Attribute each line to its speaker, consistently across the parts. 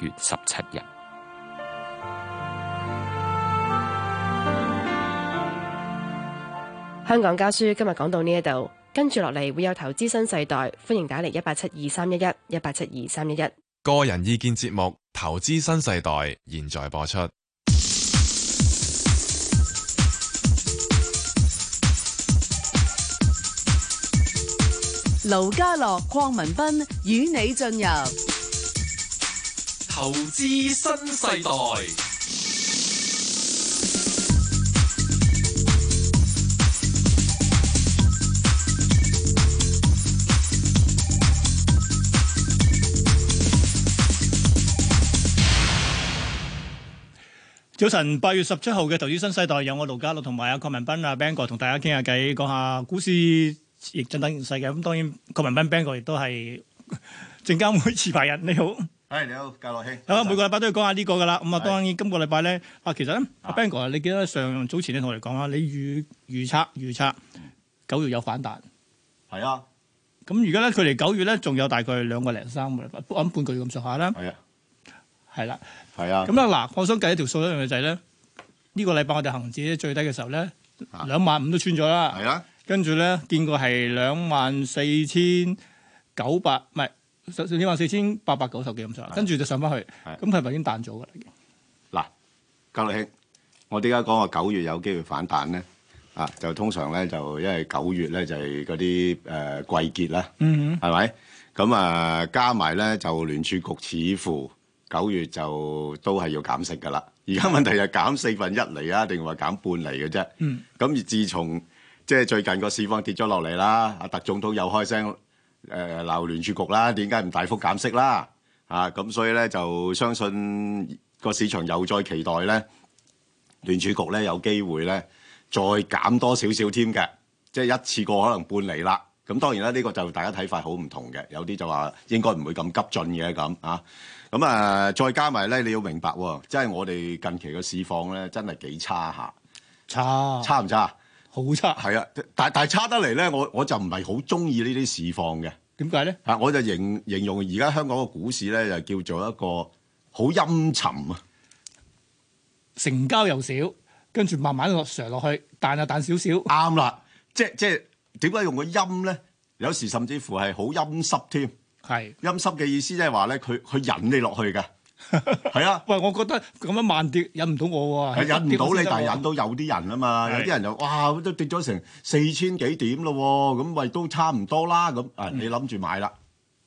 Speaker 1: 月十七日。
Speaker 2: 香港家書今日講到呢一度，跟住落嚟會有投資新世代，歡迎打嚟一八七二三一一一八七二三一一。
Speaker 3: 個人意見節目《投資新世代》現在播出。
Speaker 4: 盧家樂、鄺民彬與你進入
Speaker 5: 投資新世代。
Speaker 6: 早晨，八月十七號嘅投資新世代有我盧家樂同埋阿郭文斌、阿 Bang 哥同大家傾下偈，講下股市逆震盪形勢嘅。咁當然，郭文斌 Bang 哥亦都係證監會持牌人。你好，
Speaker 7: 係你好，教樂兄。
Speaker 6: 好啦，每個禮拜都要講下呢個噶啦。咁啊，
Speaker 7: 係
Speaker 6: 當然今個禮拜咧，啊其實咧，阿 Bang 哥，你記得上早前你同我哋講啊，你預預測預測九月有反彈。
Speaker 7: 係啊，
Speaker 6: 咁而家咧，距離九月咧仲有大概兩個零三個禮拜，咁半個月咁上下啦，
Speaker 7: 係啊，
Speaker 6: 係啦。
Speaker 7: 係啊。
Speaker 6: 咁啦，嗱，我想計一條數一樣嘢就係咧，呢個禮拜我哋恒指最低嘅時候咧，
Speaker 7: 啊
Speaker 6: 兩萬五都穿咗啦
Speaker 7: 係。啦，
Speaker 6: 跟住咧見過係兩萬四千九百，唔係兩萬四千八百九十幾咁上下，
Speaker 7: 係
Speaker 6: 跟住就上翻去，
Speaker 7: 係
Speaker 6: 咁佢係咪已經彈咗㗎啦？已經
Speaker 7: 嗱，教樂兄，我點解講話九月有機會反彈咧？啊，就通常咧就因為九月咧就係嗰啲誒季結啦，
Speaker 6: 嗯
Speaker 7: 係咪？咁啊加埋咧就聯儲局似乎九月就都係要減息㗎啦。而家問題係減四分一嚟啊，定話減半嚟嘅啫。
Speaker 6: 嗯，
Speaker 7: 咁而自從即係最近個市況跌咗落嚟啦，阿特總統又開聲誒鬧聯儲局啦，點解唔大幅減息啦？啊，咁所以咧就相信個市場又再期待咧聯儲局咧有機會咧再減多少少添嘅，即係一次過可能半釐啦。咁當然啦，呢、個就大家睇法好唔同嘅，有啲就話應該唔會咁急進嘅咁啊。咁啊，再加埋咧，你要明白喎，即係我哋近期嘅市況咧，真係幾差下，
Speaker 6: 差
Speaker 7: 差唔差？
Speaker 6: 啊好差，
Speaker 7: 係啊，但但係差得嚟咧，我我就唔係好中意呢啲市況嘅啊
Speaker 6: 點解咧？
Speaker 7: 嚇，我就形形容而家香港嘅股市咧，就叫做一個好陰沉啊，
Speaker 6: 成交又少，跟住慢慢落上落去，彈啊彈少少，
Speaker 7: 啱啦，即即係點解用個陰咧？有時甚至乎係好陰濕添，
Speaker 6: 係。
Speaker 7: 陰濕嘅意思即係話咧，佢佢引你落去嘅，係啊。
Speaker 6: 喂，我覺得咁樣慢跌引唔到我喎，
Speaker 7: 係引唔到你，但係引到
Speaker 6: 到
Speaker 7: 有啲人啊嘛，有
Speaker 6: 係
Speaker 7: 啲人就哇都跌咗成四千幾點咯喎，咁咪都差唔多啦咁
Speaker 6: 嗯
Speaker 7: 啊！你諗住買啦，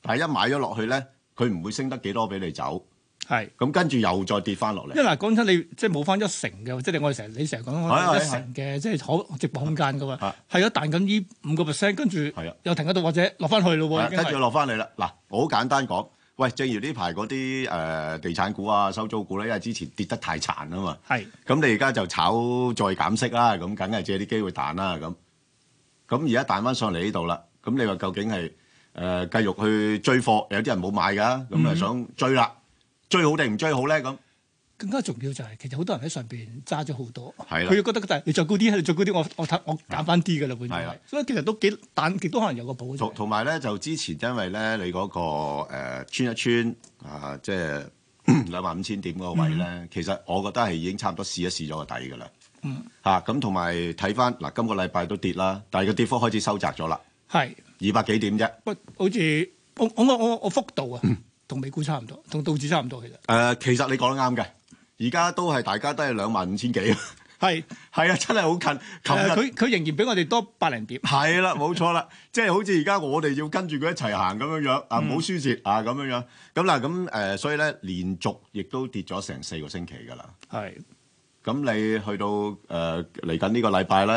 Speaker 7: 但係一買咗落去咧，佢唔會升得幾多俾你走，
Speaker 6: 係。
Speaker 7: 咁跟住又再跌翻落
Speaker 6: 因為
Speaker 7: 嚟。
Speaker 6: 嗱，講真，你即係冇翻一成嘅，即係我哋成日你成日講
Speaker 7: 係係
Speaker 6: 一成嘅，即係可直播空間嘅嘛
Speaker 7: 係，
Speaker 6: 係啊，彈緊呢五個 percent，跟住
Speaker 7: 係啊
Speaker 6: 又停喺度或者落翻去咯
Speaker 7: 係
Speaker 6: 喎，
Speaker 7: 啊
Speaker 6: 已經
Speaker 7: 跟住
Speaker 6: 係
Speaker 7: 落翻嚟啦。嗱，我好簡單講，喂，正如呢排嗰啲誒地產股啊、收租股咧，因為之前跌得太殘啊嘛，
Speaker 6: 係
Speaker 7: 咁你而家就炒再減息啦，咁梗係借啲機會彈啦，咁咁而家彈翻上嚟呢度啦，咁你話究竟係誒、呃、繼續去追貨？有啲人冇買㗎，咁啊
Speaker 6: 嗯
Speaker 7: 想追啦，追好定唔追好咧？咁
Speaker 6: 更加重要就係其實好多人喺上邊揸咗好多，
Speaker 7: 係啦啊
Speaker 6: 佢覺得就係你再高啲，你 再高啲，我我睇我減翻啲嘅啦，本
Speaker 7: 係
Speaker 6: 來
Speaker 7: 啦，
Speaker 6: 所以其實都幾彈極都可能有個保
Speaker 7: 同
Speaker 6: 障，
Speaker 7: 同埋咧就之前因為咧你嗰、個、呃、穿一穿啊，即係 兩萬五千點嗰個位咧，其實我覺得係已經差唔多試一試咗個底㗎啦。
Speaker 6: 嗯，
Speaker 7: 嚇咁同埋睇翻嗱，今個禮拜都跌啦，但係個跌幅開始收窄咗啦，
Speaker 6: 係
Speaker 7: 二百幾點啫。
Speaker 6: 不過好似我我我我我幅度啊，
Speaker 7: 嗯
Speaker 6: 同美股差唔多，同道指差唔多其實
Speaker 7: 誒、其實你講得啱嘅，而家都係大家都係兩萬五千幾，
Speaker 6: 係
Speaker 7: 係啊，真係好近。琴
Speaker 6: 誒
Speaker 7: 日
Speaker 6: 佢佢仍然比我哋多百零點，
Speaker 7: 係啦，冇錯啦，即係好似而家我哋要跟住佢一齊行咁樣樣啊，
Speaker 6: 嗯
Speaker 7: 唔好輸蝕啊咁樣樣。咁嗱，咁誒、所以咧連續亦都跌咗成四個星期㗎啦。
Speaker 6: 係
Speaker 7: 咁你去到誒嚟緊呢個禮拜咧，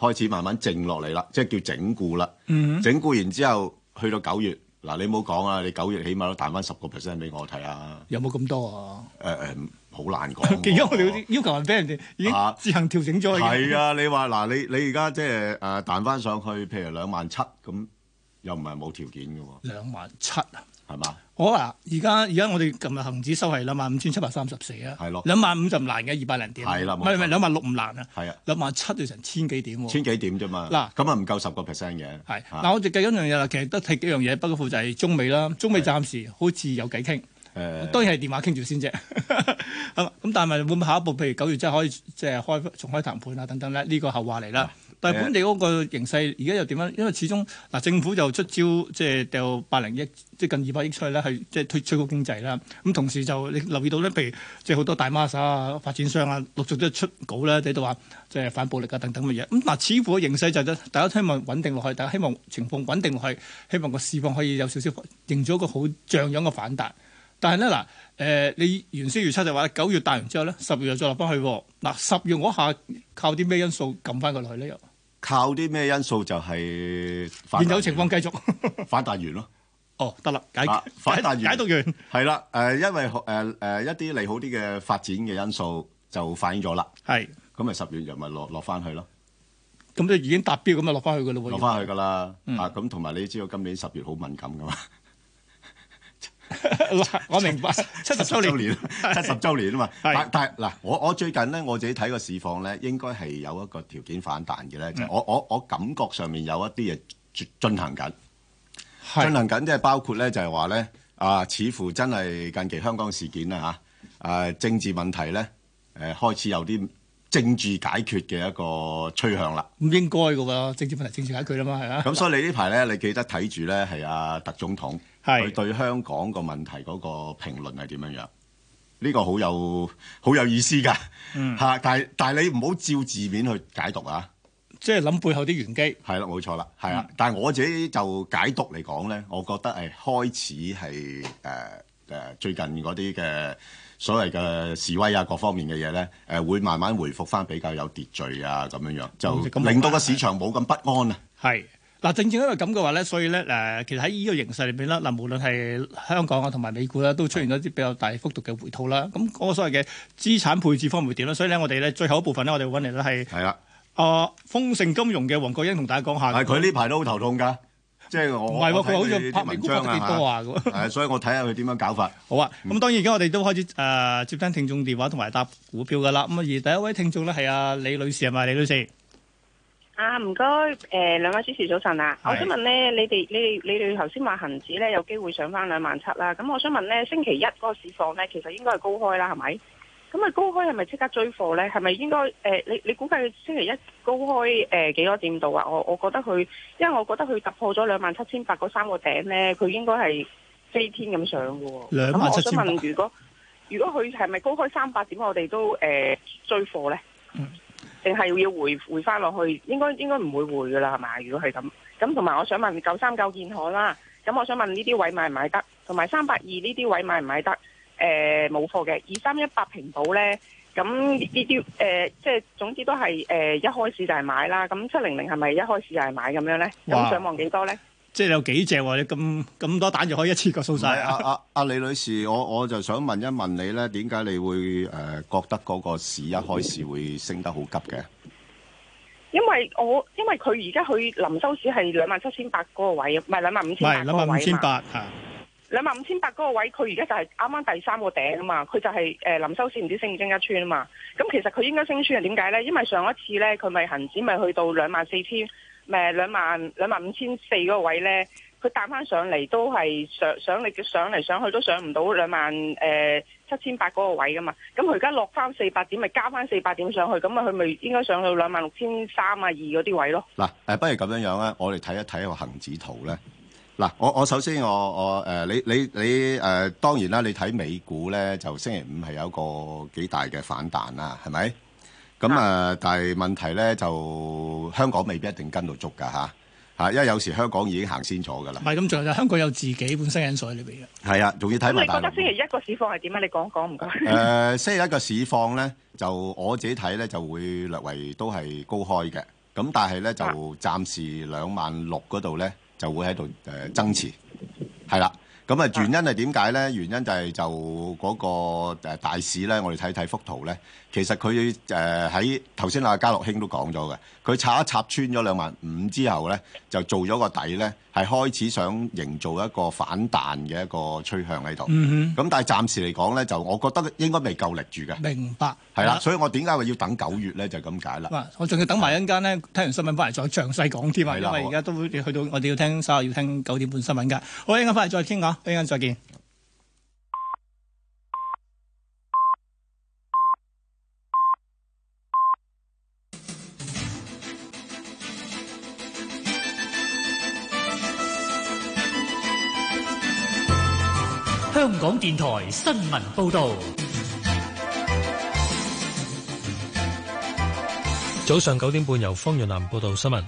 Speaker 7: 開始慢慢靜落嚟啦，即係叫整固啦。
Speaker 6: 嗯
Speaker 7: 整固完之後，去到九月嗱，你唔好講啊，你九月起碼都彈翻十個 percent 俾我睇啊。
Speaker 6: 有冇咁多 啊？
Speaker 7: 誒、誒，呃好、難講喎。
Speaker 6: 其實我哋好似 要求人俾人哋已經
Speaker 7: 啊
Speaker 6: 自行調整咗嘅。
Speaker 7: 係啊，你話嗱，你你而家即係誒彈翻上去，譬如兩萬七咁，又唔係冇條件嘅喎，
Speaker 6: 兩萬七啊！
Speaker 7: 係嘛？
Speaker 6: 我話而家而家我哋琴日恒指收係兩萬五千七百三十四啊，
Speaker 7: 係咯
Speaker 6: 兩萬五就唔難嘅，二百零點。啊
Speaker 7: 係啦
Speaker 6: 唔
Speaker 7: 冇
Speaker 6: 係唔係
Speaker 7: 錯
Speaker 6: 兩萬六唔難啊，
Speaker 7: 係啊，
Speaker 6: 兩萬七就成千幾點喎。
Speaker 7: 千幾點啫嘛。
Speaker 6: 嗱
Speaker 7: 咁啊唔夠十個 percent 嘅。
Speaker 6: 係
Speaker 7: 啊
Speaker 6: 嗱，我哋計緊一樣嘢啦，其實都睇幾樣嘢，不過就係中美啦，中美暫時好似有偈傾，
Speaker 7: 誒
Speaker 6: 當然係電話傾住先啫。咁啊咁但係咪會唔會下一步，譬如九月真係可以即係開重開談判啊等等咧？呢個後話嚟啦。但係本地嗰個形勢而家又點樣？因為始終嗱，政府就出招即係掉八零億，即係近二百億出去咧，係即係推推高經濟啦。咁同時就你留意到咧，譬如即係好多大孖沙啊、發展商啊，陸續都出稿咧，喺度話即係反暴力啊等等嘅嘢。咁嗱，似乎個形勢就係大家都希望穩定落去，大家希望情況穩定落去，希望個市況可以有少少形咗一個好像樣嘅反彈。但係咧嗱，誒、你原先預測就話九月大完之後咧，十月又再落翻去喎。嗱，十月嗰下靠啲咩因素撳翻佢落去咧？又
Speaker 7: 靠啲咩因素就係反彈
Speaker 6: 現有情況繼續。
Speaker 7: 反彈完咯。
Speaker 6: 哦，得啦，解
Speaker 7: 啊反彈完
Speaker 6: 解解讀完。
Speaker 7: 係啦，誒、因為誒誒、一啲利好啲嘅發展嘅因素就反映咗啦，
Speaker 6: 係，
Speaker 7: 咁咪十月又咪落落翻去咯，
Speaker 6: 咁就已經達標，咁就落翻去噶啦喎。嗯
Speaker 7: 落翻去噶啦。啊，咁同埋你知道今年十月好敏感噶嘛，
Speaker 6: 嗱，我明白，七十
Speaker 7: 周
Speaker 6: 周年
Speaker 7: 年 七十週年啊嘛。
Speaker 6: 係
Speaker 7: 但但係嗱，我我最近咧我自己睇個市況咧，應該係有一個條件反彈嘅
Speaker 6: 嗯
Speaker 7: 咧，就係我我我感覺上面有一啲嘢進進行緊。進
Speaker 6: 係
Speaker 7: 行緊，即係包括咧，就係話咧，啊，似乎真係近期香港事件啦嚇，啊，政治問題咧，誒、開始有啲政治解決嘅一個趨向啦。
Speaker 6: 唔應該嘅喎，政治問題政治解決啦嘛，係啊。
Speaker 7: 咁所以你呢排咧，你記得睇住咧，係阿特總統
Speaker 6: 係
Speaker 7: 佢對香港個問題嗰個評論係點樣樣？呢個好有好有意思㗎嚇、
Speaker 6: 嗯
Speaker 7: 但係但係你唔好照字面去解讀啊！
Speaker 6: 即係諗背後啲玄機。嗯
Speaker 7: 係啦，冇錯啦，係啊。但係我自己就解讀嚟講咧，我覺得係開始係誒誒最近嗰啲嘅所謂嘅示威啊，各方面嘅嘢咧，誒、會慢慢回復翻比較有秩序啊，咁樣樣
Speaker 6: 嗯
Speaker 7: 就
Speaker 6: 咁
Speaker 7: 令到個市場冇咁不安啊。
Speaker 6: 係嗱，正正因為咁嘅話咧，所以咧誒、其實喺呢個形勢裏邊啦，嗱，無論係香港啊同埋美股啦，都出現咗啲比較大幅度嘅回吐啦。咁嗰個所謂嘅資產配置方面會點咧？所以咧，我哋咧最後一部分咧，我哋揾嚟咧係
Speaker 7: 係啦，
Speaker 6: 啊豐盛金融嘅黃國英同大家講下。
Speaker 7: 但係佢呢排都好頭痛㗎，即係我
Speaker 6: 唔係
Speaker 7: 我睇
Speaker 6: 喎，佢好
Speaker 7: 啲
Speaker 6: 似拍美
Speaker 7: 文
Speaker 6: 股拍
Speaker 7: 章
Speaker 6: 得幾多
Speaker 7: 啊，
Speaker 6: 啊咁。
Speaker 7: 係啊所以我睇下佢點樣搞法。
Speaker 6: 好啊，咁當然而家我哋都開始誒、呃接聽聽眾電話同埋答股票噶啦。咁啊，而第一位聽眾咧係阿李女士係咪？李女士
Speaker 1: 啊，唔該，誒、兩位主持早晨啊！
Speaker 6: 係
Speaker 1: 我想問咧，你哋你哋你哋頭先話恒指咧有機會上翻兩萬七啦，咁我想問咧，星期一嗰個市況咧，其實應該係高開啦，係咪？咁啊，高開係咪即刻追貨咧？係咪應該誒、你你估計星期一高開誒、幾多點度啊？我我覺得佢，因為我覺得佢突破咗兩萬七千八嗰三個頂咧，佢應該係飛天咁上嘅
Speaker 6: 27,800
Speaker 1: 喎。咁我想問，如果如果佢係咪高開三百點，我哋都誒、追貨咧？定係要回回翻落去？應該應該唔會回噶啦，係嘛？如果係咁，咁同埋我想問九三九建行啦，咁我想問呢啲位買唔買得？同埋三百二呢啲位買唔買得？誒、冇貨嘅，二三一八平保呢，咁呢啲誒即係總之都係誒、呃一開始就係買啦。咁七零零係咪一開始就係買咁樣呢？
Speaker 6: 哇
Speaker 1: 咁上望幾多呢？
Speaker 6: 即係你有幾隻喎？你咁咁多蛋就可以一次過掃
Speaker 7: 唔 係
Speaker 6: 晒
Speaker 7: 啊啊啊李女士，我我就想問一問你咧，點解你會誒、覺得嗰個市一開始會升得好急嘅？
Speaker 1: 因為我因為佢而家佢臨收市係兩萬七千八嗰個位，唔係兩萬五
Speaker 6: 唔
Speaker 1: 千八
Speaker 6: 係
Speaker 1: 嗰
Speaker 6: 兩
Speaker 1: 個位
Speaker 6: 萬
Speaker 1: 嘛
Speaker 6: 五千八啊！
Speaker 1: 兩萬五千八嗰個位，佢而家就係啱啱第三個頂啊嘛，佢就係、誒、臨收市唔知升唔升一穿啊嘛。咁其實佢應該升穿係點解呢？因為上一次呢，佢咪恒指咪去到兩萬四千，誒兩萬兩萬五千四嗰個位呢，佢彈翻上嚟都係上上嚟上嚟上去都上唔到兩萬誒七千八嗰個位噶嘛。咁佢而家落翻四百點，咪加翻四百點上去，咁啊佢咪應該上到兩萬六千三啊二嗰啲位咯。
Speaker 7: 嗱，誒，不如咁樣樣啊，我哋睇一睇個恒指圖咧。嗱，我我首先我我誒、你你你誒、當然啦，你睇美股咧，就星期五係有一個幾大嘅反彈啦，係咪？咁啊，但係問題咧就香港未必一定跟到足㗎嚇嚇，因為有時香港已經行先咗㗎啦
Speaker 6: 唔。係咁，仲有就香港有自己本身因素喺裏邊嘅。
Speaker 7: 係啊，仲要睇
Speaker 1: 咁
Speaker 7: 埋
Speaker 1: 你
Speaker 7: 大
Speaker 1: 覺得
Speaker 7: 陸
Speaker 1: 星期一個市況係點啊？你講講唔該。
Speaker 7: 誒、星期一個市況咧，就我自己睇咧就會略為都係高開嘅，咁但係咧就
Speaker 1: 啊
Speaker 7: 暫時兩萬六嗰度咧就會喺度誒增持，係啦。咁啊原因係點解咧？原因就係就嗰個誒大市咧，我哋睇睇幅圖咧，其實佢誒喺頭先阿家樂兄都講咗嘅，佢插一插穿咗兩萬五之後咧，就做咗個底咧，係開始想營造一個反彈嘅一個趨向喺度。
Speaker 6: 嗯
Speaker 7: 咁但係暫時嚟講咧，就我覺得應該未夠力住嘅，
Speaker 6: 哼，明白。
Speaker 7: 係啦，
Speaker 6: 好。
Speaker 7: 所以我點解話要等九月咧？就係咁解啦。
Speaker 6: 哇！我仲要等埋一陣間咧，聽完新聞翻嚟再詳細講添啊，
Speaker 7: 係
Speaker 6: 因
Speaker 7: 啦
Speaker 6: 為
Speaker 7: 好啊
Speaker 6: 而家都去到我啊哋要聽稍後要聽九點半新聞㗎。好，一陣間翻嚟再傾下，一陣間再見。
Speaker 8: 香港電台新聞報道。
Speaker 9: 早上九點半，由方潤南報道新聞。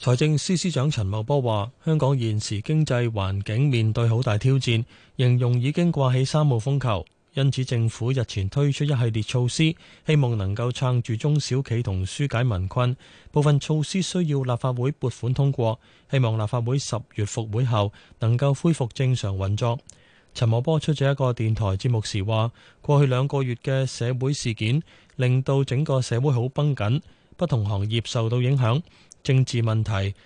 Speaker 9: 財政司司長陳茂波話：香港現時經濟環境面對好大挑戰，形容已經掛起三號風球。因此，政府日前推出一系列措施，希望能夠撐住中小企同紓解民困。部分措施需要立法會撥款通過，希望立法會十月復會後能夠恢復正常運作。陳茂波出席一個電台節目時話：過去兩個月嘅社會事件令到整個社會好繃緊，不同行業受到影響，政治問題，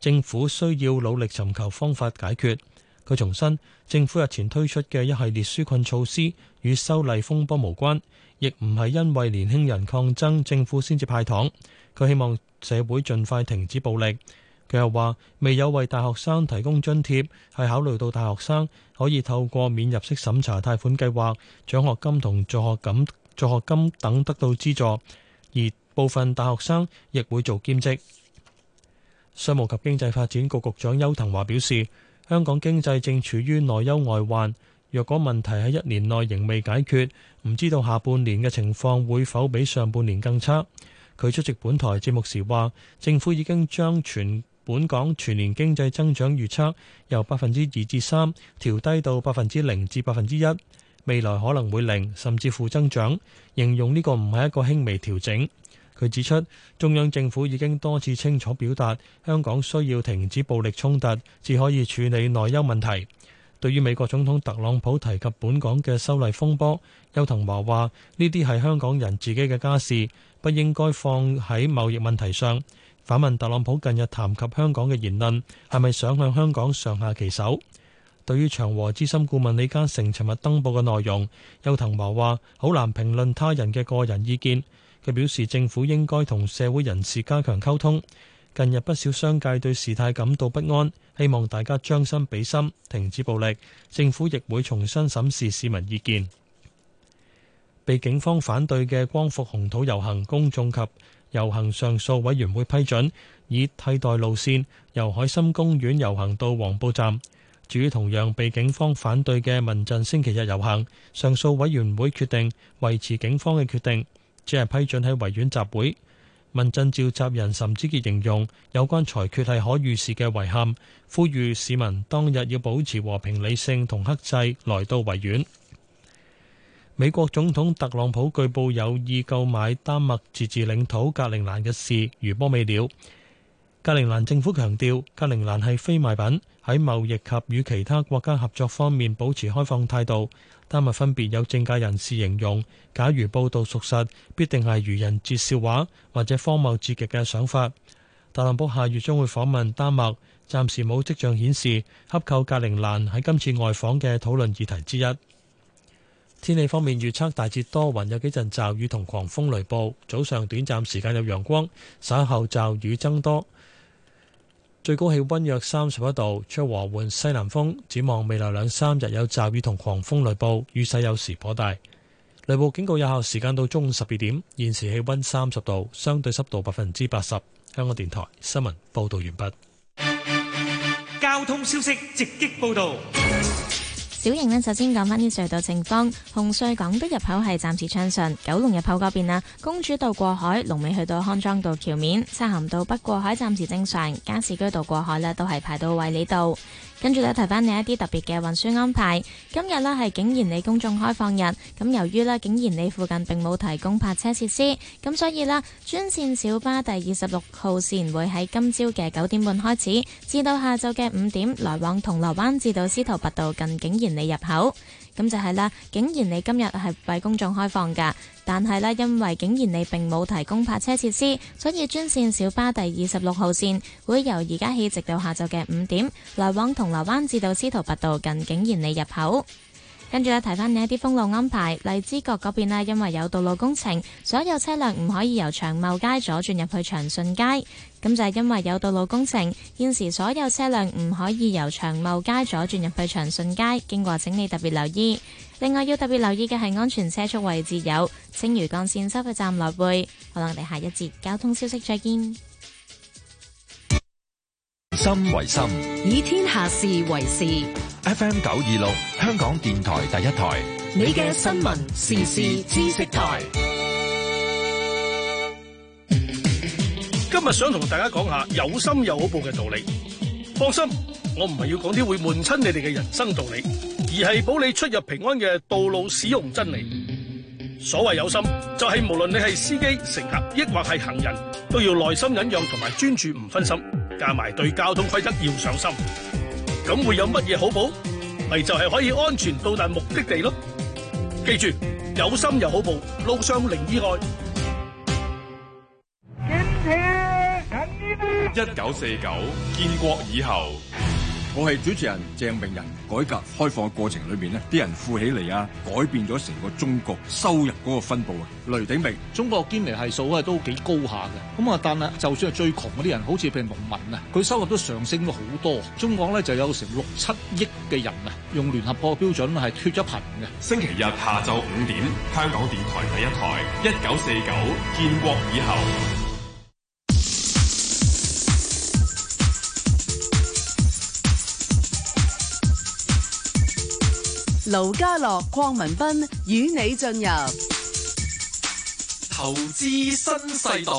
Speaker 9: 政府需要努力尋求方法解決。佢重申，政府日前推出嘅一系列紓困措施與修例風波無關，亦唔係因為年輕人抗爭，政府先至派糖。佢希望社會盡快停止暴力。佢又話，未有為大學生提供津貼，係考慮到大學生可以透過免入息審查貸款計劃、獎學金同助學金、助學金等得到資助，而部分大學生亦會做兼職。商務及經濟發展局局長邱騰華表示。香港經濟正處於內憂外患，若果問題喺一年內仍未解決，唔知道下半年嘅情況會否比上半年更差。佢出席本台節目時話，政府已經將全本港全年經濟增長預測由百分之二至三調低到百分之零至百分之一，未來可能會零甚至負增長，形容呢個唔係一個輕微調整。佢指出，中央政府已經多次清楚表達，香港需要停止暴力衝突，至可以處理內憂問題。對於美國總統特朗普提及本港嘅修例風波，邱騰華話：呢啲係香港人自己嘅家事，不應該放喺貿易問題上。反問特朗普近日談及香港嘅言論，係咪想向香港上下其手？對於長和資深顧問李嘉誠尋日登報嘅內容，邱騰華話：好難評論他人嘅個人意見。佢表示，政府應該同社會人士加強溝通。近日不少商界對事態感到不安，希望大家將心比心，停止暴力。政府亦會重新審視市民意見。被警方反對嘅光復紅土遊行，公眾及遊行上訴委員會批准，以替代路線由海心公園遊行到黃埔站。至於同樣被警方反對嘅民陣星期日遊行，上訴委員會決定維持警方嘅決定。只係批准喺維園集會。民陣召集人岑子傑形容有關裁決係可預示嘅遺憾，呼籲市民當日要保持和平理性同克制，來到維園。美國總統特朗普據報有意購買丹麥自治領土格陵蘭嘅事餘波未了。格陵蘭政府強調，格陵蘭係非賣品，喺貿易及與其他國家合作方面保持開放態度。丹麥分別有政界人士形容，假如報道屬實，必定係愚人節笑話或者荒謬至極嘅想法。特朗普下月將會訪問丹麥，暫時冇跡象顯示洽購格陵蘭喺今次外訪嘅討論議題之一。天氣方面預測大致多雲，有幾陣驟雨同狂風雷暴，早上短暫時間有陽光，稍後驟雨增多。最高氣溫約三十一度，吹和緩西南風。展望未來兩三日有驟雨同狂風雷暴，雨勢有時頗大。雷暴警告有效時間到中午十二點。現時氣溫三十度，相對濕度百分之八十。香港電台新聞報道完畢。
Speaker 5: 交通消息直擊報道。
Speaker 10: 小型呢，首先講翻啲隧道情況。紅隧港島入口係暫時暢順，九龍入口嗰邊啊，公主道過海，龍尾去到康莊道橋面，漆咸道北過海暫時正常，加士居道過海呢，都係排到衛理道。跟住咧，提翻你一啲特別嘅運輸安排。今日呢係景賢里公眾開放日，咁由於呢景賢里附近並冇提供泊車設施，咁所以啦，專線小巴第二十六號線會喺今朝嘅九點半開始，至到下晝嘅五點，來往銅鑼灣至到司徒拔道近景賢里入口。咁就係啦，景賢里今日係為公眾開放㗎，但係呢，因為景賢里並冇提供泊車設施，所以專線小巴第二十六號線會由而家起直到下晝嘅五點，來往銅鑼灣至到司徒拔道近景賢里入口。跟住咧，提翻你一啲封路安排。荔枝角嗰邊咧，因為有道路工程，所有車輛唔可以由長茂街左轉入去長順街。咁就係因為有道路工程，現時所有車輛唔可以由長茂街左轉入去長順街。經過請你特別留意。另外要特別留意嘅係安全車速位置有青嶼幹線收費站來回。好啦，我哋下一節交通消息再見。
Speaker 11: 心為心
Speaker 12: 以天下事為事。
Speaker 11: ，FM 九二六香港電台第一台，
Speaker 12: 你嘅新聞時事知識台，
Speaker 13: 今日想同大家講下有心有好報嘅道理。放心，我唔係要講啲會悶親你哋嘅人生道理，而係保你出入平安嘅道路使用真理。所謂有心，就係、無論你係司機、乘客，抑或係行人，都要耐心忍讓同埋專注唔分心，加埋對交通規則要上心。咁會有乜嘢好報？咪就係可以安全到達目的地咯。記住，有心有好報，路上零意外。
Speaker 14: 一九四九建國以後，
Speaker 15: 我係主持人鄭明仁。改革開放嘅過程裏面呢啲人富起嚟啊，改變咗成個中國收入嗰個分佈啊。雷鼎明，
Speaker 16: 中國堅尼係數
Speaker 6: 啊
Speaker 16: 咧都幾高下嘅，咁啊，但係就算係最窮嗰啲人，好似譬如農民啊，佢收入都上升咗好多。中國咧就有成六七億嘅人啊，用聯合國嘅標準係脱咗貧嘅。
Speaker 14: 星期日下晝五點，香港電台第一台一九四九建國以後，
Speaker 4: 盧家樂、邝文斌與你進入
Speaker 17: 投資新世代，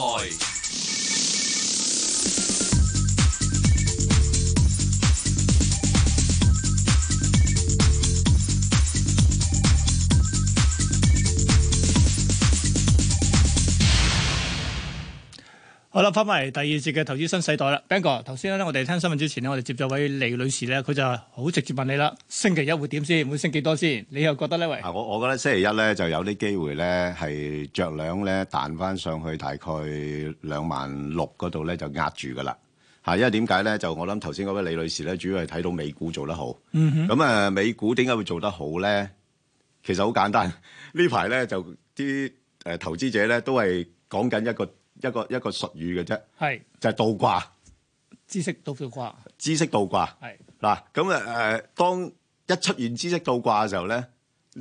Speaker 6: 好啦，翻返嚟第二節嘅投資新世代啦，Bang 哥，頭先咧我哋聽新聞之前咧，我哋接咗位李女士咧，佢就好直接問你啦，星期一會點先，會升幾多先？你又覺得呢？喂，
Speaker 7: 啊，我我覺得星期一咧就有啲機會咧係着兩咧彈翻上去大概兩萬六嗰度咧就壓住噶啦嚇，因為點解咧就我諗頭先嗰位李女士咧，主要係睇到美股做得好，
Speaker 18: 嗯哼
Speaker 7: 咁啊美股點解會做得好咧？其實好簡單， 呢排咧就啲誒投資者咧都係講緊一個一個一個術語嘅啫，
Speaker 6: 係
Speaker 7: 就係倒掛。
Speaker 6: 知識到到掛，
Speaker 7: 知識倒掛。
Speaker 6: 係
Speaker 7: 嗱，咁誒誒，當一出現知識倒掛嘅時候咧，呢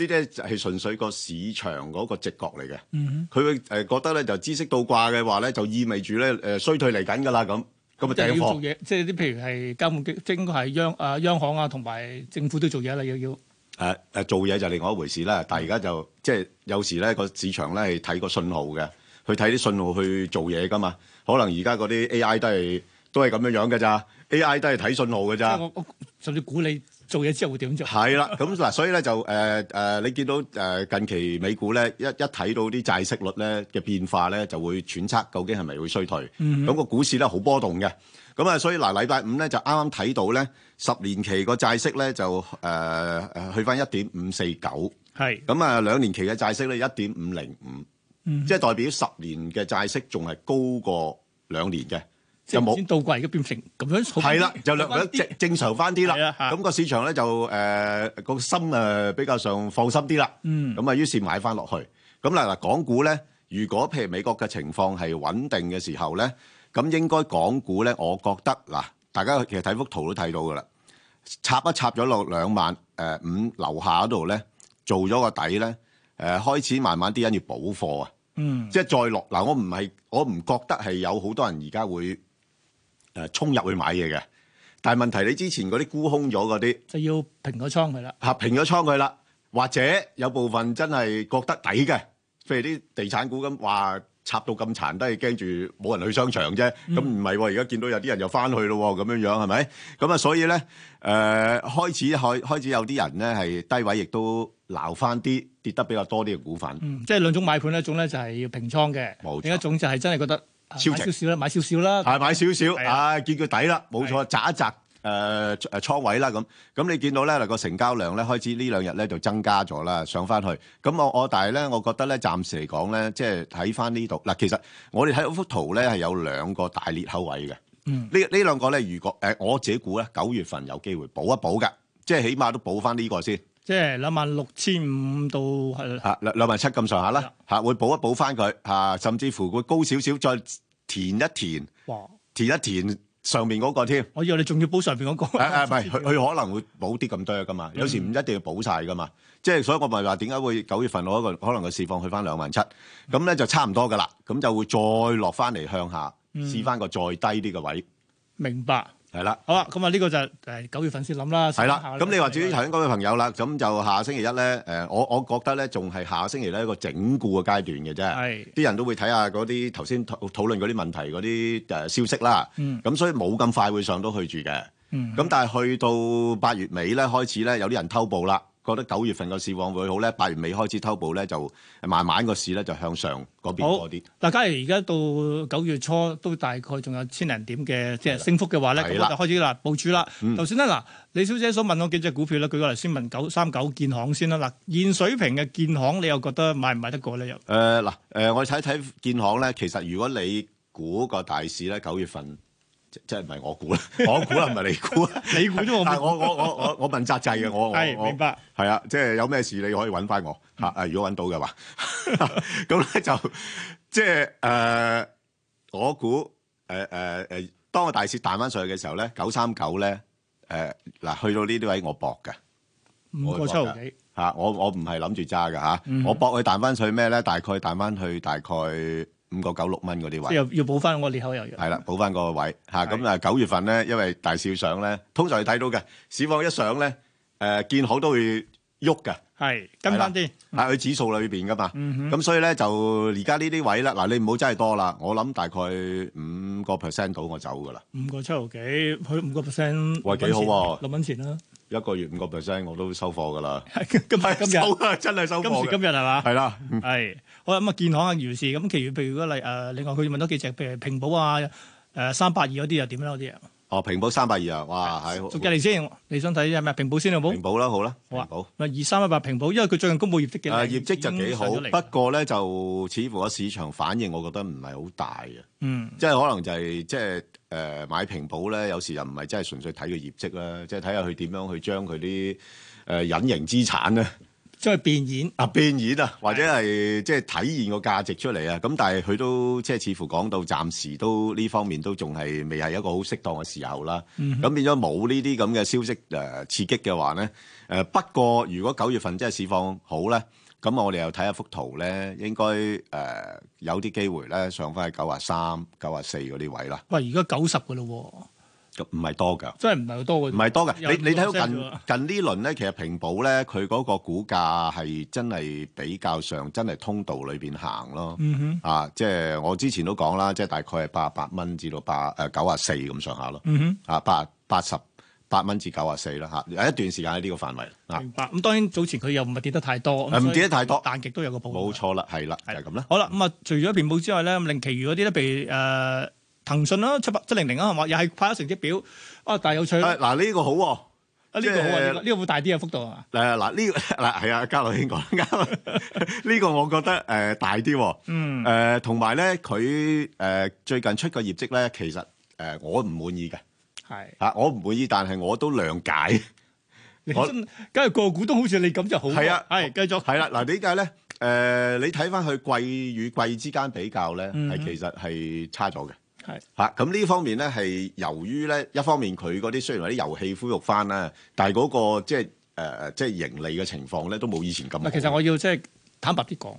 Speaker 7: 啲就係純粹個市場嗰個直覺嚟嘅。
Speaker 18: 嗯
Speaker 7: 佢會誒覺得咧就知識倒掛嘅話咧，就意味住咧誒衰退嚟緊㗎啦咁，咁咪
Speaker 6: 即係
Speaker 7: 掟
Speaker 6: 要做
Speaker 7: 貨。
Speaker 6: 嘢，即係啲譬如係監管機，即係應該係央啊央行啊同埋政府都做嘢啦，要要
Speaker 7: 誒誒做嘢就另外一回事啦，但係而家就即係有時咧個市場咧係睇個信號嘅，去睇啲信號去做嘢噶嘛。可能而家嗰啲 AI 都係都係咁樣樣嘅咋，AI 都係睇信號嘅咋。
Speaker 6: 我我甚至估你做嘢之後會點做。
Speaker 7: 係啦，咁嗱，所以咧就誒誒、呃你見到誒、呃近期美股咧一一睇到啲債息率咧嘅變化咧，就會揣測究竟係咪會衰退。咁、
Speaker 18: 嗯
Speaker 7: 個股市咧好波動嘅。咁啊，所以嗱，禮拜五咧就啱啱睇到咧十年期個債息咧就誒誒、呃去翻一點五四九，
Speaker 6: 係
Speaker 7: 咁啊兩年期嘅債息咧一點五零五，
Speaker 6: 嗯
Speaker 7: 即係代表十年嘅債息仲係高過兩年嘅，
Speaker 6: 即
Speaker 7: 就
Speaker 6: 係
Speaker 7: 冇
Speaker 6: 先倒掛而家變成咁樣好。
Speaker 7: 係啦，就略略正正常翻啲啦。咁個市場咧就誒個心誒比較上放心啲啦。
Speaker 18: 嗯
Speaker 7: 咁啊，於是買翻落去。咁嗱嗱，港股咧，如果譬如美國嘅情況係穩定嘅時候咧，咁應該港股咧，我覺得嗱，大家其實睇幅圖都睇到噶啦，插一插咗落兩萬誒五樓下嗰度咧，做咗個底咧，誒開始慢慢啲人要補貨啊。
Speaker 18: 嗯
Speaker 7: 即係再落嗱，我唔係我唔覺得係有好多人而家會誒、呃、衝入去買嘢嘅，但係問題你之前嗰啲沽空咗嗰啲
Speaker 6: 就要平個倉佢啦。
Speaker 7: 合啊平咗倉佢啦，或者有部分真係覺得抵嘅，譬如啲地產股咁話插到咁殘，都係驚住冇人去商場啫。咁唔係喎，而家見到有啲人又翻去咯喎，咁樣樣係咪？咁啊，所以咧誒、呃、開始開開始有啲人咧係低位亦都鬧翻啲跌得比較多啲嘅股份。
Speaker 6: 嗯，即係兩種買盤，一種咧就係要平倉嘅，
Speaker 7: 冇錯
Speaker 6: 另一種就係真係覺得啊
Speaker 7: 超
Speaker 6: 買
Speaker 7: 值
Speaker 6: 少少啦，買少少啦。
Speaker 7: 係買少少，啊見佢底啦，冇錯，擲一擲誒誒倉位啦咁。咁你見到咧嗱個成交量咧開始呢兩日咧就增加咗啦，上翻去。咁我我但係咧，我覺得咧暫時嚟講咧，即係睇翻呢度嗱，其實我哋睇到幅圖咧係有兩個大裂口位嘅。
Speaker 18: 嗯
Speaker 7: 呢呢兩個咧，如果誒、我自己估咧，九月份有機會補一補嘅，即係起碼都補翻呢個先。
Speaker 6: 即係兩萬六千五到係
Speaker 7: 嚇兩兩萬七咁上下啦，嚇會補一補翻佢嚇，甚至乎會高少少再填一填，
Speaker 6: 哇！
Speaker 7: 填一填上面嗰個添。
Speaker 6: 我以為你仲要補上邊嗰個。
Speaker 7: 誒誒， 唔係佢佢可能會補啲咁多噶嘛，有時唔一定要補晒噶嘛，即係所以我咪話點解會九月份我一個可能個市況去翻兩萬七，咁咧就差唔多噶啦，咁就會再落翻嚟向下
Speaker 6: 嗯
Speaker 7: 試翻個再低啲嘅位。
Speaker 6: 明白。
Speaker 7: 係啦。
Speaker 6: 好啊，咁啊呢個就誒九月份先諗啦。
Speaker 7: 係啦，咁你話至於頭
Speaker 6: 係
Speaker 7: 先嗰位朋友啦，咁就下星期一咧，誒、我我覺得咧，仲係下星期咧一個整固嘅階段嘅啫
Speaker 6: 係。
Speaker 7: 啲人都會睇下嗰啲頭先討討論嗰啲問題嗰啲誒消息啦。
Speaker 6: 嗯
Speaker 7: 咁、所以冇咁快會上到去住嘅。
Speaker 6: 嗯
Speaker 7: 咁但係去到八月尾咧，開始咧有啲人偷步啦，覺得九月份個市況會好咧，八月尾開始偷步咧，就慢慢個市咧就向上嗰邊
Speaker 6: 好
Speaker 7: 多啲。
Speaker 6: 嗱，假如而家到九月初都大概仲有千零點嘅即係升幅嘅話咧，咁
Speaker 7: 係啦
Speaker 6: 我就開始啦部署啦
Speaker 7: 嗯。
Speaker 6: 頭先咧嗱，李小姐所問我幾隻股票咧，舉個例先問九三九建行先啦。嗱，現水平嘅建行，你又覺得買唔買得過咧？又
Speaker 7: 誒呃嗱誒，我睇睇建行咧，其實如果你估個大市咧，九月份即即係唔係我估啦， 我估啦，唔係你估啦，
Speaker 6: 你估都我
Speaker 7: 但係我我我我我問責制嘅，我我
Speaker 6: 係
Speaker 7: 我
Speaker 6: 明白。
Speaker 7: 係啊，即係有咩事你可以揾翻我嚇。啊，如果揾到嘅話， 咁咧就即係誒、呃我估誒誒誒，當個大市彈翻上去嘅時候咧，九三九咧誒嗱，去到呢啲位我搏嘅。
Speaker 6: 五個七毫幾，
Speaker 7: 嚇、我我唔係諗住揸嘅嚇，
Speaker 6: 嗯
Speaker 7: 我搏佢彈翻去咩咧？大概彈翻去大概五個九六蚊嗰啲
Speaker 6: 即係
Speaker 7: 位
Speaker 6: 又，要補翻我裂口又要。
Speaker 7: 係啦，補翻個位嚇。咁啊，九月份咧，因為大市要上咧，通常你睇到嘅市況一上咧，誒、見好都會喐嘅，
Speaker 6: 係跟翻啲。
Speaker 7: 喺佢指數裏邊噶嘛。
Speaker 6: 嗯
Speaker 7: 咁、所以咧就而家呢啲位啦，嗱你唔好真係多啦，我諗大概五個 percent 到我走噶啦，
Speaker 6: 五個七毫幾，佢五個 percent，
Speaker 7: 喂幾好喎
Speaker 6: 六蚊錢 啦，
Speaker 7: 一個月五個 percent 我都收貨噶啦，
Speaker 6: 今今日今
Speaker 7: 收
Speaker 6: 日。
Speaker 7: 啊真係收
Speaker 6: 今
Speaker 7: 貨
Speaker 6: 時今
Speaker 7: 嘅，
Speaker 6: 日係嘛？
Speaker 7: 係啦，
Speaker 6: 係好啦，咁啊建行啊如是咁，其餘譬如嗰例誒，另外佢問多幾隻，譬如平保啊、誒三百二嗰啲又點咧？嗰啲啊，
Speaker 7: 哦平保三百二啊，哇係好
Speaker 6: 捉計你先，你想睇係咩？平保先好冇？
Speaker 7: 平保啦好啦，
Speaker 6: 好
Speaker 7: 平
Speaker 6: 啊
Speaker 7: 保。
Speaker 6: 咪二三一八平保，因為佢最近公布業績嘅。
Speaker 7: 誒呃業績就幾好，
Speaker 6: 已經上咗嚟
Speaker 7: 不過咧就似乎個市場反應，我覺得唔係好大嘅，
Speaker 6: 嗯，
Speaker 7: 即係可能就係即係誒買平保咧，有時又唔係真係純粹睇佢業績啦，即係睇下佢點樣去將佢啲誒隱形資產咧
Speaker 6: 即係變現。
Speaker 7: 啊變現啊，或者係即係體現個價值出嚟啊。咁但係佢都即係似乎講到暫時都呢方面都仲係未係一個好適當嘅時候啦。
Speaker 18: 嗯哼
Speaker 7: 咁變咗冇呢啲咁嘅消息誒、呃刺激嘅話咧，誒、不過如果九月份真係市況好咧，咁我哋又睇下幅圖咧，應該誒、呃有啲機會咧上翻去九啊三、九啊四嗰啲位啦，
Speaker 6: 喂，而家九十嘅咯
Speaker 7: 咁唔係多㗎
Speaker 6: 喎，。真係唔係好多嘅。
Speaker 7: 唔係多嘅，
Speaker 6: 有
Speaker 7: 你你睇到近
Speaker 6: 5%啫
Speaker 7: 近呢輪咧，其實平保咧佢嗰個股價係真係比較上真係通道裏邊行咯。
Speaker 6: 嗯
Speaker 7: 啊，即係我之前都講啦，即係大概係八十八蚊至到八誒九啊四咁上下咯。
Speaker 6: 嗯哼
Speaker 7: 啊，八八十八蚊至九啊四啦嚇，有一段時間喺呢個範圍啊
Speaker 6: 喎，，明白。咁當然早前佢又唔係跌得太多，
Speaker 7: 誒唔跌得太多，
Speaker 6: 但極都有個保。
Speaker 7: 冇錯啦，係啦，就係咁啦。
Speaker 6: 好啦，咁啊，除咗平保之外咧，咁另其餘嗰啲咧，譬如誒騰訊啦、七百七零零啊，係嘛，又係派咗成績表啊，但係有趣啦
Speaker 7: 誒嗱呢個好喎，
Speaker 6: 啊呢個好
Speaker 7: 即
Speaker 6: 啊，
Speaker 7: 係
Speaker 6: 呢個呢個會大啲啊幅度啊，
Speaker 7: 誒嗱呢個 嗱係啊，嘉樂兄講得啱， 呢個我覺得誒大啲喎。
Speaker 6: 嗯
Speaker 7: 誒同埋咧，佢誒最近出個業績咧，其實誒我唔滿意嘅
Speaker 6: 係。
Speaker 7: 嚇，我唔滿意，但係我都諒解。
Speaker 6: 你
Speaker 7: 我
Speaker 6: 真，梗係個股都好似你咁就好。
Speaker 7: 係啊，
Speaker 6: 係繼續。
Speaker 7: 係啦，嗱點解咧？誒，你睇翻佢季與季之間比較咧，
Speaker 6: 嗯
Speaker 7: 係其實係差咗嘅。
Speaker 6: 係
Speaker 7: 嚇，啊咁呢方面咧係由於咧一方面佢嗰啲雖然話啲遊戲恢復翻啦，但係嗰個即係誒即係盈利嘅情況咧都冇以前咁啊
Speaker 6: 唔
Speaker 7: 好。
Speaker 6: 係其實我要即係坦白啲講，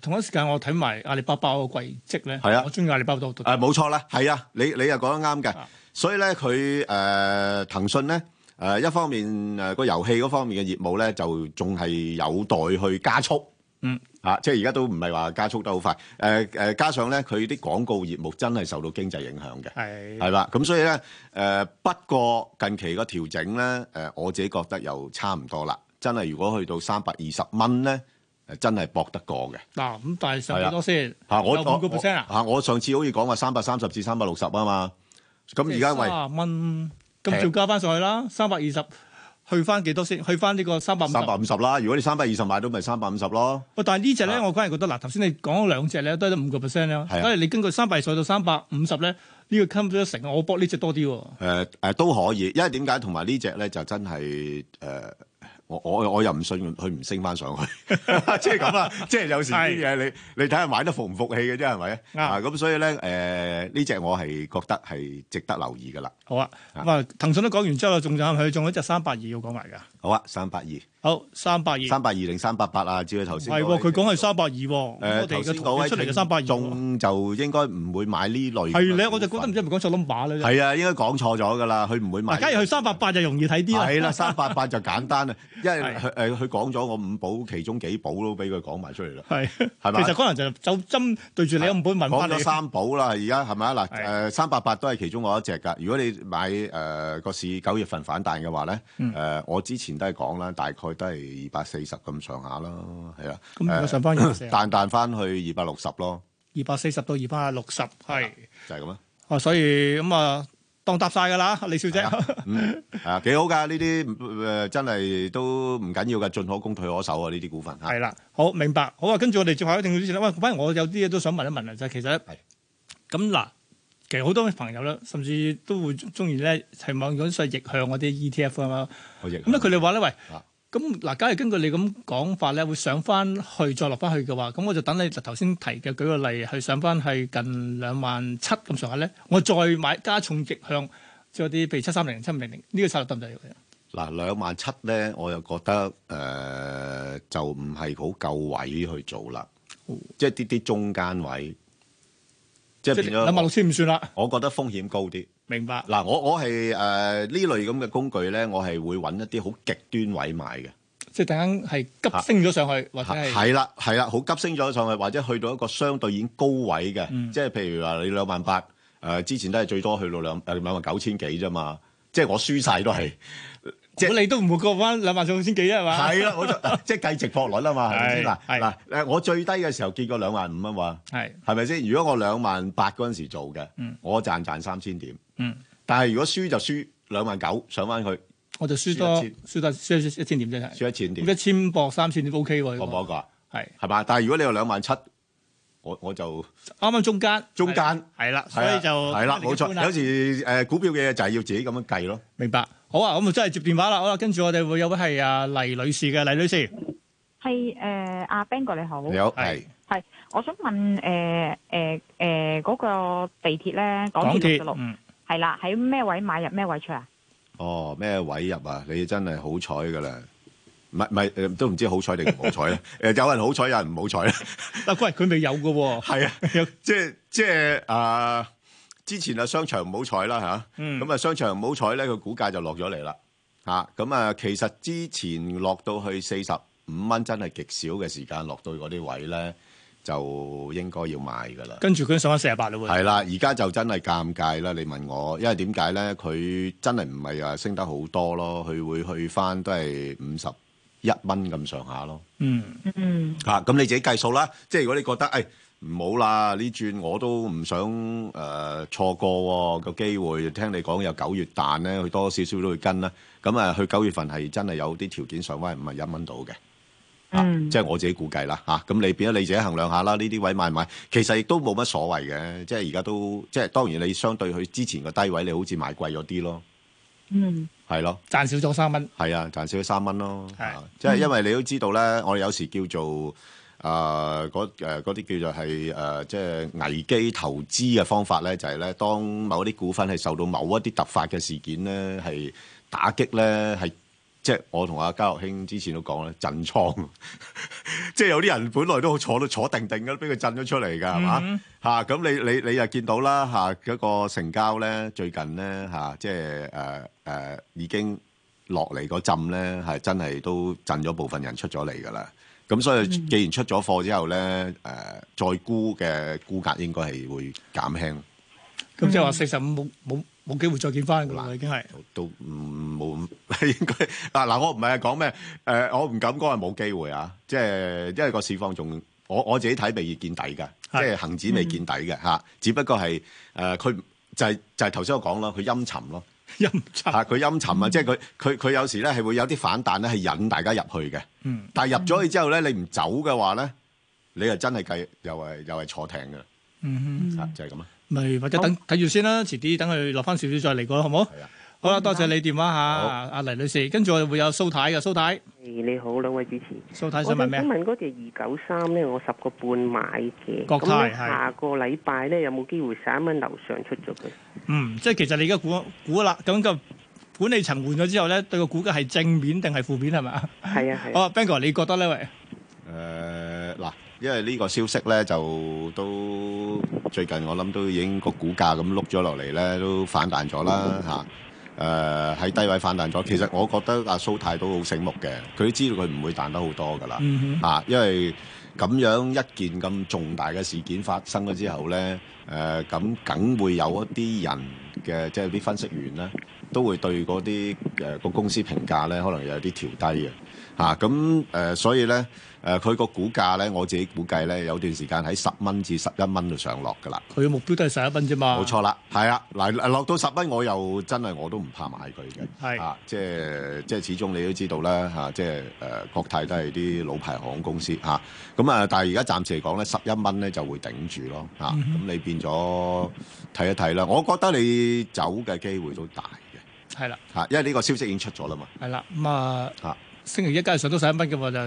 Speaker 6: 同一時間我睇埋阿里巴巴個季績咧，
Speaker 7: 係啊
Speaker 6: 我中意阿里巴巴多好多。
Speaker 7: 誒冇錯啦，係啊，你你又講得啱嘅。
Speaker 6: 啊
Speaker 7: 所以咧，佢誒騰訊咧誒一方面誒個遊戲嗰方面嘅業務咧，就仲係有待去加速。
Speaker 6: 嗯。
Speaker 7: 啊，即係而家都唔係話加速得好快，誒、誒、加上咧佢啲廣告業務真係受到經濟影響嘅，
Speaker 6: 係
Speaker 7: 係啦，咁所以咧誒、不過近期個調整咧，誒、我自己覺得又差唔多啦，真係如果去到三百二十蚊咧，誒真係搏得過嘅。
Speaker 6: 嗱咁，但係上
Speaker 7: 係啊
Speaker 6: 幾多先？
Speaker 7: 嚇我
Speaker 6: 有
Speaker 7: 我
Speaker 6: 五個 percent 啊，
Speaker 7: 嚇我上次好似講話三百三十至三百六十啊嘛，咁而家喂
Speaker 6: 三蚊，咁照加翻上去啦，三百二十去翻幾多先？去翻呢個三百五十
Speaker 7: 三。百五十啦，如果你三百二十買到咪三百五十咯，
Speaker 6: 喂，但係呢只咧，我反而覺得嗱，頭先你講咗兩隻咧，都係得五個 percent 咧，
Speaker 7: 啊係啊
Speaker 6: 所以你根據三百上到三百五十咧，呢個 c o m 咗成，我搏呢只多啲喎。
Speaker 7: 誒、誒、都可以，因為點解同埋呢只咧就真係誒、我我我又唔信佢唔升翻上去， 即係咁 啦，即係有時啲嘢你你睇下買得服唔服氣嘅啫，係咪？啊，咁所以咧誒呢只我係覺得係值得留意噶啦。
Speaker 6: 啊好啊，咁啊，騰訊都講完之後啦，仲有佢仲有一隻三百二要講埋㗎。
Speaker 7: 好啊，三百二，
Speaker 6: 好，三百二，
Speaker 7: 三百二定三百八啊？至佢頭先
Speaker 6: 係
Speaker 7: 嗰
Speaker 6: 喎，
Speaker 7: 位
Speaker 6: 佢講係三百二喎，我
Speaker 7: 誒
Speaker 6: 哋
Speaker 7: 頭
Speaker 6: 嘅
Speaker 7: 先
Speaker 6: 圖
Speaker 7: 嗰位
Speaker 6: 表出嚟嘅三百二喎，
Speaker 7: 聽眾就應該唔會買呢類。
Speaker 6: 係咧，我就覺得唔知係咪講錯 number 咧。
Speaker 7: 係啊，應該講錯咗㗎啦，佢唔會買。
Speaker 6: 嗱，假如去三百八就容易睇啲啦。
Speaker 7: 係啦，三百 八就簡單啦，因為佢誒佢講咗我五寶其中幾寶都俾佢講埋出嚟啦。
Speaker 6: 係
Speaker 7: 係嘛
Speaker 6: 其實可能就就針對住你，我唔會問
Speaker 7: 講
Speaker 6: 翻
Speaker 7: 咗
Speaker 6: 你。
Speaker 7: 三寶啦，而家係咪啊？嗱，誒三百八都係其中我一隻㗎。如果你買誒個市九月份反彈嘅話咧，
Speaker 6: 嗯
Speaker 7: 誒我之前都係講啦，大概都係二百四十咁上下啦，係啦。
Speaker 6: 咁如果
Speaker 7: 誒
Speaker 6: 上返 240
Speaker 7: 彈彈翻去二百六十咯，
Speaker 6: 二百四十到二百六十，係
Speaker 7: 就係咁啦。
Speaker 6: 啊，所以咁啊，當搭晒㗎啦，李小姐。
Speaker 7: 嗯，啊幾好㗎，呢啲誒真係都唔緊要㗎，進可攻退可守啊，呢啲股份嚇。
Speaker 6: 係啦，好明白。好啊，跟住我哋最後一定要之前咧，喂，反而我有啲嘢都想問一問啊，就係、其實咁嗱，其實好多朋友咧，甚至都會中意咧係望緊所謂逆向嗰啲 ETF 啊嘛。
Speaker 7: 我亦
Speaker 6: 咁咧，佢哋話咧，喂，咁嗱，假如根據你咁講法咧，會上翻去再落翻去嘅話，咁我就等你頭先提嘅舉個例，去上翻去近兩萬七咁上下咧，我再買加重逆向，即係嗰啲譬如七三零、七五零零呢個策略得唔得？
Speaker 7: 嗱，兩萬七咧，我又覺得誒、呃就唔係好夠位去做啦，即係啲啲中間位，即係變咗
Speaker 6: 兩萬六千唔算啦，
Speaker 7: 我覺得風險高啲。
Speaker 6: 明白？
Speaker 7: 嗱，我我係誒呃呢類咁嘅工具咧，我係會揾一啲好極端位買嘅。
Speaker 6: 即係突然間係急升咗上去，或者係
Speaker 7: 係啦，係啦，好急升咗上去，或者去到一個相對已經高位嘅，
Speaker 6: 嗯
Speaker 7: 即係譬如話你兩萬八，誒之前都係最多去到兩誒兩萬九千幾啫嘛，即係我輸晒都係。
Speaker 6: 即係你都唔會過翻兩萬九千幾啊啫係嘛？
Speaker 7: 係啦，我就即係計值博率啊嘛，係咪先
Speaker 6: 係
Speaker 7: 嗱嗱誒，我最低嘅時候見過兩萬五啊嘛，
Speaker 6: 係
Speaker 7: 係咪先？如果我兩萬八嗰陣時做嘅
Speaker 6: 嗯，
Speaker 7: 我賺賺三千點，
Speaker 6: 嗯，
Speaker 7: 但係如果輸就輸兩萬九上翻去，
Speaker 6: 我就輸多
Speaker 7: 輸一千
Speaker 6: 輸多輸一千點啫，
Speaker 7: 輸一千點
Speaker 6: 咁一千博三千點 O K 喎，
Speaker 7: 博唔博過啊？
Speaker 6: 係
Speaker 7: 係嘛？但係如果你有兩萬七，我我就
Speaker 6: 啱啱中間
Speaker 7: 中間
Speaker 6: 係啦，所
Speaker 7: 係啊
Speaker 6: 以就
Speaker 7: 係啦，冇錯。有時誒股票嘅嘢就係要自己咁樣計咯。
Speaker 6: 明白。好啊，咁啊真係接電話啦，好啦，跟住我哋會有位係啊黎女士嘅，黎女士
Speaker 18: 係誒，呃阿 Ben 哥你好，
Speaker 6: 你好係
Speaker 18: 係，我想問誒誒誒嗰個地鐵咧，港鐵六十六
Speaker 6: 嗯
Speaker 18: 係啦，喺咩位買入咩位出啊？
Speaker 7: 哦，咩位入啊？你真係好彩㗎啦！唔係唔係誒都唔知好彩定唔好彩咧。啊 誒有人好彩，有人唔好彩咧。啊
Speaker 6: 嗱，喂，佢未有嘅喎。
Speaker 7: 係啊，即係即係啊！之前啊，商場唔好彩啦吓，
Speaker 6: 嗯
Speaker 7: 咁啊，商場唔好彩咧，佢股價就落咗嚟啦吓。咁啊，其實之前落到去四十五蚊，真係極少嘅時間落到嗰啲位咧，就應該要賣㗎啦。
Speaker 6: 跟住佢上翻四十八啦喎，
Speaker 7: 係啦，而家就真係尷尬啦！你問我，因為點解咧？佢真係唔係話啊升得好多咯，佢會去翻都係五十一蚊咁上下咯。
Speaker 6: 嗯
Speaker 18: 嗯，
Speaker 7: 嚇，啊咁你自己計數啦。即係如果你覺得誒唔好啦，呢轉我都唔想誒、呃、錯過喎個機會。聽你講有九月彈咧，佢多少少都會跟啦。咁啊，去九月份係真係有啲條件上翻五十一蚊到嘅。
Speaker 18: 嗯
Speaker 7: 即係我自己估計啦嚇。咁、你變咗你自己衡量下啦，呢啲位買唔買，其實亦都冇乜所謂嘅。即係而家都即係當然你相對佢之前個低位，你好似買貴咗啲咯，
Speaker 18: 嗯，
Speaker 7: 係咯，
Speaker 6: 賺少咗三蚊，
Speaker 7: 係啊，賺少咗三蚊咯。
Speaker 6: 係
Speaker 7: 即係因為你都知道咧，我哋有時叫做啊嗰誒嗰啲叫做係誒、呃即係危機投資嘅方法咧，就係、咧當某啲股份係受到某一啲突發嘅事件咧係打擊咧係。即係我同阿家樂兄之前都講咧，震倉， 即係有啲人本來都坐到坐定定嘅，俾佢震咗出嚟㗎，係嘛
Speaker 19: 嗯
Speaker 7: 嚇？咁、你你你又見到啦嚇，嗰、個成交咧最近咧嚇、即係誒誒已經落嚟嗰陣咧，係真係都震咗部分人出咗嚟㗎啦。咁所以
Speaker 20: 嗯
Speaker 7: 既然出咗貨之後咧，誒、再沽嘅沽壓應該係會減輕，
Speaker 6: 咁即係話四十五冇冇冇機會再見翻㗎啦，已經係
Speaker 7: 都唔冇 咁應該嗱嗱，我唔係講咩誒，我唔敢講係冇機會啊，即係因為個市況仲我我自己睇未見底㗎，即係恒指未見底
Speaker 6: 嗯
Speaker 7: 嘅嚇，只不過係誒佢就係、就係頭先我講啦，佢陰沉咯。
Speaker 6: 陰沉嗯
Speaker 7: 嚇，佢陰沉啊！即係佢佢佢有時咧係會有啲反彈咧，係引大家入去嘅。
Speaker 6: 嗯
Speaker 7: 但係入咗去之後咧，你唔走嘅話咧，你就真係計又係又係坐艇㗎啦，
Speaker 6: 嗯
Speaker 7: 啊就係咁啦。
Speaker 6: 咪或者等睇住先啦，遲啲等佢落翻少少再嚟過啦，好唔好？好啦，多謝你電話嚇，阿黎女士。跟住我哋會有蘇太嘅，蘇太。
Speaker 21: 你好，兩位主持。
Speaker 6: 蘇太想問咩啊
Speaker 21: 我想問嗰隻二九三咧，我十個半買嘅。
Speaker 6: 國泰
Speaker 21: 咁咧
Speaker 6: 係
Speaker 21: 下個禮拜咧有冇機會十一蚊樓上出咗佢？
Speaker 6: 嗯，即係其實你而家估估啦，咁就管理層換咗之後咧，對個股價係正面定係負面係咪啊？
Speaker 21: 係啊係
Speaker 6: 哦 b a n g o 你覺得咧？喂，
Speaker 7: 誒呃嗱，因為呢個消息咧就都最近我諗都已經個股價咁碌咗落嚟咧，都反彈咗啦嚇。誒、呃喺低位反彈
Speaker 19: 嗯
Speaker 7: 咗，其實我覺得阿蘇太都好醒目嘅，佢都知道佢唔會彈得好多噶啦嚇，
Speaker 19: 嗯哼
Speaker 7: 因為咁樣一件咁重大嘅事件發生咗之後咧，誒咁梗會有一啲人嘅即係啲分析員咧，都會對嗰啲誒個公司評價咧，可能有啲調低嘅。嚇咁誒，所以咧誒，佢、個股價咧，我自己估計咧，有段時間喺十蚊至十一蚊度上落㗎啦。
Speaker 6: 佢目標都係十一蚊啫嘛。
Speaker 7: 冇錯啦，係啊，嗱落到十蚊，我又真係我都唔怕買佢嘅，係啊，即係即係始終你都知道啦嚇、即係誒、呃國泰都係啲老牌航空公司嚇，咁啊，但係而家暫時嚟講咧，十一蚊咧就會頂住咯嚇，咁、
Speaker 6: 嗯
Speaker 7: 你變咗睇一睇啦，我覺得你走嘅機會都大
Speaker 6: 係啦，
Speaker 7: 嚇、因為呢個消息已經出咗啦嘛。
Speaker 6: 係啦，咁啊
Speaker 7: 嚇，
Speaker 6: 星期一梗係上到十一蚊嘅嘛，就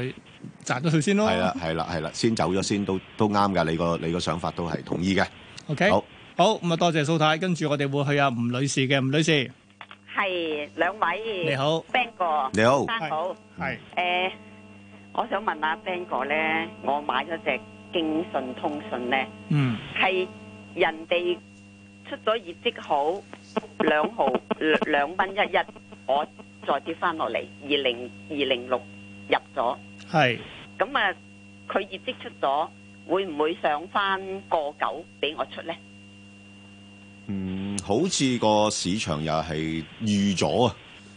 Speaker 6: 賺咗佢先咯。
Speaker 7: 係啦，係啦，係啦，先走咗先都都啱㗎，你個你個想法都係同意嘅。
Speaker 6: ，OK，
Speaker 7: 好，
Speaker 6: 好咁啊，多謝蘇太，跟住我哋會去阿吳女士嘅，吳女士
Speaker 20: 系兩位，
Speaker 6: 你好
Speaker 20: ，Ben 哥，
Speaker 6: 你好
Speaker 20: 生好，
Speaker 6: 係
Speaker 20: 诶、我想問下 Ben 哥咧，我買咗隻京信通訊咧，
Speaker 6: 嗯，
Speaker 20: 係人哋出咗業績好，兩毫兩兩蚊一一，我再跌翻落嚟二零二零六入咗，
Speaker 6: 係
Speaker 20: 咁啊，佢業績出咗，會唔會上翻個九俾我出咧？
Speaker 7: 嗯，好似個市場又係預咗啊，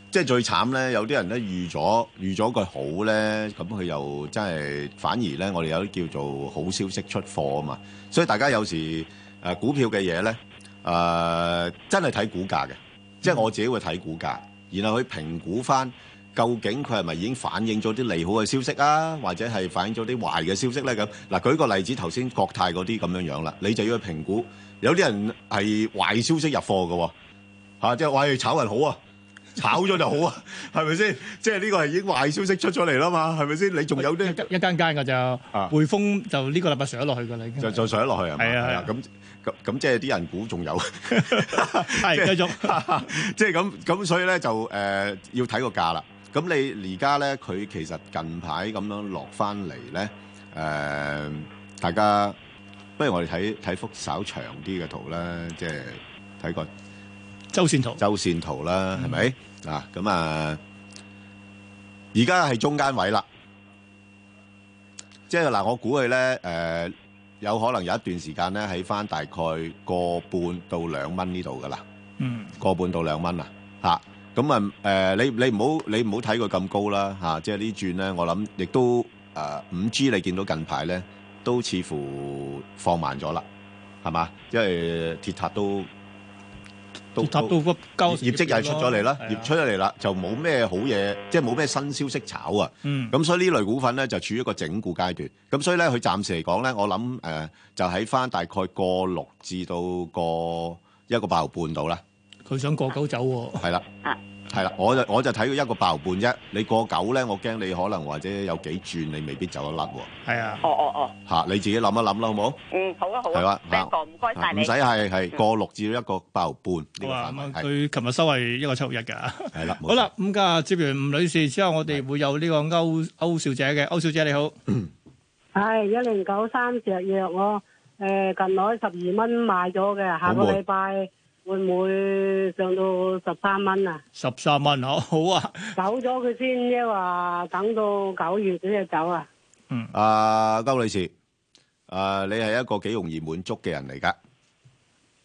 Speaker 7: 即係最慘咧，有啲人咧預咗預咗佢好咧，咁佢又真係反而咧，我哋有啲叫做好消息出貨啊嘛，所以大家有時誒、呃股票嘅嘢咧，誒、真係睇股價嘅，即係我自己會睇股價，然後去評估翻。究竟佢係咪已經反映咗啲利好嘅消息啊，或者係反映咗啲壞嘅消息呢？咁嗱，舉個例子，頭先國泰嗰啲咁樣樣啦，你就要去評估。有啲人係壞消息入貨嘅喎、嚇、即係話喂炒人好啊， 炒咗就好啊，係咪先？即係呢個係已經壞消息出咗嚟啦嘛，係咪先？你仲有啲
Speaker 6: 一間間嘅就
Speaker 7: 啊
Speaker 6: 啊匯豐就呢個禮拜上咗落去㗎啦，已經
Speaker 7: 就就上落去係咪？
Speaker 6: 係啊
Speaker 7: 係
Speaker 6: 係
Speaker 7: 啊
Speaker 6: 啊，
Speaker 7: 咁咁咁即係啲人估仲有。
Speaker 6: 係繼續
Speaker 7: 即係咁咁，所以咧就誒、呃要睇個價啦。咁你而家咧，佢其實近排咁樣落翻嚟咧，誒、大家不如我哋睇睇幅稍長啲嘅圖啦，即係睇個
Speaker 6: 周線圖、
Speaker 7: 周線圖啦，係咪、啊？咁啊，而家係中間位啦，即係嗱，我估佢咧誒。呃有可能有一段時間咧，喺翻大概個半到兩蚊呢度噶啦。
Speaker 6: 嗯
Speaker 7: 個半到兩蚊啊，嚇咁啊誒、你你唔好你唔好睇佢咁高啦嚇、即係呢轉咧，我諗亦都誒五 G 你見到近排咧都似乎放慢咗啦，係嘛？因為鐵塔都都
Speaker 6: 塔都屈交
Speaker 7: 業績又係出咗嚟啦，
Speaker 6: 係啊
Speaker 7: 業出咗嚟啦，就冇咩好嘢，即係冇咩新消息炒啊。
Speaker 6: 嗯
Speaker 7: 咁所以呢類股份咧就處於一個整固階段。咁所以咧，佢暫時嚟講咧，我諗誒、呃就喺翻大概個六至到個一個八毫半度啦。
Speaker 6: 佢想過九走 喎。
Speaker 7: 係啦，係啦，我就我就睇佢一個八毫半啫。你過九咧，我驚你可能或者有幾轉，你未必走得甩喎。
Speaker 6: 係啊，
Speaker 20: 哦哦哦，
Speaker 7: 嚇、你自己諗一諗啦，好冇？
Speaker 20: 嗯，好啊好
Speaker 7: 係嘛
Speaker 20: 啊，Ben 哥唔該晒你，
Speaker 7: 唔使係係
Speaker 20: 嗯
Speaker 7: 過六至到一個八毫半呢個
Speaker 6: 好
Speaker 7: 範
Speaker 6: 啊，咁
Speaker 7: 圍
Speaker 6: 啊
Speaker 7: 係
Speaker 6: 佢琴日收係一個七號一㗎。
Speaker 7: 係啦。冇
Speaker 6: 好啦，咁家接完吳女士之後，我哋會有呢個歐歐小姐嘅，歐小姐你好。
Speaker 7: 嗯
Speaker 22: 系一零九三隻藥，我诶、近來十二蚊買咗嘅，下個
Speaker 6: 好悶
Speaker 22: 禮拜會唔會上到十三蚊啊？
Speaker 6: 十三蚊，好好啊。
Speaker 22: 走咗佢先，即係話等到九月先至走啊？
Speaker 7: 啊，歐女士，啊，你係一個幾容易滿足嘅人嚟噶，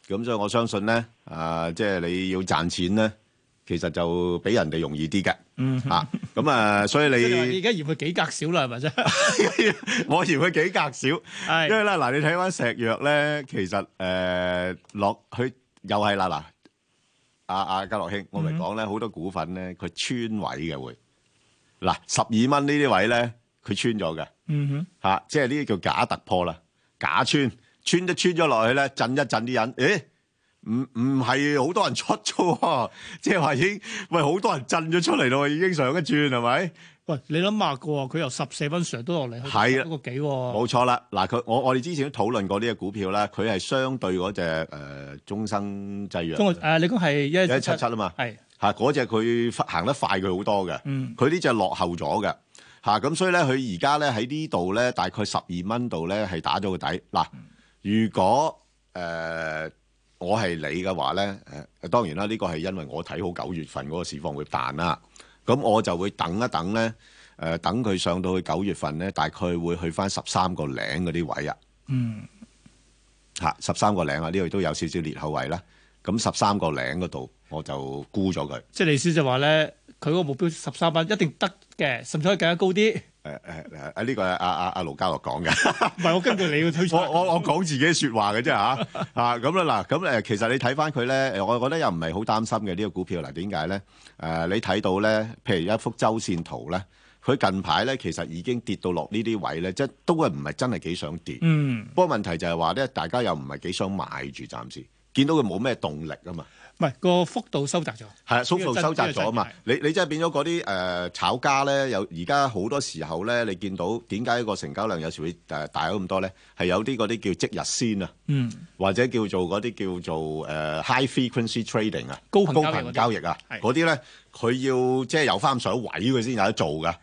Speaker 7: 咁所以我相信咧，啊，即係你要賺錢咧，其實就比人哋容易啲嘅，
Speaker 6: 嗯
Speaker 7: 啊，咁啊，所以
Speaker 6: 即係話你
Speaker 7: 你
Speaker 6: 而家嫌佢幾格少啦，係咪啫？
Speaker 7: 我嫌佢幾格少，因為啦，嗱，你睇翻石藥咧，其實誒落去又係啦，嗱，阿阿家樂兄，我咪講咧，好多股份咧，佢穿位嘅會，嗱，十二蚊呢啲位咧，佢穿咗嘅。
Speaker 6: 嗯哼，
Speaker 7: 嚇、即係呢啲叫假突破啦，假穿，穿一穿咗落去咧，震一震啲人，誒，唔唔係好多人出啫喎，即係話已經喂好多人震咗出嚟咯，已經上一轉係咪？
Speaker 6: 喂，你諗下個喎，佢由十四蚊上都落嚟，
Speaker 7: 係啊
Speaker 6: 嗰個幾喎？
Speaker 7: 冇錯啦，嗱佢我我哋之前都討論過呢只股票啦，佢呃係相對嗰只誒中生製藥
Speaker 6: 中國誒，你講係一
Speaker 7: 一七七啊嘛，
Speaker 6: 係
Speaker 7: 嚇嗰只佢行得快佢好多嘅，
Speaker 6: 嗯
Speaker 7: 佢呢只落後咗嘅嚇，咁、所以咧佢而家咧喺呢度咧大概十二蚊度咧係打咗個底。嗱，
Speaker 6: 嗯
Speaker 7: 如果誒、呃我係你嘅話咧，誒當然啦，呢個係因為我睇好九月份嗰個市況會彈啦，咁我就會等一等咧，誒、等佢上到去九月份咧，大概會去翻十三個零嗰啲位啊。
Speaker 6: 嗯，
Speaker 7: 嚇十三個零啊，呢度都有少少裂口位啦。咁十三個零嗰度我就沽咗佢。誒
Speaker 6: 即係你意思就話咧，佢嗰個目標十三蚊一定得嘅，甚至可以更加高啲。
Speaker 7: 誒誒啊！呢個係阿阿阿盧家樂講嘅，
Speaker 6: 唔係我根據你嘅推測，
Speaker 7: 我我我講自己説話嘅啫嚇嚇咁啦嗱，咁誒其實你睇翻佢咧，誒我覺得又唔係好擔心嘅呢、個股票嗱，點解咧？誒你睇到咧，譬如一幅周線圖咧，佢近排咧其實已經跌到落呢啲位咧，即係都係唔係真係幾想跌。
Speaker 6: 嗯，
Speaker 7: 不過問題就係話咧，大家又唔係幾想買住，暫時見到佢冇咩動力啊嘛。
Speaker 6: 唔係個幅度收窄咗。
Speaker 7: 係啊，
Speaker 6: 呢個
Speaker 7: 收
Speaker 6: 真
Speaker 7: 數收窄咗啊嘛
Speaker 6: 呢個真係！
Speaker 7: 你你真係變咗嗰啲誒炒家咧，有而家好多時候咧，你見到點解個成交量有時會誒大咗咁多咧？係有啲嗰啲叫即日先啊，
Speaker 6: 嗯，
Speaker 7: 或者叫做嗰啲叫做誒、呃 high frequency trading 啊，
Speaker 6: 高頻交易嗰啲
Speaker 7: 頻交易啊，
Speaker 6: 係
Speaker 7: 嗰啲咧佢要即係有翻上位佢先有得做噶。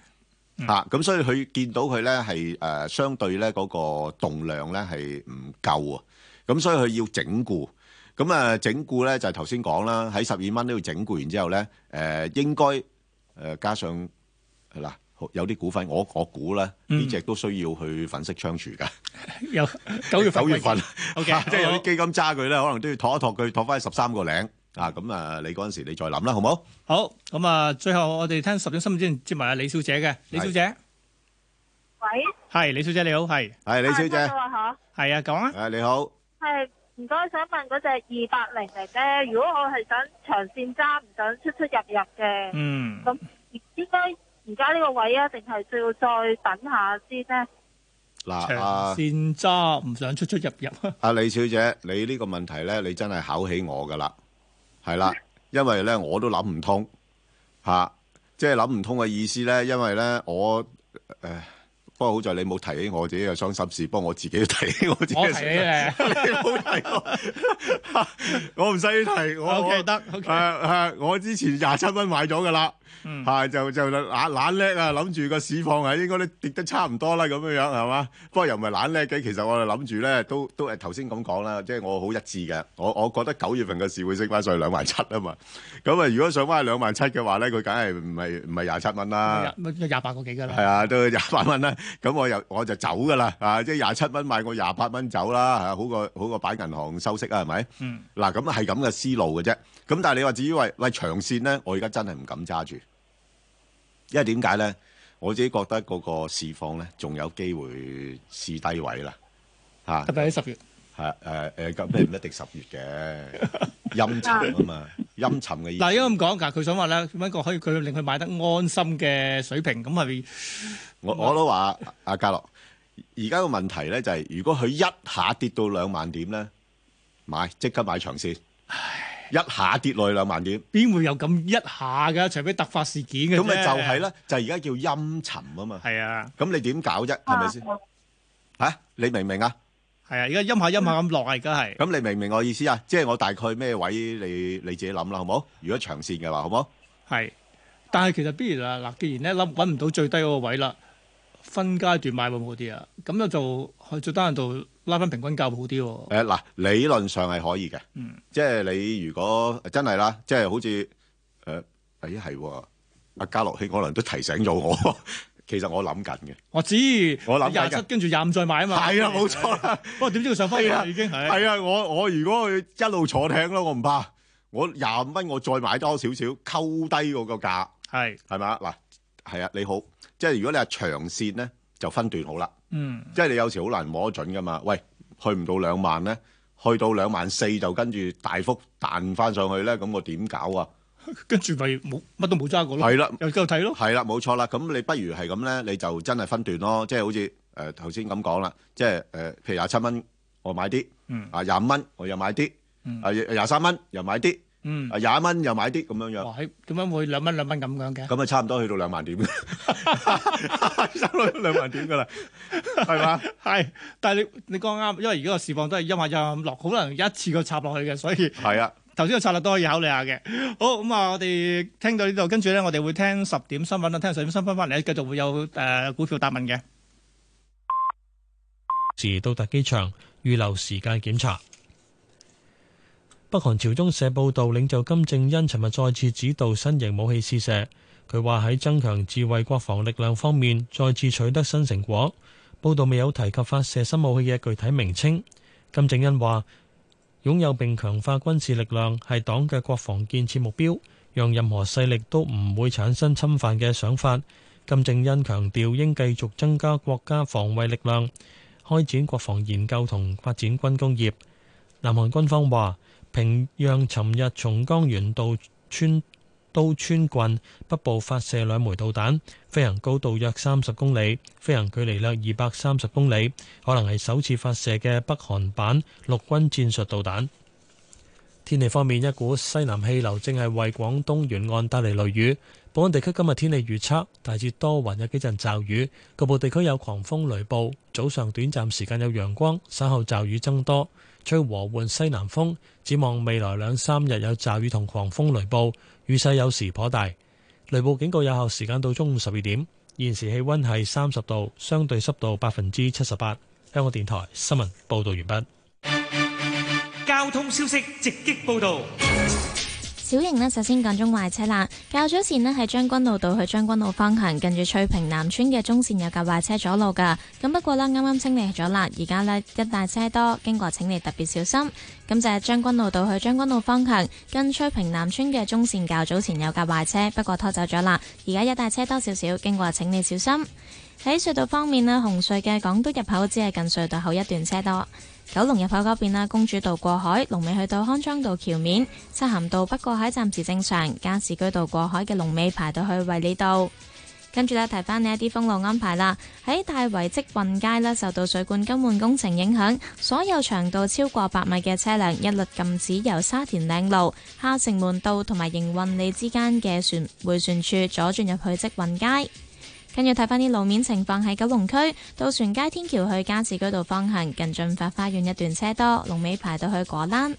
Speaker 7: 嚇咁、所以佢見到佢咧係誒相對咧嗰個動量咧係唔夠啊，咁所以佢要整固。咁啊整固咧就係頭先講啦，喺十二蚊呢度整固完之後咧，誒、應該誒、加上嗱好有啲股份，我我估咧呢只都需要去粉飾窗廚㗎。
Speaker 6: 有九月份
Speaker 7: 九月 份
Speaker 6: ，OK，
Speaker 7: 即係有
Speaker 6: 好
Speaker 7: 啲基金揸佢咧，可能都要托一托佢，托翻十三個零啊。咁啊，你嗰陣時你再諗啦，好冇？
Speaker 6: 好咁啊！最後我哋聽十點新聞之前接埋阿李小姐嘅，李小姐
Speaker 2: 喂，
Speaker 6: 係李小姐你好，係
Speaker 7: 係李
Speaker 2: 啊聽到啊吓，
Speaker 6: 係啊，講啊，
Speaker 7: 誒你好，
Speaker 2: 係唔該，想問嗰隻二八零零咧，如果我係想長線揸，唔想出出入入嘅，
Speaker 6: 嗯，
Speaker 2: 咁應該而家呢個位啊，定係需要再等下先呢？
Speaker 7: 嗱
Speaker 6: 長
Speaker 7: 啊。
Speaker 6: 線揸唔想出出入啊入，
Speaker 7: 阿李小姐，你呢個問題呢，你真係考起我噶啦，係啦，因為呢，我都諗唔通吓、即係諗唔通嘅意思呢，因為呢，我诶、唉不過好在你冇提起我自己嘅傷心事，不過我自己都提起我自己
Speaker 6: 我
Speaker 7: 嘅
Speaker 6: 提
Speaker 7: 傷
Speaker 6: 你
Speaker 7: 心
Speaker 6: 咧，
Speaker 7: 你冇 提我，我唔使提，我
Speaker 6: OK，
Speaker 7: 我
Speaker 6: 得，OK
Speaker 7: 誒誒我之前廿七蚊買咗噶啦，
Speaker 6: 嗯
Speaker 7: 吓、就就懶懶叻啊，諗住個市況係應該都跌得差唔多啦，咁樣樣係嘛？不過又唔係懶叻嘅，其實我哋諗住咧，都都誒頭先咁講啦，即係我好一致嘅，我我覺得九月份嘅市會升翻上去兩萬七啊嘛，咁啊如果上翻去兩萬七嘅話咧，佢梗係唔係唔係廿七蚊啦。
Speaker 6: 廿廿八個幾㗎啦，
Speaker 7: 啊係啊，都廿八蚊啦。咁我又我就走噶啦，啊，即係廿七蚊買我廿八蚊走啦，啊，好過好過擺銀行收息啊，係咪？
Speaker 6: 嗯
Speaker 7: 嗱，咁係咁嘅思路嘅啫。咁但係你話至於喂喂長線咧，我而家真係唔敢揸住，因為點解咧？我自己覺得嗰個市況咧，仲有機會試低位啦，嚇、
Speaker 6: 特別喺十月。
Speaker 7: 係誒誒，咁、唔一定十月嘅陰沉啊嘛，陰沉嘅意思
Speaker 6: 嗱，應該咁講，嗱，佢想話咧，點樣個可以佢令佢買得安心嘅水平，咁係咪嗯
Speaker 7: 我我都話阿阿家樂，而家個問題咧就係、如果佢一下跌到兩萬點咧，買即刻買長線，一下跌落去兩萬點，
Speaker 6: 邊會有咁一下㗎？除非突發事件嘅
Speaker 7: 咁咪就係啦，就係而家叫陰沉啊嘛。
Speaker 6: 係啊，
Speaker 7: 咁你點搞啫？係咪先？嚇、你明唔明啊？
Speaker 6: 係啊，而家陰下陰下咁落啊，而家係。
Speaker 7: 咁你明唔明我意思啊？即係我大概咩位你你自己諗啦，好冇？如果長線嘅話，好冇？
Speaker 6: 係，但係其實不如嗱嗱，既然咧諗揾唔到最低嗰個位啦，分階段買會唔會好啲啊？咁咧就去最低限度拉翻平均價會好啲喎。
Speaker 7: 誒嗱，理論上係可以嘅，
Speaker 6: 嗯
Speaker 7: 即係你如果真係啦，即係好似誒，咦係喎，阿家樂兄可能都提醒咗我， 其實我諗緊嘅，
Speaker 6: 我知，
Speaker 7: 我諗緊
Speaker 6: 廿七跟住廿五再買啊嘛。
Speaker 7: 係啊冇錯啦。
Speaker 6: 不過點知佢上翻嚟啦已經係。
Speaker 7: 係啊，我我如果佢一路坐艇咯，我唔怕，我廿五蚊我再買多少少，溝低嗰個價，
Speaker 6: 係
Speaker 7: 係咪啊？嗱，係啊，你好，即係如果你係長線咧，就分段好啦。
Speaker 6: 嗯，
Speaker 7: 即係你有時好難摸得準噶嘛。喂，去唔到兩萬咧，去到兩萬四就跟住大幅彈翻上去咧，咁我點搞啊？
Speaker 6: 跟住咪冇乜都冇揸過咯。
Speaker 7: 係啦，
Speaker 6: 又繼續睇咯。
Speaker 7: 係啦，冇錯啦。咁你不如係咁咧，你就真係分段咯。即係好似誒頭先咁講啦，即係誒、呃譬如廿七蚊我買啲，
Speaker 6: 嗯
Speaker 7: 啊廿五蚊我又買啲，
Speaker 6: 嗯
Speaker 7: 啊廿三蚊又買啲，
Speaker 6: 嗯
Speaker 7: 啊廿蚊又買啲咁樣樣。
Speaker 6: 哇，喺點解會兩蚊兩蚊咁樣嘅？
Speaker 7: 咁啊，差唔多去到兩萬點，差唔多兩萬點噶啦，係嘛？
Speaker 6: 係，但係你你講啱，因為而家個市況都係陰下陰下咁落，好難一次過插落去嘅，所以
Speaker 7: 係啊，
Speaker 6: 頭先個策略都可以考慮下嘅。好咁啊，我哋聽到呢度，跟住咧我哋會聽十點新聞啦，聽十點新聞翻嚟繼續會有誒、呃股票答問嘅。
Speaker 9: 時到達機場，預留時間檢查。北韓朝中社報導，領袖金正恩尋日再次指導新型武器試射。佢話喺增強自衛國防力量方面，再次取得新成果。報導未有提及發射新武器嘅具體名稱。金正恩話：擁有並強化軍事力量係黨嘅國防建設目標，讓任何勢力都唔會產生侵犯嘅想法。金正恩強調應繼續增加國家防衛力量，開展國防研究同發展軍工業。南韓軍方話，平壤尋日從江原道川都川郡北部發射兩枚導彈，飛行高度約三十公里，飛行距離約二百三十公里，可能係首次發射嘅北韓版陸軍戰術導彈。天氣方面，一股西南氣流正係為廣東沿岸帶嚟雷雨。本港地區今日天氣預測大致多雲，有幾陣驟雨，局部地區有狂風雷暴。早上短暫時間有陽光，稍後驟雨增多，吹和緩西南風。展望未來兩三日有驟雨同狂風雷暴，雨勢有時頗大。雷暴警告有效時間到中午十二點。現時氣温係三十度，相對濕度百分之七十八。香港電台新聞報導完畢。
Speaker 5: 交通消息直擊報道。
Speaker 10: 小型呢，首先講中壞車啦。較早前呢，喺將軍澳道去將軍澳方向，近住翠屏南村嘅中線有架壞車阻路㗎。咁不過呢，啱啱清理咗啦，而家呢，一大車多，經過請你特別小心。咁就係將軍澳道去將軍澳方向，近翠屏南村嘅中線較早前有架壞車，不過拖走咗啦，而家一大車多少少，經過請你小心。喺隧道方面呢，紅隧嘅港島入口只係近隧道口一段車多。九龍入口嗰邊啦，公主道過海，龍尾去到康莊道橋面；漆咸道北過海暫時正常，加士居道過海嘅龍尾排到去衛理道。跟住咧，提翻呢一啲封路安排啦。喺大圍積運街咧，受到水管更換工程影響，所有長度超過百米嘅車輛一律禁止由沙田嶺路、下城門道同埋營運里之間嘅旋迴旋處左轉入去積運街。跟住睇翻啲路面情況，喺九龍區渡船街天橋去加士居道方向，近駿發花園一段車多，龍尾排到去果欄。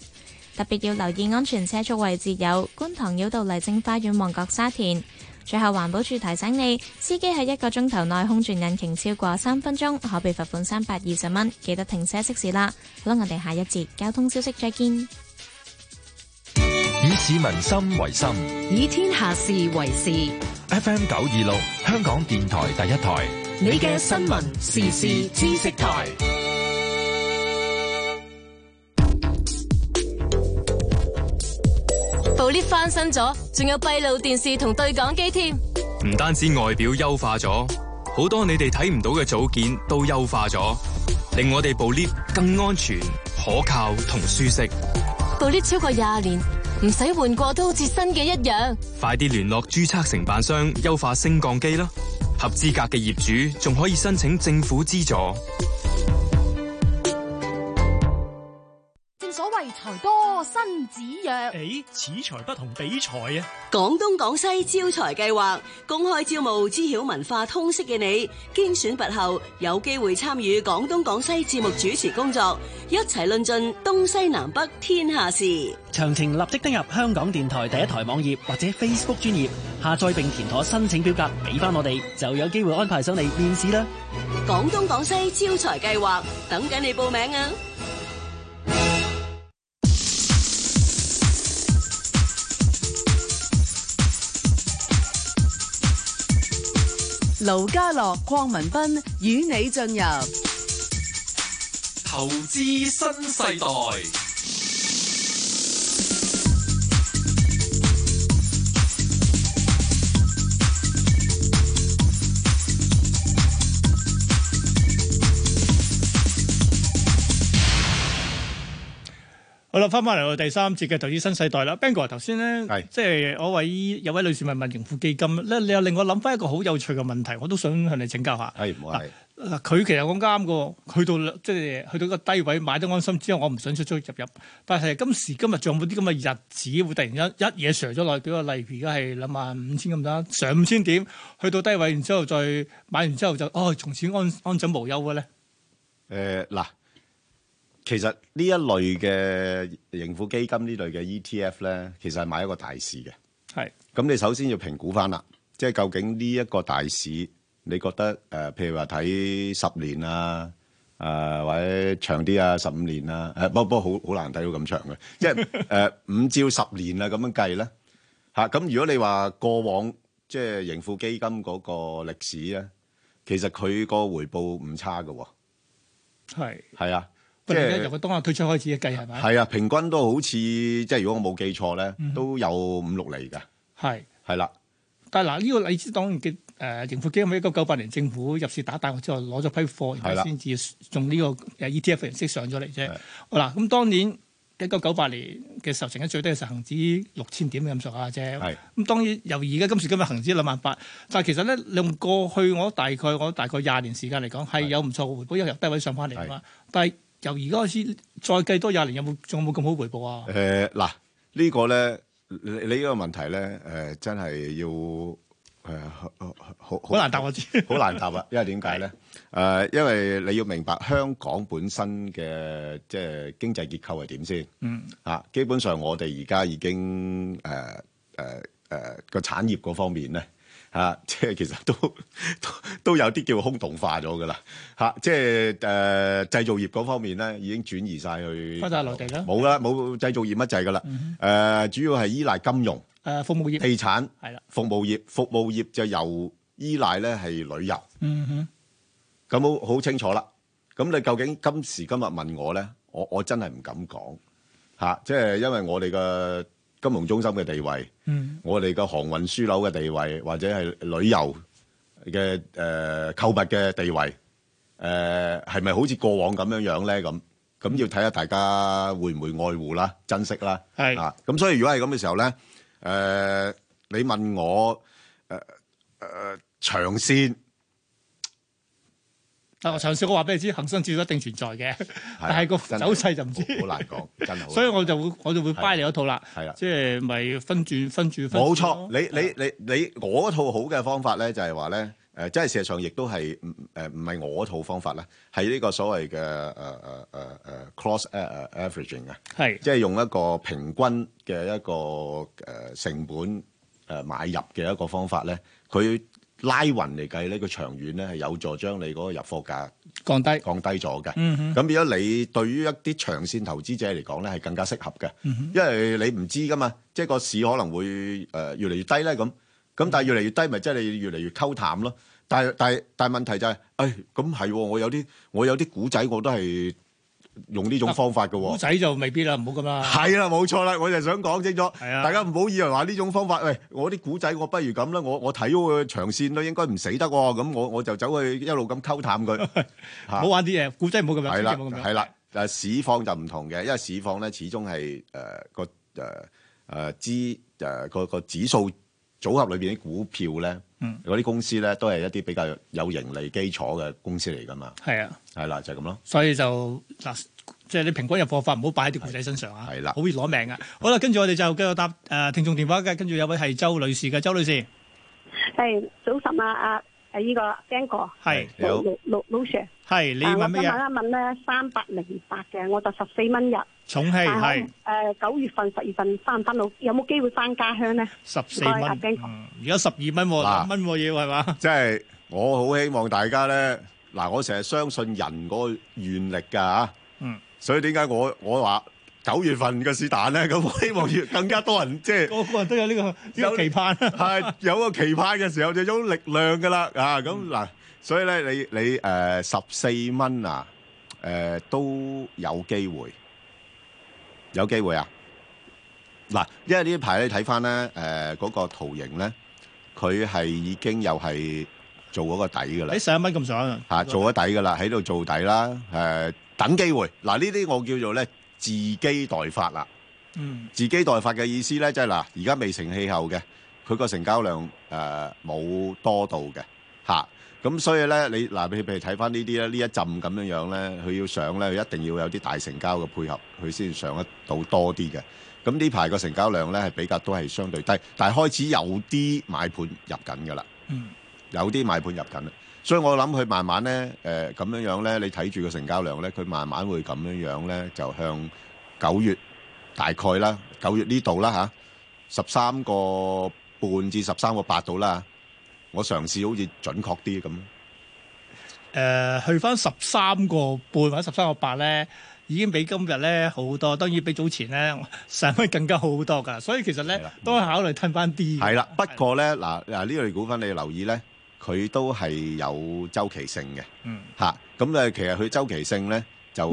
Speaker 10: 特別要留意安全車速位置有觀塘繞道麗晶花園、旺角沙田。最後環保署提醒你，司機喺一個鐘頭內空轉引擎超過三分鐘，可被罰款三百二十蚊。記得停車熄匙啦。好啦，我哋下一節交通消息再見。
Speaker 11: 以市民心為心
Speaker 12: 以天下事啊為事。
Speaker 11: ，FM 九二六香港電台第一台，
Speaker 12: 你嘅新聞時事知識台，
Speaker 3: 部 lift 翻新咗，仲有閉路電視同對講機添。
Speaker 19: 唔單止外表優化咗，好多你哋睇唔到嘅組件都優化咗，令我哋部 lift 更安全、可靠同舒適。
Speaker 3: 部 lift 超過廿年，唔使換過都好似新嘅一樣。
Speaker 19: 快啲聯絡註冊承辦商優化升降機啦！合資格嘅業主仲可以申請政府資助。
Speaker 23: 正所謂財多身子弱，
Speaker 24: 誒，此財不同彼財啊！
Speaker 25: 廣東廣西招財計劃公開招募知曉文化通識嘅你，經選拔後有機會參與廣東廣西節目主持工作，一齊論盡東西南北天下事。
Speaker 26: 詳情立即登入香港電台第一台網頁或者 Facebook 專頁，下載並填妥申請表格俾翻我哋，就有機會安排上嚟面試啦。
Speaker 25: 廣東廣西招財計劃等緊你報名啊！
Speaker 4: 盧家樂、鄺民彬與你進入
Speaker 17: 投資新世代，
Speaker 6: 好啦，翻返嚟我哋第三節嘅投資新世代啦。Ben 哥頭先咧，即係我位有位女士問問盈富基金咧，你又令我諗翻一個好有趣嘅問題，我都想向你請教下。
Speaker 7: 係唔係？
Speaker 6: 嗱，佢其實講啱嘅喎，去到即係去到一個低位買得安心之後，我唔想出出入入。但係今時今日仲有冇啲咁嘅日子會突然間一嘢上咗落去？舉個例，而家係兩萬五千咁啦，上五千點，去到低位，然之後再買完之後就哦，從此安安枕無憂嘅咧。
Speaker 7: 誒嗱、呃其實呢一類嘅盈富基金呢類嘅 E ETF 咧，其實係買一個大市嘅。
Speaker 6: 係
Speaker 7: 咁你首先要評估翻啦，即係究竟呢一個大市，你覺得誒、呃譬如話睇十年啊，誒、或者長啲啊，十五年啊，誒、不不過好好難睇到咁長嘅，即係誒五至十年啊咁樣計咧嚇。咁、如果你話過往即係盈富基金嗰個歷史咧，其實佢個回報唔差嘅喎、
Speaker 6: 係。
Speaker 7: 係啊，
Speaker 6: 不
Speaker 7: 即
Speaker 6: 過而家由
Speaker 7: 係
Speaker 6: 佢當日推出開始計係咪？
Speaker 7: 係啊，平均都好似即係如果我冇記錯咧
Speaker 6: 嗯，
Speaker 7: 都有五六厘㗎，
Speaker 6: 係。
Speaker 7: 係啦。
Speaker 6: 但係嗱，呢個例子當然嘅誒盈富基金喺一九九八年政府入市打大學之後攞咗批貨，
Speaker 7: 係
Speaker 6: 然後
Speaker 7: 啦
Speaker 6: 先至用呢個誒 ETF 形式上咗嚟啫。好嗱，咁當年一九九八年嘅時候，成日最低嘅時候恆指六千點咁上下啫
Speaker 7: 係。
Speaker 6: 咁當然由而家今時今日恒指兩萬八，但係其實咧，你用過去我大概我大概廿年時間嚟講係有唔錯嘅回報，因為由低位上翻嚟啊嘛。但係由而家開始再計多廿年，有冇仲有冇咁好回報啊？
Speaker 7: 誒嗱、呢個咧，你你呢個問題咧，誒、真係要誒、好好好
Speaker 6: 難答我知，
Speaker 7: 好難答啊！因為點解 咧？誒、因為你要明白香港本身嘅即係經濟結構係點先
Speaker 6: 嗯，
Speaker 7: 啊。基本上我哋而家已經誒誒誒個產業嗰方面咧。 啊，即係其實都 都都有啲叫空洞化咗噶啦，嚇、即係誒、呃、製造業嗰方面咧已經轉移晒去
Speaker 6: 翻晒內地啦嗯
Speaker 7: 冇啦，冇製造業乜滯噶啦。誒、主要係依賴金融、
Speaker 6: 誒服務業
Speaker 7: 地產、
Speaker 6: 係啦，
Speaker 7: 服務業，服務業就由依賴咧係旅遊。
Speaker 6: 嗯哼，
Speaker 7: 咁好好清楚啦。咁你究竟今時今日問我咧，我我真係唔敢講嚇、即係因為我哋嘅金融中心嘅地位，
Speaker 6: 嗯
Speaker 7: 我哋嘅航運樞紐嘅地位，或者係旅遊嘅誒、呃、購物嘅地位，誒係咪好似過往咁樣樣咧？咁咁要睇下大家會唔會愛護啦、珍惜啦。
Speaker 6: 係
Speaker 7: 啊，咁所以如果係咁嘅時候咧，誒、你問我誒誒、長線。
Speaker 6: 啊但我上次我話俾你知，恒生指數一定存在嘅，但係個
Speaker 7: 啊真
Speaker 6: 走勢就唔知。
Speaker 7: 好難講，真係好難講。
Speaker 6: 所以我就會我就會 buy 你嗰套啦，
Speaker 7: 係啦啊
Speaker 6: 即係咪分住分住分住咯？啊
Speaker 7: 冇錯，你你你你我嗰套好嘅方法咧，就係話咧，誒，即係事實上亦都係唔誒唔係我嗰套方法啦，係呢個所謂嘅誒誒誒誒 cross 誒誒 averaging 嘅，
Speaker 6: 係
Speaker 7: 即係用一個平均嘅一個誒成本誒買入嘅一個方法咧，佢拉勻嚟計咧，佢長遠咧係有助將你嗰個入貨價
Speaker 6: 降低
Speaker 7: 降低咗嘅。
Speaker 6: 嗯哼
Speaker 7: 咁變咗你對於一啲長線投資者嚟講咧，係更加適合嘅。
Speaker 6: 嗯
Speaker 7: 因為你唔知噶嘛，即係個市可能會誒、呃越嚟越低咧咁，咁
Speaker 6: 嗯
Speaker 7: 但係越嚟越低，咪即係你越嚟越溝淡咯。但係但係但係問題就係、誒咁係喎，我有啲我有啲古仔我都係用呢種方法嘅
Speaker 6: 哼，
Speaker 7: 喎、
Speaker 6: 股仔就未必啦，唔好咁啦。
Speaker 7: 係啦，冇錯啦，我就想講清楚，
Speaker 6: 啊
Speaker 7: 大家唔好以為話呢種方法，喂，我啲古仔我不如咁啦，我我睇佢長線都應該唔死得喎，咁我我就走去一路咁溝淡 佢，
Speaker 6: 唔
Speaker 7: 嚇
Speaker 6: 好玩啲嘢，股仔唔好咁樣，
Speaker 7: 係啦，
Speaker 6: 股仔唔好咁樣
Speaker 7: 係啦。誒市況就唔同嘅，因為市況咧始終係誒個誒誒資誒個個指數組合裏邊啲股票咧，
Speaker 6: 嗯
Speaker 7: 嗰啲公司咧都係一啲比較有盈利基礎嘅公司嚟噶嘛，
Speaker 6: 係啊，
Speaker 7: 係啦，就係咁咯。
Speaker 6: 所以就嗱，即係你平均入貨法唔好擺喺啲股仔身上啊，
Speaker 7: 係啦
Speaker 6: 好易攞命啊。好啦，跟住我哋就繼續答誒聽眾電話嘅，跟住有位係周女士嘅，周女士
Speaker 1: 系早晨啊，阿诶呢個 Bang 哥，
Speaker 6: 係你好
Speaker 1: 老老老老 Sir，
Speaker 6: 係你
Speaker 1: 啊
Speaker 6: 問乜嘢？
Speaker 1: 我想問一問咧，三百零八嘅，我就十四蚊入，
Speaker 6: 重氣
Speaker 1: 啊
Speaker 6: 係
Speaker 1: 诶九月份、十月份翻唔翻到？有冇機會翻家鄉咧？
Speaker 6: 十四
Speaker 1: 唔該阿
Speaker 6: 蚊，嗯
Speaker 1: Bang 哥，
Speaker 6: 而家十二蚊喎，
Speaker 7: 嗱
Speaker 6: 十蚊喎要係嘛？
Speaker 7: 即係我好希望大家咧，嗱，我成日相信人嗰個願力㗎啊嚇，
Speaker 6: 嗯，
Speaker 7: 所以點解我我話九月份嘅是但咧， 咁我希望越更加多人即係。
Speaker 6: 個個人都有呢個呢個期 盼。
Speaker 7: 係有個期盼嘅時候就有力量噶啦啊！
Speaker 6: 嗯
Speaker 7: 咁嗱，所以咧你你誒十四蚊啊誒、都有機會，有機會啊！嗱，因為呢排你睇翻咧誒嗰個圖形咧，佢係已經又係做嗰個底噶啦
Speaker 6: 喺。十一蚊咁上下
Speaker 7: 嚇啊做咗底噶啦，喺度做底啦，誒、等機會。嗱呢啲我叫做咧自己待發啦。
Speaker 6: 嗯
Speaker 7: 自己待發嘅意思咧，即係嗱，而家未成氣候嘅，佢個成交量誒冇、多到嘅嚇。咁、所以咧，你嗱，你譬如睇翻呢啲咧，呢一陣咁樣樣咧，佢要上咧，佢一定要有啲大成交嘅配合，佢先上得到多啲嘅。咁呢排個成交量咧係比較都係相對低，但係開始有啲買盤入緊㗎啦。
Speaker 6: 嗯
Speaker 7: 有啲買盤入緊啦。所以我諗佢慢慢咧，誒咁樣樣咧，你睇住個成交量咧，佢慢慢會咁樣樣咧，就向九月大概啦，九月呢度啦吓，十三個半至十三個八度啦，我嘗試好似準確啲咁。
Speaker 6: 誒、去翻十三個半或者十三個八咧，已經比今日咧好多，當然比早前咧上位更加好好多㗎。所 以其實咧都係考慮吞翻啲嘅。
Speaker 7: 係啦，不過咧嗱嗱呢類股份你留意咧，佢都係有周期性嘅。
Speaker 6: 嗯，
Speaker 7: 嚇。咁誒，其實佢周期性咧，就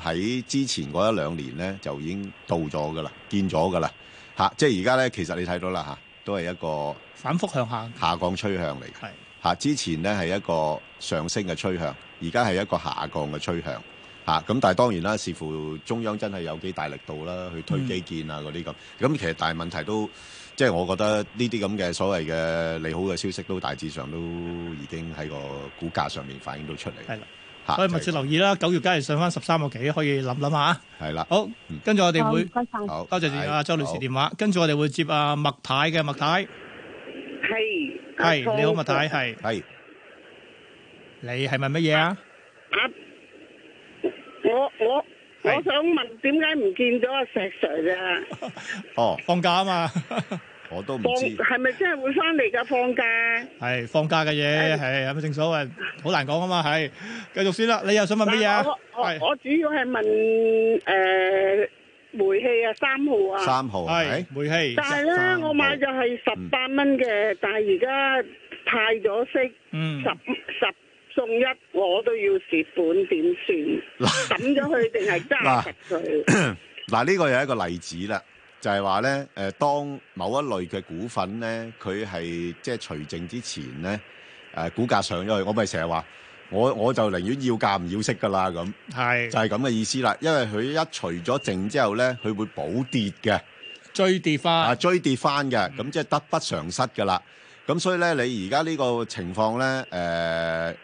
Speaker 7: 喺之前嗰一兩年咧，就已經到咗噶啦，見咗噶啦嚇。即係而家咧，其實你睇到啦嚇，都係一個
Speaker 6: 反覆向下。
Speaker 7: 下降趨向嚟嘅
Speaker 6: 係
Speaker 7: 嚇。之前咧係一個上升嘅趨向，而家係一個下降嘅趨向嚇。咁但係當然啦，視乎中央真係有幾大力度啦，去推
Speaker 8: 嗯
Speaker 7: 基建啊嗰啲咁。咁其實大問題都即係我覺得呢啲咁嘅所謂嘅利好嘅消息，都大致上都已經喺個股價上面反映到出嚟。
Speaker 6: 係啦。
Speaker 7: 嚇
Speaker 6: 所以
Speaker 7: 就
Speaker 6: 密
Speaker 7: 係
Speaker 6: 切留意啦，九月梗係上翻十三個幾，可以諗諗下。
Speaker 7: 係啦。
Speaker 6: 好，跟住我哋會
Speaker 7: 好唔該晒好
Speaker 6: 多謝阿
Speaker 7: 好
Speaker 6: 周女士電話，跟住我哋會接阿麥太嘅麥太，
Speaker 8: 系
Speaker 6: 係你好麥太，係
Speaker 7: 係
Speaker 6: 你係咪乜嘢啊？
Speaker 8: 啊！我我我想問點解唔見咗阿石 Sir 啊？
Speaker 7: 哦，
Speaker 6: 放假啊嘛，
Speaker 7: 我都
Speaker 8: 放係咪真係會翻嚟㗎？放假
Speaker 6: 係放假嘅嘢，係係咪正所謂好難講啊嘛？係繼續先啦，你又想問乜嘢啊？
Speaker 8: 我我我主要係問誒煤氣啊，三號啊，
Speaker 7: 三號嗯
Speaker 6: 係煤氣，
Speaker 8: 但係咧，我買就係十八蚊嘅，但係而家派咗息，
Speaker 6: 嗯
Speaker 8: 十十送一，我都要蝕本，點算？抌咗佢定係揸實佢？
Speaker 7: 嗱，呢個又係一個例子啦，就係話咧，誒，當某一類嘅股份咧，佢係即係除淨之前咧，誒、股價上咗去，我咪成日話，我我就寧願要價唔要息噶啦咁，
Speaker 6: 係
Speaker 7: 就係咁嘅意思啦，因為佢一除咗淨之後咧，佢會補跌嘅，
Speaker 6: 追跌嗯翻，
Speaker 7: 啊，追跌翻嘅，咁、即係得不償失噶啦，咁所以咧，你而家呢個情況咧，誒、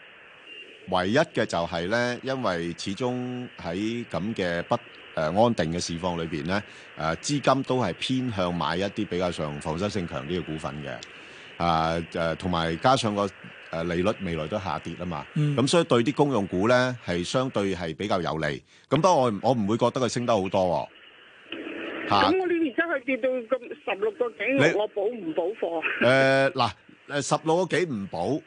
Speaker 7: 唯一嘅就係咧，因為始終喺咁嘅不誒、呃安定嘅市況裏邊咧，誒、資金都係偏向買一啲比較上防守性強啲嘅股份嘅，啊誒同埋加上個誒、呃利率未來都下跌啊嘛，咁、
Speaker 13: 嗯
Speaker 7: 所以對啲公用股咧係相對係比較有利。咁不過我唔我唔會覺得佢升得好多喎、嚇
Speaker 8: 咁我呢而家佢跌到咁十六個
Speaker 7: 你
Speaker 8: 幾，我補唔補貨？啊
Speaker 7: 誒嗱誒十六個幾唔保，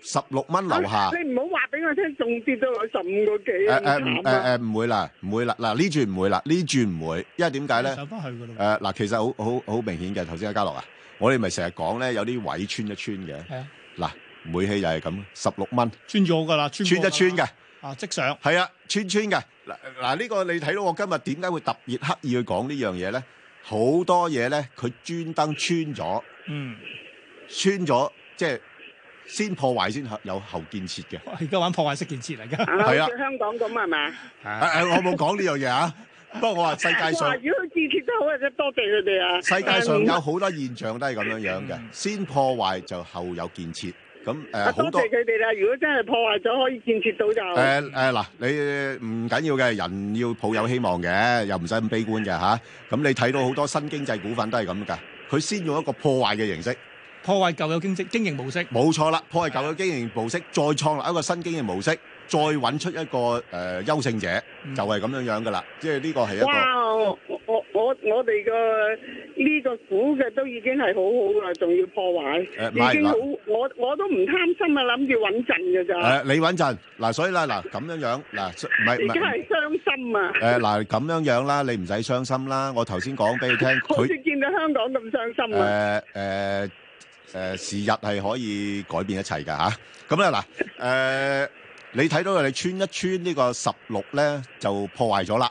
Speaker 7: 十六蚊樓下。
Speaker 8: 你唔好話俾我聽，仲跌到落十五個幾，
Speaker 7: 誒
Speaker 8: 好
Speaker 7: 誒唔
Speaker 8: 慘啊！
Speaker 7: 誒誒唔會啦，唔會啦，嗱呢轉唔會啦，呢轉唔會，因為點解咧？
Speaker 6: 上返去㗎
Speaker 7: 誒嗱、其實好好好明顯嘅，頭先阿家樂啊，我哋咪成日講咧，有啲位穿一穿嘅。
Speaker 6: 係啊，
Speaker 7: 嗱，煤氣又係咁，十六蚊
Speaker 6: 穿咗㗎啦，穿
Speaker 7: 穿
Speaker 6: 過
Speaker 7: 一穿
Speaker 6: 㗎啦
Speaker 7: 嘅，
Speaker 6: 啊即上
Speaker 7: 係啊，穿穿嘅。嗱嗱，呢個你睇到我今日點解會特別刻意去講呢樣嘢咧？好多嘢咧，佢專登穿咗。
Speaker 6: 嗯，
Speaker 7: 穿咗，即係先破壞先有後建設嘅。
Speaker 6: 而家玩破壞式建設嚟㗎，
Speaker 8: 啊
Speaker 7: 係啊
Speaker 8: 好似香港咁係啊嘛？
Speaker 7: 誒
Speaker 6: 啊
Speaker 7: 誒，我冇講呢樣嘢 啊，不過我話世界
Speaker 8: 哇
Speaker 7: 上
Speaker 8: 如果佢自跌得好，真係多謝佢哋啊！
Speaker 7: 世界上有好多現象都係咁樣樣嘅，先破壞就後有建設。咁
Speaker 8: 啊
Speaker 7: 誒
Speaker 8: 多
Speaker 7: 好多
Speaker 8: 謝佢哋啦！如果真係破壞咗，可以建設到就
Speaker 7: 誒誒嗱，你唔緊要嘅，人要抱有希望嘅，又唔使咁悲觀嘅吓。咁你睇到好多新經濟股份都係咁㗎，佢先用一個破壞嘅形式。
Speaker 6: 破壞舊有經濟經營模式。
Speaker 7: 冇錯啦，破壞舊嘅經營模式，再創立一個新經營模式，再揾出一個誒、呃、優勝者，就係咁樣樣噶啦。即係呢個係一個
Speaker 8: 哇！我我我我哋個呢個股嘅都已經係好好噶啦，仲要破壞，
Speaker 7: 誒唔係
Speaker 8: 已經
Speaker 7: 嗱
Speaker 8: 好我我都唔貪心啊，諗住穩陣嘅
Speaker 7: 誒、
Speaker 8: 咋，
Speaker 7: 你穩陣嗱，所以啦嗱咁樣樣嗱，唔係
Speaker 8: 而
Speaker 7: 唔
Speaker 8: 家
Speaker 7: 係
Speaker 8: 係傷心啊！
Speaker 7: 誒嗱咁樣樣啦，你唔使傷心啦。我頭先講俾你聽，
Speaker 8: 好
Speaker 7: 佢
Speaker 8: 似見到香港咁傷心啊！
Speaker 7: 誒誒誒時日係可以改變一切㗎吓。咁啊咧嗱誒，你睇到你穿一穿呢個十六咧就破壞咗啦，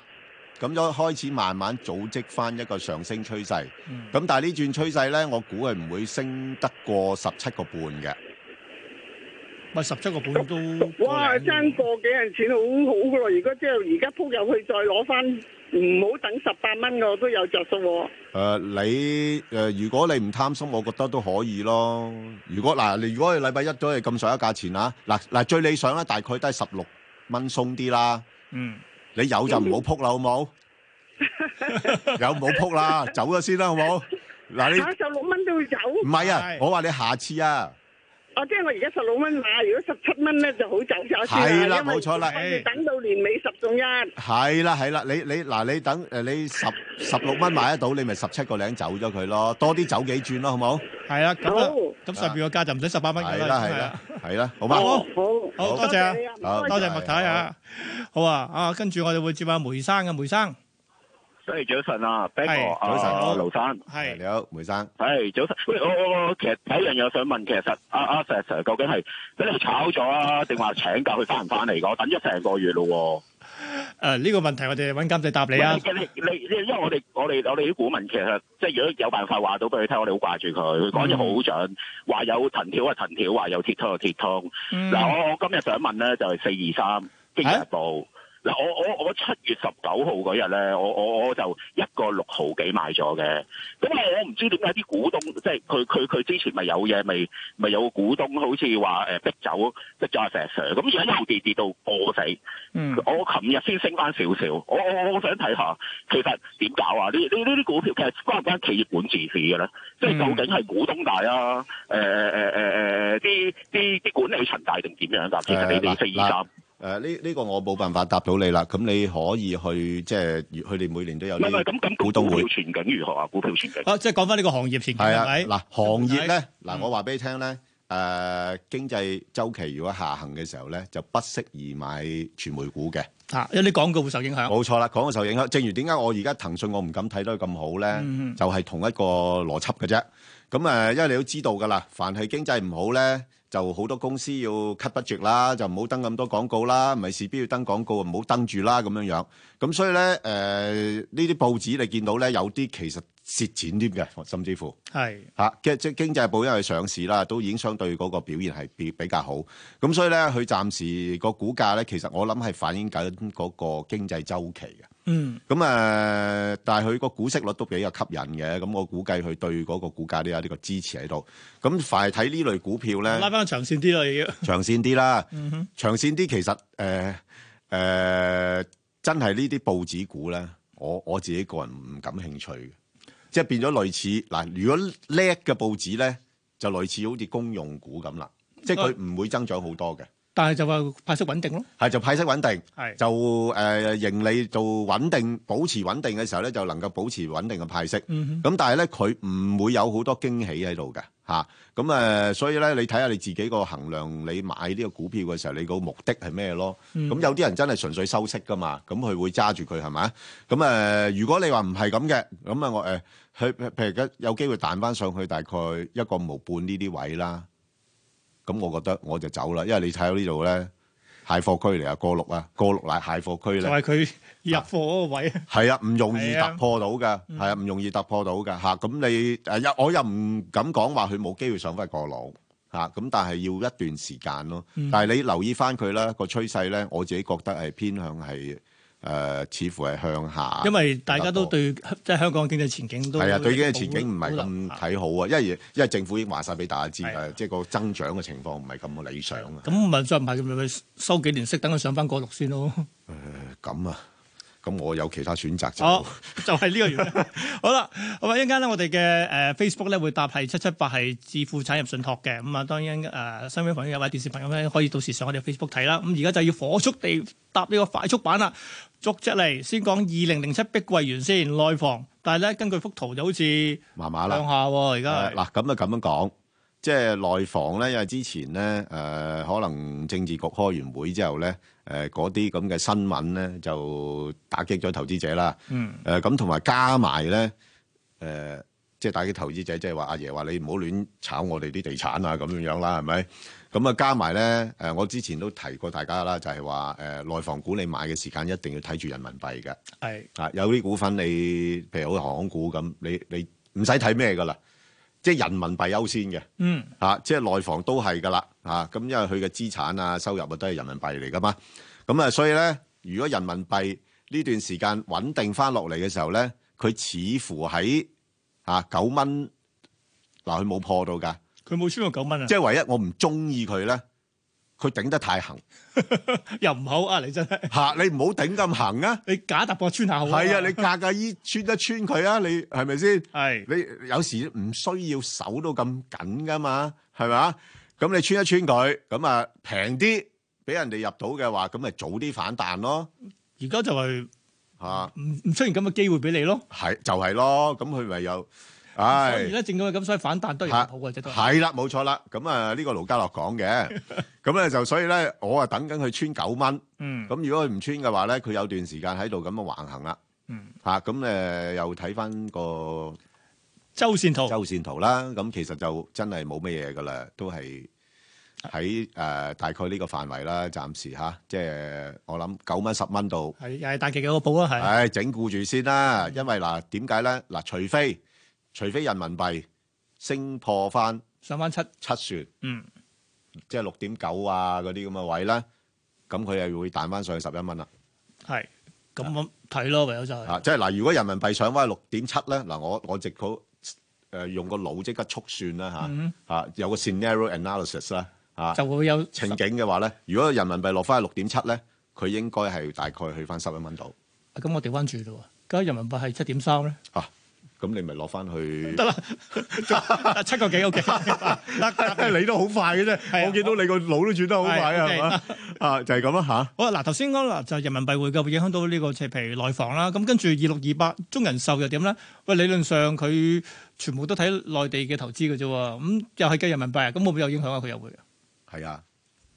Speaker 7: 咁就開始慢慢組織翻一個上升趨勢。咁、
Speaker 14: 嗯
Speaker 7: 但係呢轉趨勢咧，我估係唔會升得過十七個半嘅。
Speaker 6: 咪十七個半都
Speaker 8: 哇！爭個幾銀錢好好噶咯，如果即係而家撲入去再攞翻，唔好等十八蚊我都有着數喎。
Speaker 7: 誒、你誒、如果你唔貪心，我覺得都可以咯。如果嗱、你如果你禮拜一都係咁上下價錢啦，嗱、嗱、最理想咧，大概都係十六蚊鬆啲啦。
Speaker 6: 嗯，
Speaker 7: 你有就唔好撲啦，好 冇？有唔好撲啦，走咗先啦，好冇？嗱，你
Speaker 8: 啊嚇十六蚊都要走？
Speaker 7: 唔係啊，我話你下次啊，
Speaker 8: 哦，即係我而家十六蚊買，如果十七蚊咧就好走走
Speaker 7: 係
Speaker 8: 先
Speaker 7: 啦
Speaker 8: 因為
Speaker 7: 冇錯啦
Speaker 8: 跟住等到年尾十送一，
Speaker 7: 係啦係啦，你你嗱你等誒你十十六蚊買得到，你咪十七個零走咗佢咯，多啲走幾轉咯，好冇？
Speaker 6: 係啦，咁啦，咁上邊個價就唔使十八蚊㗎
Speaker 7: 係
Speaker 6: 啦，
Speaker 7: 啦係
Speaker 6: 真係
Speaker 7: 啦。係啦，好嘛？
Speaker 6: 好
Speaker 7: 好
Speaker 6: 好多謝啊
Speaker 7: 你啊唔該
Speaker 6: 多謝
Speaker 7: 晒
Speaker 6: 麥太啊，好啊啊，跟住我哋會接下梅生啊，梅生
Speaker 21: 喂，早晨啊，Ben 哥，
Speaker 6: 係早晨
Speaker 21: 啊盧生，
Speaker 6: 係
Speaker 7: 你好，梅生，
Speaker 21: 係早晨。喂，我我我其實第一樣嘢想問，其實阿阿石 Sir 究竟係俾你炒咗啊，定話請假佢翻唔翻嚟㗎？我等咗成個月咯
Speaker 6: 誒呢個問題我哋揾監製答
Speaker 21: 喎。
Speaker 6: 你啊，
Speaker 21: 喂你你你因為我哋我哋我哋啲股民其實即係如果有辦法話到俾佢聽，我哋好掛住佢。佢講嘢好
Speaker 6: 嗯
Speaker 21: 準，話有藤條啊藤條，話有鐵通啊鐵通。
Speaker 27: 嗯
Speaker 21: 嗱，我我今日想問咧就係四二
Speaker 6: 啊
Speaker 21: 三經濟日報。嗱，我我我七月十九號嗰日咧，我我我就一個六毫幾買咗嘅。咁啊我我唔知點解啲股東，即係佢佢佢之前咪有嘢，咪咪有個股東好似話誒逼走逼咗阿石 Sir，咁而家又跌跌到過死。
Speaker 6: 嗯
Speaker 21: 我琴日先升翻少少，我我我想睇下其實點搞啊？呢呢呢啲股票其實關唔關企業管治事嘅咧？即係究竟係股東大啊？誒誒誒誒誒啲啲啲管理層大定點樣㗎？其實你哋四二三。
Speaker 7: 誒呢呢個我冇辦法答到你啦，咁你可以去即係佢哋每年都有
Speaker 21: 唔係唔係咁
Speaker 7: 啲
Speaker 21: 咁
Speaker 7: 股東
Speaker 21: 股
Speaker 7: 會
Speaker 21: 票。前景如何啊？股票前景。
Speaker 6: 啊即係講翻呢個行業前景
Speaker 7: 係
Speaker 6: 係
Speaker 7: 啊，
Speaker 6: 咪？
Speaker 7: 嗱，行業咧，嗱，
Speaker 6: 嗯
Speaker 7: 我話俾你聽咧，誒經濟周期如果下行嘅時候咧，就不適宜買傳媒股嘅。
Speaker 6: 啊，因為啲廣告會受影響。
Speaker 7: 冇錯啦，講嘅受影響。正如點解我而家騰訊我唔敢睇得佢咁好咧，
Speaker 6: 嗯
Speaker 7: 就係同一個邏輯嘅啫。咁呃誒，因為你都知道㗎啦，凡係經濟唔好咧，就好多公司要 cut budget 啦，就唔好登咁多廣告啦，唔係事必要登廣告，唔好登住啦咁樣樣。咁所以咧，誒呢啲報紙你見到咧，有啲其實蝕錢添嘅，甚至乎。
Speaker 6: 係
Speaker 7: 嚇，啊即即經濟部因為上市啦，都已經相對嗰個表現係比比較好，咁所以咧，佢暫時個股價咧，其實我諗係反映緊嗰個經濟周期嘅。
Speaker 6: 嗯
Speaker 7: 咁誒、呃但係佢個股息率都比較吸引嘅，咁我估計佢對嗰個股價都有呢個支持喺度。咁凡係睇呢類股票咧，
Speaker 6: 拉翻長線啲啦，要
Speaker 7: 長線啲啦，
Speaker 6: 嗯哼
Speaker 7: 長線啲其實誒誒、呃呃真係呢啲報紙股咧，我我自己個人唔感興趣嘅，即係變咗類似嗱，如果叻嘅報紙咧，就類似好似公用股咁啦，即係佢唔會增長好多嘅，
Speaker 6: 但係就話派息穩定咯。
Speaker 7: 係就派息穩定，
Speaker 6: 係
Speaker 7: 就誒、呃盈利就穩定，保持穩定嘅時候咧，就能夠保持穩定嘅派息。
Speaker 6: 嗯
Speaker 7: 咁但係咧，佢唔會有好多驚喜喺度嘅嚇。咁、誒，所以咧，你睇下你自己個衡量，你買呢個股票嘅時候，你個目的係咩咯？咁、
Speaker 28: 嗯
Speaker 7: 有啲人真係純粹收息噶嘛，咁佢會揸住佢係咪？啊咁誒、如果你話唔係咁嘅，咁啊我誒，佢、譬譬如而家有機會彈翻上去大概一個毛半呢啲位啦，咁我覺得我就走啦，因為你睇到呢度咧。蟹貨區嚟啊，過六啊，過六奶蟹貨區
Speaker 6: 就
Speaker 7: 咧，
Speaker 6: 係佢入貨嗰個位。
Speaker 7: 啊係啊，唔容易
Speaker 6: 係啊
Speaker 7: 突破到噶，係啊，唔容易突破到噶嚇。咁你誒又我又唔敢講話佢冇機會上翻過腦嚇，咁但係要一段時間咯
Speaker 29: 嗯。
Speaker 7: 但係你留意翻佢啦，個趨勢咧，我自己覺得係偏向係誒，似乎係向下。
Speaker 6: 因為大家都對即係香港經濟前景都
Speaker 7: 啊係啊，對經濟前景唔係咁睇好啊，因為因為政府已經話晒俾大家知誒，即係個增長嘅情況唔係咁理想啊。
Speaker 6: 咁咪再唔係咪收幾年息，等佢上翻過六先咯。
Speaker 7: 咁啊，咁我有其他選擇就。
Speaker 6: 好，就係呢個原因。好啦，咁啊一陣間咧，我哋嘅誒 Facebook 咧會答係七七八係致富產業信託嘅。咁啊，當然誒、呃身邊朋友或者電視朋友咧，可以到時上我哋 Facebook 睇啦。咁而家就要火速地搭呢個快速版啦，逐隻嚟先講二零零七碧桂園先內房，但係咧根據幅圖就好似
Speaker 7: 麻麻啦
Speaker 6: 向下喎，而家
Speaker 7: 誒嗱，咁啊咁樣講，即係內房咧，因為之前咧誒、呃可能政治局開完會之後咧，誒嗰啲咁嘅新聞咧就打擊咗投資者啦。
Speaker 18: 嗯
Speaker 7: 誒咁同埋加埋咧誒，即係打擊投資者，即係話阿爺話你唔好亂炒我哋啲地產啊咁樣樣啦，係咪？咁啊加埋咧誒，我之前都提過大家啦，就係話誒內房股你買嘅時間一定要睇住人民幣嘅。
Speaker 6: 係
Speaker 7: 啊，有啲股份你，譬如好似航空股咁，你你唔使睇咩噶啦，即係人民幣優先嘅，
Speaker 6: 嗯
Speaker 7: 啊，即係內房都係噶啦，啊，咁因為佢嘅資產啊、收入啊都係人民幣嚟噶嘛，咁啊，所以咧，如果人民幣呢段時間穩定翻落嚟嘅時候咧，佢似乎喺啊九蚊，嗱佢冇破到㗎，
Speaker 6: 佢冇穿過九蚊啊，
Speaker 7: 即係唯一我唔中意佢咧，佢頂得太行。
Speaker 6: 又唔好啊！你真係
Speaker 7: 嚇你唔好頂咁行啊！
Speaker 6: 你假突破穿下好啊
Speaker 7: 係啊，你格格衣穿一穿佢啊！你係咪先？
Speaker 6: 係
Speaker 7: 你有時唔需要手到咁緊噶嘛，係咪啊？咁咁你穿一穿佢，咁啊平啲俾人哋入到嘅話，咁咪早啲反彈咯。
Speaker 6: 而家就係
Speaker 7: 嚇，
Speaker 6: 唔唔出現咁嘅機會俾你咯。
Speaker 7: 係就係咯，咁佢咪有，唉。
Speaker 6: 所以而家正咁咁，所以反彈都係有好嘅啫。都係
Speaker 7: 係啦，冇錯啦。咁啊，呢個盧家樂講 嘅，咁咧就所以咧，我啊等緊佢穿九蚊。
Speaker 6: 嗯
Speaker 7: 咁如果佢唔穿嘅話咧，佢有段時間喺度咁樣橫行啦。
Speaker 6: 嗯，
Speaker 7: 嚇啊咁誒，又睇翻個
Speaker 6: 周線圖，
Speaker 7: 周線圖啦。咁其實就真係冇乜嘢噶啦，都係
Speaker 6: 啊
Speaker 7: 喺誒呃大概呢個範圍啦。暫時嚇，即係我諗九蚊十蚊度。
Speaker 6: 係又係大旗嘅個報啊，係。嗯
Speaker 7: 唉，整固住先啦，因為嗱，點解咧？嗱，除非除非人民幣升破翻
Speaker 6: 上翻七
Speaker 7: 七算，
Speaker 6: 嗯，
Speaker 7: 即係六點九啊嗰啲咁嘅位咧，咁佢又會彈翻上去十一蚊啦。
Speaker 6: 係咁咁睇咯，唯有就係。
Speaker 7: 啊，即係嗱，如果人民幣上翻六點七咧，嗱，我我直好誒、呃用個腦即刻速算啦嚇，嚇、
Speaker 6: 嗯
Speaker 7: 有個 scenario analysis 啦、嚇，
Speaker 6: 就會有
Speaker 7: 情景嘅話咧，如果人民幣落翻去六點七咧，佢應該係大概去翻十一蚊度，
Speaker 6: 咁我調翻轉咯喎，而家人民幣係七點三咧，
Speaker 7: 啊咁你咪落翻去
Speaker 6: 得啦， 仲七個幾 OK，得
Speaker 7: 你都好快嘅啫，我見到你個腦都轉得好快啊，
Speaker 6: 係
Speaker 7: 係嘛？啊，就係咁啦嚇。
Speaker 6: 好啦，嗱頭先講啦，就人民幣匯價會影響到呢、個即係譬如內房啦，咁跟住二六二八中人壽又點咧？喂，理論上佢全部都睇內地嘅投資嘅啫喎，咁又係計人民幣啊，咁會唔會有影響啊？佢又會啊，
Speaker 7: 係啊，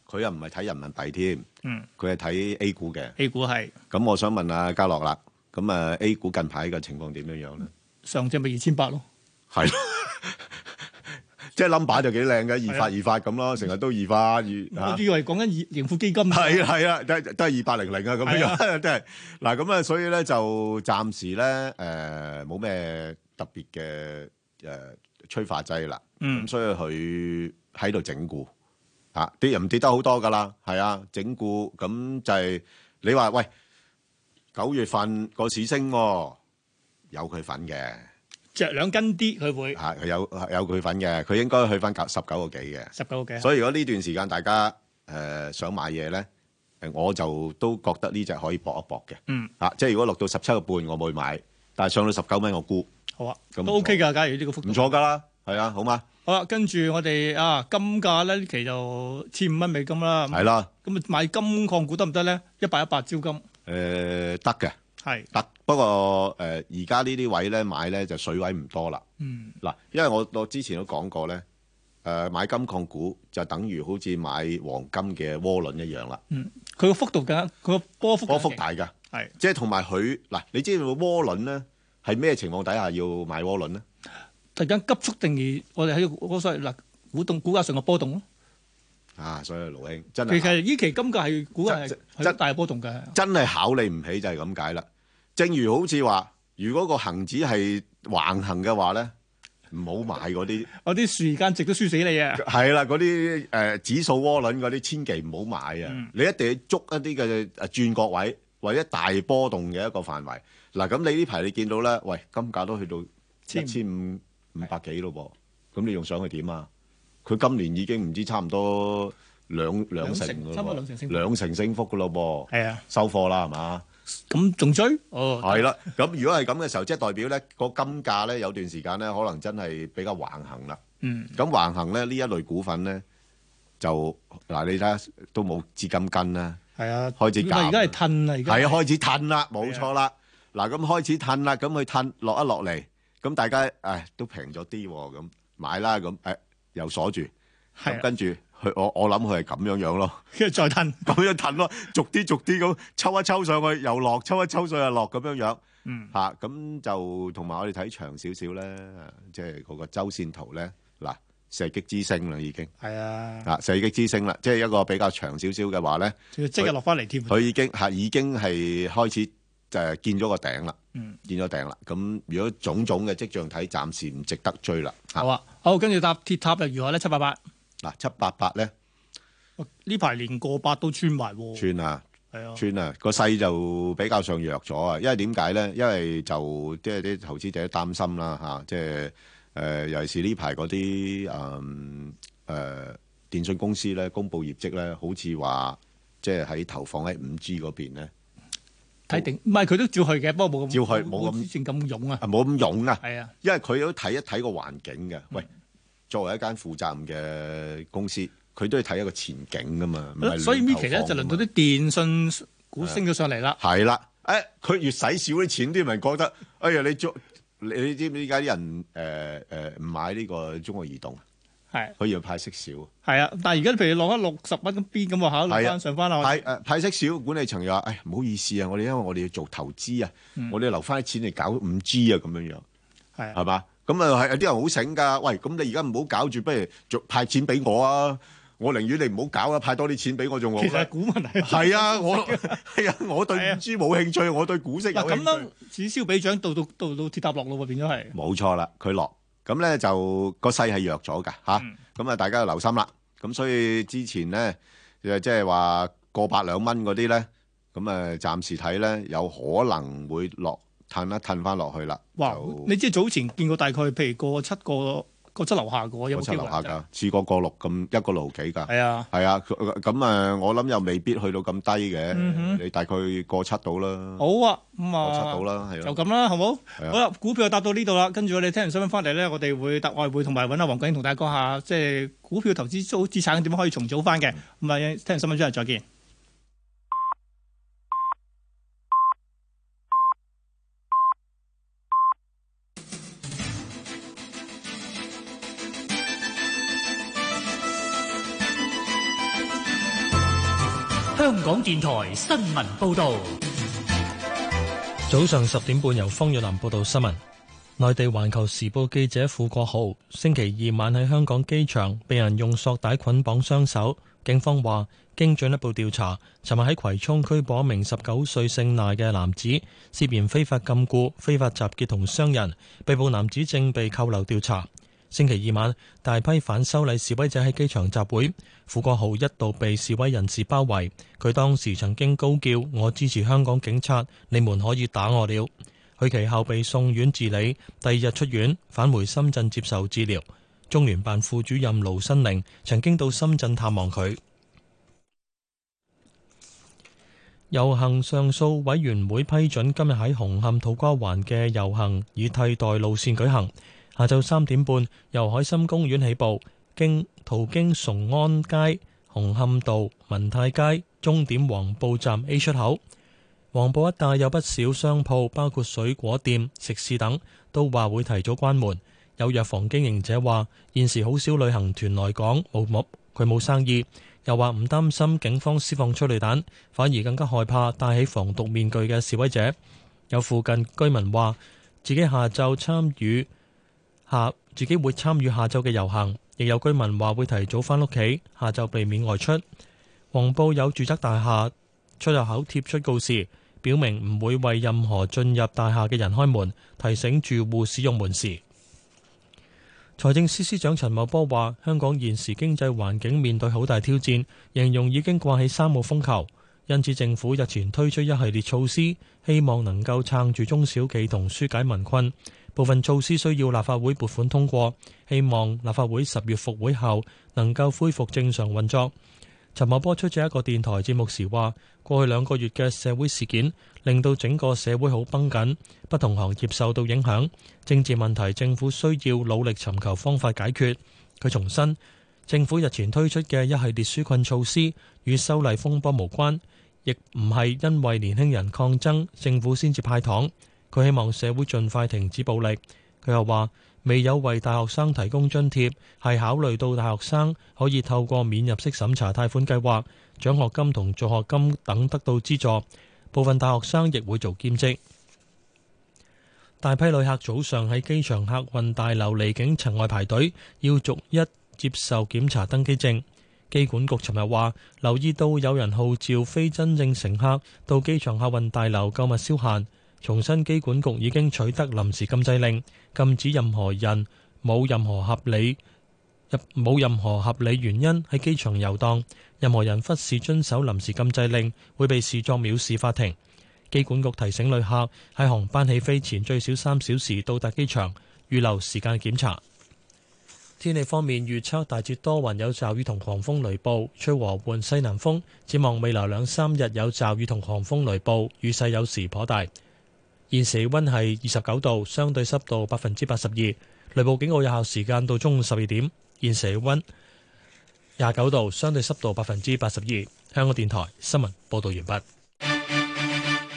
Speaker 7: 佢又唔係睇人民幣添，
Speaker 6: 嗯
Speaker 7: 佢係睇 A 股嘅。
Speaker 6: ，A 股係
Speaker 7: 咁我想問阿嘉樂啦，咁啊 A 股近排嘅情況點樣樣咧？
Speaker 6: 上證咪二千八咯，
Speaker 7: 係， 即係 number 就幾靚嘅，二發
Speaker 6: 啊
Speaker 7: 二發咁咯，成日都二發
Speaker 6: 我
Speaker 7: 二
Speaker 6: 以為講緊二盈富基金，
Speaker 7: 啊係啊係啊，都係都係二八零零啊咁 樣，真係嗱咁啊，所以咧就暫時咧誒冇咩特別嘅誒催化劑啦，
Speaker 6: 嗯
Speaker 7: 咁所以佢喺度整固啊，跌又唔跌得好多噶啦，係啊，整固咁就係你話喂九月份個市升喎，有佢份嘅。
Speaker 6: 着兩斤啲佢會
Speaker 7: 嚇，佢有有佢份嘅，佢應該去翻九十九個幾嘅。
Speaker 6: 十九個幾，啊
Speaker 7: 所
Speaker 6: 以
Speaker 7: 以如果呢段時間大家誒、呃想買嘢咧，誒我就都覺得呢只可以搏一搏嘅。
Speaker 6: 嗯
Speaker 7: 啊，即係如果落到十七個半，我會買，但係上到十九蚊我沽，
Speaker 6: 好啊，
Speaker 7: 咁
Speaker 6: 都 OK 㗎，假如呢個幅
Speaker 7: 唔
Speaker 6: 度。
Speaker 7: 錯㗎啦，係啊，好嘛，
Speaker 6: 好啦，跟住我哋啊金價咧呢期就千五蚊美金啦，
Speaker 7: 係啦，
Speaker 6: 咁啊買金礦股得唔得咧？一百一百招金
Speaker 7: 誒呃得嘅，
Speaker 6: 係，
Speaker 7: 得。不過誒呃而家呢啲位咧買咧就水位唔多啦。
Speaker 6: 嗯
Speaker 7: 嗱，因為我我之前都講過咧，誒、買金礦股就等於好似買黃金嘅窩輪一樣啦，
Speaker 6: 嗯，佢個幅度㗎，佢個波幅
Speaker 7: 波幅大㗎。
Speaker 6: 係
Speaker 7: 即係同埋佢嗱，你知道窩輪咧係咩情況底下要買窩輪咧？
Speaker 6: 突然間急速定義，我哋喺嗰所謂嗱股動股價上嘅波動咯。
Speaker 7: 啊，所以盧兄真
Speaker 6: 其
Speaker 7: 係
Speaker 6: 實呢期金價係股價
Speaker 7: 真
Speaker 6: 係係
Speaker 7: 真
Speaker 6: 好大波動嘅，
Speaker 7: 真係考你唔起就係咁解啦。正如好似話，如果個恒指係橫行嘅話咧，唔好買嗰啲
Speaker 6: 我哦啲時間值都輸死你啊！
Speaker 7: 係啦，嗰啲誒指數窩輪嗰啲，千祈唔好買啊！
Speaker 6: 嗯
Speaker 7: 你一定要捉一啲嘅誒轉角位或者大波動嘅一個範圍。嗱，咁你呢排你見到咧，喂，金價都去到
Speaker 6: 千
Speaker 7: 一千五五百幾咯噃，咁你用上去點啊？佢今年已經唔知差唔多兩兩成
Speaker 6: 兩
Speaker 7: 㗎
Speaker 6: 成差唔多
Speaker 7: 咯
Speaker 6: 兩成升
Speaker 7: 喎，
Speaker 6: 幅
Speaker 7: 兩成升幅㗎咯噃，
Speaker 6: 係啊，
Speaker 7: 收貨啦係嘛？
Speaker 6: 咁仲追？哦，
Speaker 7: 係啦，咁如果係咁嘅時候，即係代表咧個金價咧有段時間咧可能真係比較橫行啦。
Speaker 6: 嗯，
Speaker 7: 咁橫行咧呢一類股份咧就嗱，你睇下都冇資金跟啦，
Speaker 6: 係啊，
Speaker 7: 開始減
Speaker 6: 而家係褪啦，而家
Speaker 7: 係啊開始褪啦，冇錯啦。嗱咁開始褪啦，咁佢褪落一落嚟，咁大家誒都平咗啲喎，咁買啦，咁誒又鎖住，
Speaker 6: 係
Speaker 7: 咁
Speaker 6: 啊
Speaker 7: 跟住佢我我諗佢係咁樣樣咯，
Speaker 6: 跟住再褪，
Speaker 7: 咁樣褪咯，逐啲逐啲咁抽一抽上去又落，抽一抽上去又落咁樣樣。
Speaker 6: 嗯，
Speaker 7: 嚇，咁、就同埋我哋睇長少少咧，即係嗰個周線圖咧，嗱射擊之星啦已經，
Speaker 6: 係啊，
Speaker 7: 啊射擊之星啦，即係一個比較長少少嘅話咧，
Speaker 6: 仲要即刻落翻嚟添。
Speaker 7: 佢已經嚇已經係開始誒見咗個頂啦，
Speaker 6: 嗯，
Speaker 7: 見咗頂啦。咁如果種種嘅跡象睇，暫時唔值得追啦。嚇
Speaker 6: 好，啊，好，跟住搭鐵塔又如何咧？七八八
Speaker 7: 嗱七八八咧
Speaker 6: 哇哦呢排連過百都穿埋喎，
Speaker 7: 穿啊！
Speaker 6: 係啊，
Speaker 7: 穿啊，個勢就比較上弱咗啊，因為點解咧？因為就即係啲投資者擔心啦嚇、即係誒、呃尤其是呢排嗰啲誒誒電信公司咧公佈業績咧，好似話即係喺投放喺五 G 嗰邊咧，
Speaker 6: 睇定，唔係佢都照去嘅，不過冇咁
Speaker 7: 照去冇咁
Speaker 6: 之前咁勇啊
Speaker 7: 啊，冇咁勇啊，
Speaker 6: 係啊，
Speaker 7: 因為佢都睇一睇個環境嘅。喂，作為一間負責任嘅公司，佢都要睇一個前景噶嘛。唔係
Speaker 6: 呃所以
Speaker 7: 亂
Speaker 6: 呢
Speaker 7: 投
Speaker 6: 期咧
Speaker 7: 放
Speaker 6: 就
Speaker 7: 㗎
Speaker 6: 輪
Speaker 7: 嘛
Speaker 6: 到啲電信股升咗上嚟啦。
Speaker 7: 係啦，誒、佢越使少啲錢，啲人覺得，哎呀，你做你你知唔知而家啲人誒誒唔買呢個中國移動啊？
Speaker 6: 係
Speaker 7: 佢要派息少，
Speaker 6: 係啊，但係而家譬如落翻六十蚊咁邊咁，我考落
Speaker 7: 係啊
Speaker 6: 翻上翻啦。
Speaker 7: 派誒派息少，管理層又話，哎唔好意思啊，我哋因為我哋要做投資啊，
Speaker 6: 嗯
Speaker 7: 我哋要留翻啲錢嚟搞五 G 啊，咁樣樣
Speaker 6: 係
Speaker 7: 係嘛？咁啊係有啲人好醒㗎，喂，咁你而家唔好搞住，不如做派錢俾我啊！我寧願你唔好搞啊啦，派多啲錢俾我仲好啦。
Speaker 6: 其實係股民係
Speaker 7: 係啊，我係啊，我對五 G 冇興趣，我對股息有
Speaker 6: 嗱
Speaker 7: 興趣
Speaker 6: 咁。啦，此消彼長，到到到到鐵塔落咯喎，變咗係。
Speaker 7: 冇錯啦，佢落咁咧就個勢係弱咗㗎吓，
Speaker 6: 嗯
Speaker 7: 咁啊、大家要留心啦。咁所以之前咧誒即係話過百兩蚊嗰啲咧，咁啊暫時睇咧有可能會落褪一褪翻落去啦。
Speaker 6: 哇！你知早前見過大概譬如過七個個七樓下個有
Speaker 7: 我
Speaker 6: 冇
Speaker 7: 七
Speaker 6: 機
Speaker 7: 樓
Speaker 6: 會啊
Speaker 7: 下？㗎，試過過六咁一個六毫幾㗎。
Speaker 6: 係啊，
Speaker 7: 係啊，佢咁啊，我諗又未必去到咁低嘅，
Speaker 6: 嗯哼
Speaker 7: 你大概過七到啦，
Speaker 16: 哦
Speaker 6: 好啊，咁
Speaker 7: 過七
Speaker 6: 啊
Speaker 7: 到。啦，係
Speaker 6: 就
Speaker 7: 咯。
Speaker 6: 咁啦，好冇？
Speaker 7: 係啊
Speaker 6: 好啦，股票就答到呢度啦。跟住我哋聽完新聞翻嚟咧，我哋會答外匯同埋揾阿黃景同大家講下，即係股票投資組資產點樣可以重組翻嘅。
Speaker 7: 嗯
Speaker 6: 咁啊，聽完新聞之後再見。
Speaker 12: 香港电台新闻报道，
Speaker 9: 早上十點半由方若南報道新聞。內地《環球時報》記者傅國豪星期二晚喺香港機場被人用索帶捆綁雙手，警方話經進一步調查，尋日喺葵涌拘捕一名十九歲姓賴嘅男子，涉嫌非法禁錮、非法集結同傷人，被捕男子正被扣留調查。星期二晚，大批反修例示威者喺機場集會，傅國豪一度被示威人士包圍，佢當時曾經高叫：我支持香港警察，你們可以打我了。佢其後被送院治理，第二日出院，返回深圳接受治療。中聯辦副主任盧新寧曾經到深圳探望佢。遊行上訴委員會批准今日喺紅磡土瓜灣嘅遊行以替代路線舉行。下晝三點半由海心公園起步，經途經崇安街、紅磡道、文泰街，終點黃埔站 A 出口。黃埔一帶有不少商鋪，包括水果店、食肆等，都話會提早關門。有藥房經營者話，現時好少旅行團來港，冇冇佢冇生意。又話唔擔心警方施放催淚彈，反而更加害怕戴起防毒面具嘅示威者。有附近居民話，自己下晝參與下自己會參與下晝嘅遊行，亦有居民話會提早返屋企，下晝避免外出。黃埔有住宅大廈出入口貼出告示，表明唔會為任何進入大廈嘅人開門，提醒住戶使用門匙。財政司司長陳茂波話：香港現時經濟環境面對好大挑戰，形容已經掛起三號風球，因此政府日前推出一系列措施，希望能夠撐住中小企同疏解民困。部分措施需要立法會撥款通過，希望立法會十月復會後能夠恢復正常運作。陳茂波出席一個電台節目時話：過去兩個月嘅社會事件令到整個社會好繃緊，不同行業受到影響，政治問題政府需要努力尋求方法解決。佢重申，政府日前推出嘅一系列紓困措施與修例風波無關，亦唔係因為年輕人抗爭，政府先至派糖。佢希望社會盡快停止暴力。佢又話：未有為大學生提供津貼，係考慮到大學生可以透過免入息審查貸款計劃、獎學金同助學金等得到資助。部分大學生亦會做兼職。大批旅客早上喺機場客運大樓離境層外排隊，要逐一接受檢查登機證。機管局尋日話，留意到有人號召非真正乘客到機場客運大樓購物消閒，重申機管局已經取得臨時禁制令，禁止任何人冇任何合理入冇任何合理原因喺機場遊蕩，任何人忽視遵守臨時禁制令，會被視作藐視法庭。機管局提醒旅客喺航班起飛前最少三小時到達機場，預留時間檢查。天氣方面預測大致多雲有驟雨同狂風雷暴，吹和緩西南風。展望未來兩三日有驟雨同狂風雷暴，雨勢有時頗大。現時氣温係二十九度，相對濕度百分之八十二。雷暴警告有效時間到中午十二點。現時氣温廿九度，相對濕度百分之八十二。香港電台新聞報導完畢。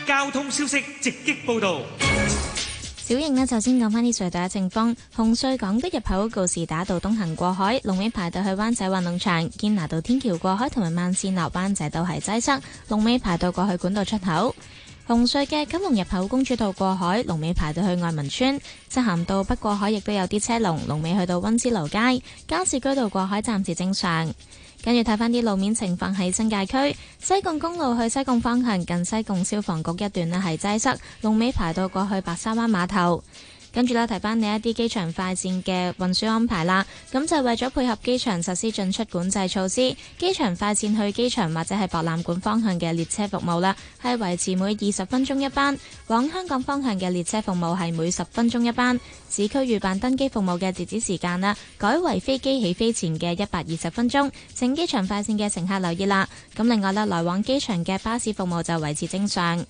Speaker 5: 交通消息直擊報道。
Speaker 10: 小瑩呢，就先講返啲隧道嘅情況。紅隧港島入口告士打道東行過海，龍尾排到去灣仔運動場；堅拿道天橋過海同埋慢線落灣仔都係擠塞，龍尾排到過去管道出口。紅隧嘅九龍入口公主道過海，龍尾排到去愛民村；漆咸道北過海亦都有啲車龍，龍尾去到溫思勞街；加士居道過海暫時正常。跟住睇翻啲路面情況喺新界區西貢公路去西貢方向，近西貢消防局一段呢係擠塞，龍尾排到過去白沙灣碼頭。跟住咧，提翻你一啲機場快線嘅運輸安排啦。咁就係為咗配合機場實施進出管制措施，機場快線去機場或者係博覽館方向嘅列車服務啦，係維持每二十分鐘一班；往香港方向嘅列車服務係每十分鐘一班。市區預辦登機服務嘅截止時間啦，改為飛機起飛前嘅一百二十分鐘。請機場快線嘅乘客留意啦。咁另外咧，來往機場嘅巴士服務就維持正常。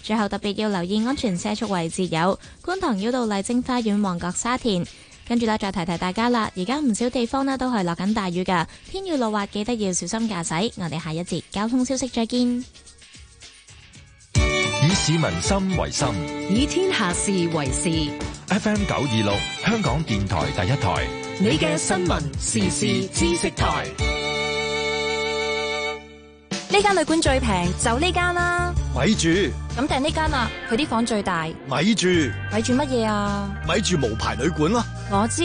Speaker 10: 最後特別要留意安全車速位置有觀塘繞道麗晶花園、旺角沙田。跟住咧，再提提大家啦，而家唔少地方呢都係落緊大雨㗎，天雨路滑，記得要小心駕駛。我哋下一節交通消息再見。
Speaker 11: 以市民心為心
Speaker 14: 以天下事為事。
Speaker 11: ，FM 九二六香港電台第一台，
Speaker 14: 你嘅新聞時事知識台，
Speaker 15: 呢間旅館最平就呢間啦，
Speaker 16: 咪住，
Speaker 15: 咁訂呢間啦，佢啲房最大，
Speaker 16: 咪住，
Speaker 15: 咪住乜嘢啊？
Speaker 16: 咪住無牌旅館咯。
Speaker 15: 我知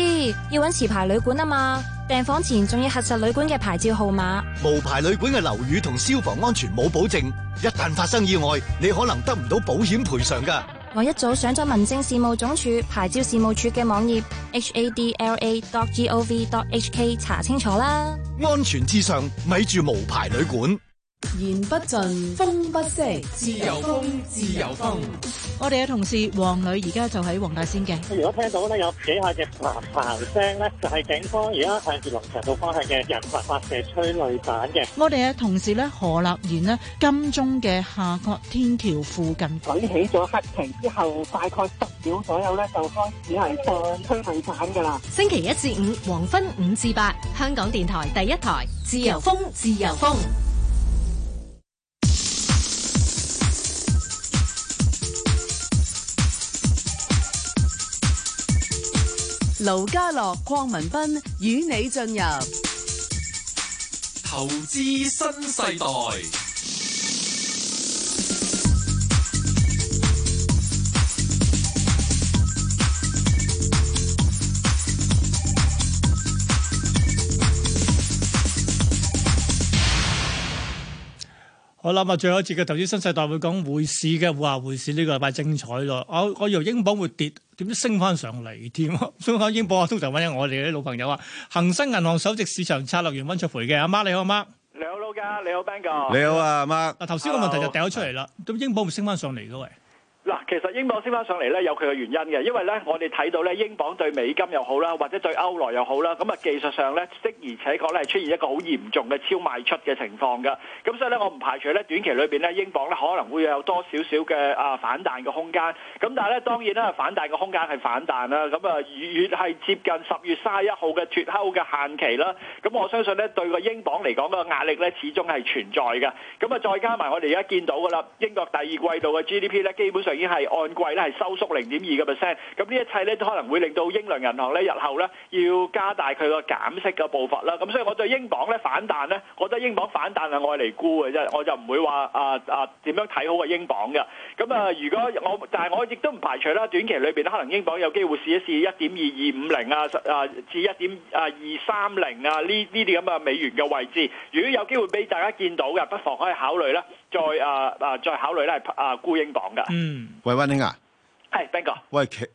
Speaker 15: 要揾持牌旅館啊嘛，訂房前仲要核實旅館嘅牌照號碼，
Speaker 16: 無牌旅館嘅樓宇同消防安全冇保證，一旦發生意外，你可能得唔到保險賠償噶。
Speaker 15: 我一早上咗民政事務總署牌照事務處嘅網頁 hadla.gov.hk 查清楚啦。
Speaker 16: 安全至上，咪住無牌旅館。
Speaker 18: 言不盡，風不息，
Speaker 17: 自由風，自由風。
Speaker 18: 我哋嘅同事黃女而家就喺黃大仙嘅。
Speaker 20: 如果聽到咧有幾下嘅嘭嘭聲咧，就係、警方而家向住龍翔道方向嘅人群發射催淚彈嘅。
Speaker 18: 我哋嘅同事咧何立賢呢，金鐘嘅下角天橋附近。
Speaker 20: 舉起咗黑旗之後，大概十秒左右咧就開始係放催淚彈㗎啦。
Speaker 14: 星期一至五黃昏五至八，香港電台第一台，自由風，自由風。
Speaker 4: 盧家樂、鄺民彬與你進入
Speaker 17: 投資新世代，
Speaker 6: 好啦，咁啊，最後一節嘅投資新世代會講匯市嘅，哇！匯市呢個禮拜精彩咯，我我以為英鎊會跌，點知升翻上嚟添， 所以講英鎊啊，通常揾我哋啲老朋友啊，恒生銀行首席市場策略員温卓培嘅，阿媽你好，阿媽。
Speaker 21: 你好，老家，你好 Ben 哥，
Speaker 7: 你好啊，阿媽。
Speaker 6: 嗱，頭先個問題就掉咗出嚟啦，咁英鎊會升翻上嚟嘅喂？
Speaker 21: 嗱，其實英鎊升翻上嚟咧，有佢嘅原因嘅，因為咧我哋睇到咧英鎊對美金又好啦，或者對歐羅又好啦，咁啊技術上咧的而且確咧係出現一個好嚴重嘅超賣出嘅情況㗎。咁所以咧我唔排除咧短期裏邊咧英鎊咧可能會有多少少嘅啊反彈嘅空間。咁但係咧當然啦，反彈嘅空間係反彈啦。咁啊越係接近十月三十一號嘅脱歐嘅限期啦，咁我相信咧對個英鎊嚟講個壓力咧始終係存在嘅。咁啊再加埋我哋而家見到㗎啦，英國第二季度嘅 GDP 咧基本上。已經係按季咧係收縮零點二個 percent，咁呢一切咧都可能會令到英倫銀行咧日後咧要加大佢個減息嘅步伐啦。咁所以我對英鎊咧反彈咧，我覺得英鎊反彈係愛嚟沽嘅啫，我就唔會話啊啊點樣睇好個英鎊嘅。咁啊，如果我但係我亦都唔排除啦，短期裏邊可能英鎊有機會試一試一點二二五零啊啊至一點啊二三零啊呢呢啲咁嘅美元嘅位置。如果有機會俾大家見到嘅，不妨可以考慮啦，再啊啊再考慮咧啊沽英鎊嘅。
Speaker 6: 嗯。
Speaker 7: 喂，温兄啊，
Speaker 21: 係 Ben 哥，
Speaker 7: 喂，其誒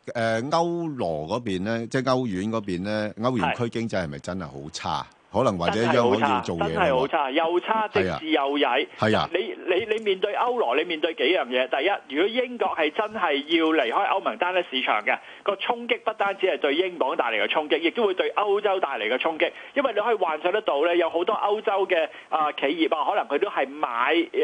Speaker 7: 歐羅嗰邊咧，即係歐元嗰邊咧，歐元區經濟係咪真係好差？可能或者
Speaker 21: 真係
Speaker 7: 央
Speaker 21: 好
Speaker 7: 行要
Speaker 21: 差，
Speaker 7: 做
Speaker 21: 真
Speaker 7: 嘢
Speaker 21: 係好
Speaker 7: 咯喎。
Speaker 21: 差，又差，即
Speaker 7: 係啊
Speaker 21: 至又曳。
Speaker 7: 係啊
Speaker 21: 你你你面對歐羅，你面對幾樣嘢。第一，如果英國係真係要離開歐盟單一市場嘅，個衝擊不單止係對英鎊帶嚟嘅衝擊，亦都會對歐洲帶嚟嘅衝擊。因為你可以幻想得到咧，有好多歐洲嘅啊、企業啊，可能佢都係買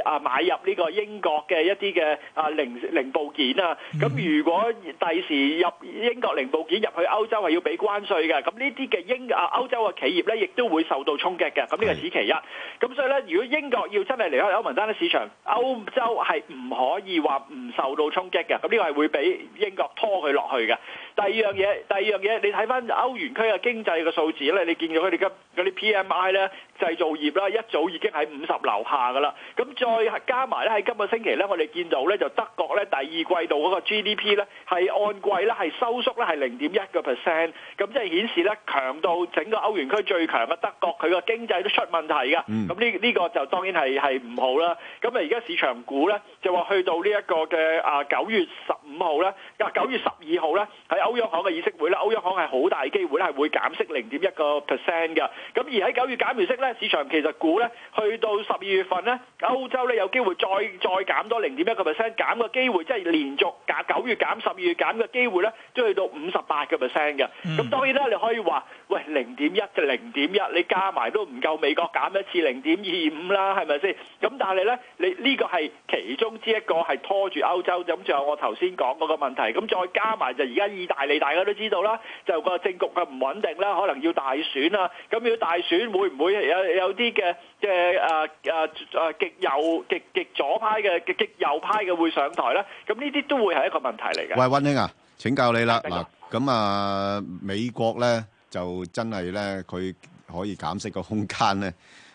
Speaker 21: 啊、買入呢個英國嘅一啲嘅啊零零部件啊。咁
Speaker 7: 嗯
Speaker 21: 如果第時入英國零部件入去歐洲係要俾關稅嘅，咁呢啲嘅英啊歐洲嘅企業咧，亦都會受到衝擊嘅。咁呢個此其一。咁所以咧，如果英國要真係離開歐盟單一市場，歐洲係唔可以話唔受到衝擊嘅。咁呢個係會俾英國拖佢落去嘅。第二樣嘢，第二樣嘢，你睇翻歐元區嘅經濟嘅數字咧，你見到佢哋嘅嗰啲 PMI 咧，製造業啦，一早已經喺五十樓下噶啦。咁再加埋咧，喺今個星期咧，我哋見到咧就德國咧第二季度嗰個 GDP 咧係按季咧係收縮咧係零點一個 percent，咁即係顯示咧強到整個歐元區最強嘅德國，佢個經濟都出問題㗎。
Speaker 2: 嗯
Speaker 21: 咁呢呢個就當然係係唔好啦。咁啊，而家市場估咧就話去到呢一個嘅啊九月十五號咧，啊九月十二號咧，喺歐央行嘅議息會咧，歐央行係好大機會咧係會減息零點一個 percent 嘅。咁而喺九月減完息咧，市場其實估咧去到十二月份咧，歐洲咧有機會再再減多零點一個 percent，減嘅機會即係連續減九月減十二月減嘅機會咧，都去到五十八個 percent 嘅。咁當然啦，你可以話喂零點一就零點一，你加埋都唔夠美國減一次零點二五啦，係咪先？咁但係咧，你呢個係其中之一個係拖住歐洲。咁仲有我頭先講嗰個問題，咁再加埋就而家意大利大家都知道啦，就個政局嘅唔穩定啦，可能要大選啦。咁要大選會唔會有有啲嘅嘅誒誒誒極右極極左派嘅極極右派嘅會上台咧？咁呢啲都會係一個問題嚟嘅。
Speaker 7: 喂，溫兄啊，請教你啦。嗱，咁啊，美國呢，就真係呢，佢可以減息嘅空間呢，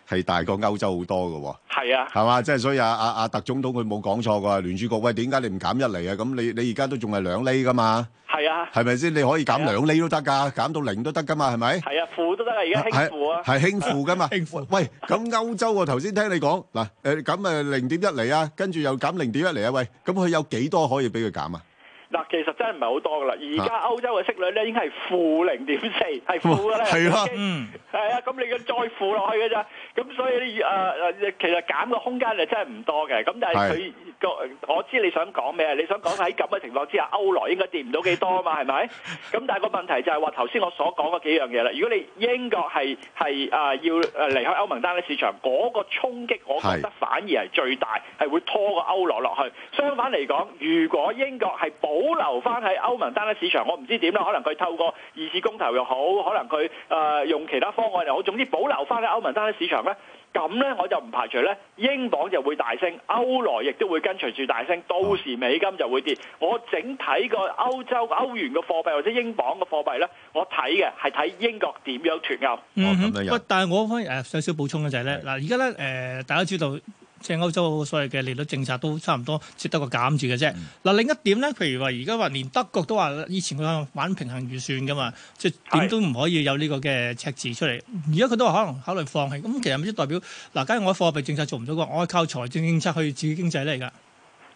Speaker 7: 係大過歐洲好多㗎喎。
Speaker 21: 係啊。
Speaker 7: 係嘛？即係所以啊-啊-啊，特總統佢冇講錯㗎，聯儲局，喂，點解你唔減一厘啊？咁你-你而家都仲係兩厘㗎嘛。
Speaker 21: 係啊，
Speaker 7: 係咪先？你可以減兩厘都得㗎，減到零都得㗎嘛，係咪？
Speaker 21: 係啊，負都得啦，而家
Speaker 7: 係-
Speaker 21: 輕負啊，
Speaker 7: 係輕負㗎嘛。喂，咁歐洲我頭先聽你講，嗱，誒，減，誒，0.1厘啊，跟住又減0.1厘啊，喂，咁佢有幾多可以俾佢減啊？
Speaker 21: 嗱，其實真係唔係好多噶啦，而家歐洲嘅息率咧已經係負零點四，係負噶啦，
Speaker 7: 係啦
Speaker 21: 已經係啊，咁你嘅再負落去嘅咋，咁所以誒誒、呃其實減嘅空間就真係唔多嘅，咁但係佢個我知你想講咩，你想講喺咁嘅情況之下，歐羅應該跌唔到幾多啊嘛，係咪？咁但係個問題就係話頭先我所講嗰幾樣嘢啦，如果你英國係係誒啊要誒離開歐盟單一市場，嗰、個衝擊我覺得反而係最大，係會拖個歐羅落去。相反嚟講，如果英國係保留翻喺歐盟單一市場，我唔知點啦，可能佢透過二次公投又好，可能佢誒、呃用其他方案又好，總之保留翻喺歐盟單一市場咧。咁咧我就唔排除咧，英鎊就會大升，歐羅亦都會跟隨住大升，到時美金就會跌。我整體個歐洲歐元嘅貨幣或者英鎊嘅貨幣咧，我睇嘅係睇英國點樣脱歐。
Speaker 6: 嗯哼喂，但係我反而誒少少補充嘅就係咧，嗱而家咧誒大家知道。即係歐洲所謂嘅利率政策都差唔多，只得個減住嘅啫。嗱、另一點咧，譬如話而家話連德國都話，以前佢玩平衡預算噶嘛，即係點都唔可以有呢個嘅赤字出嚟。而家佢都話可能考慮放棄，咁其實咪即係代表嗱，假如我貨幣政策做唔到嘅話，我係靠財政政策去刺激經濟嚟㗎。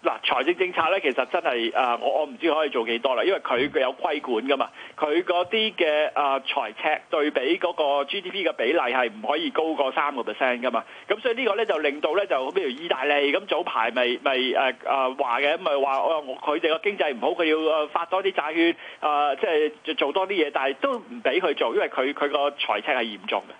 Speaker 21: 嗱，財政政策咧，其實真係誒、呃我我唔知可以做幾多啦，因為佢佢有規管噶嘛，佢嗰啲嘅誒財赤對比嗰個 GDP 嘅比例係唔可以高過三個 percent 噶嘛，咁所以呢個咧就令到咧就譬如意大利咁早排咪咪誒誒話嘅，咪話哦我佢哋個經濟唔好，佢要誒啊發多啲債券誒、呃即係做做多啲嘢，但係都唔俾佢做，因為佢佢個財赤係嚴重嘅，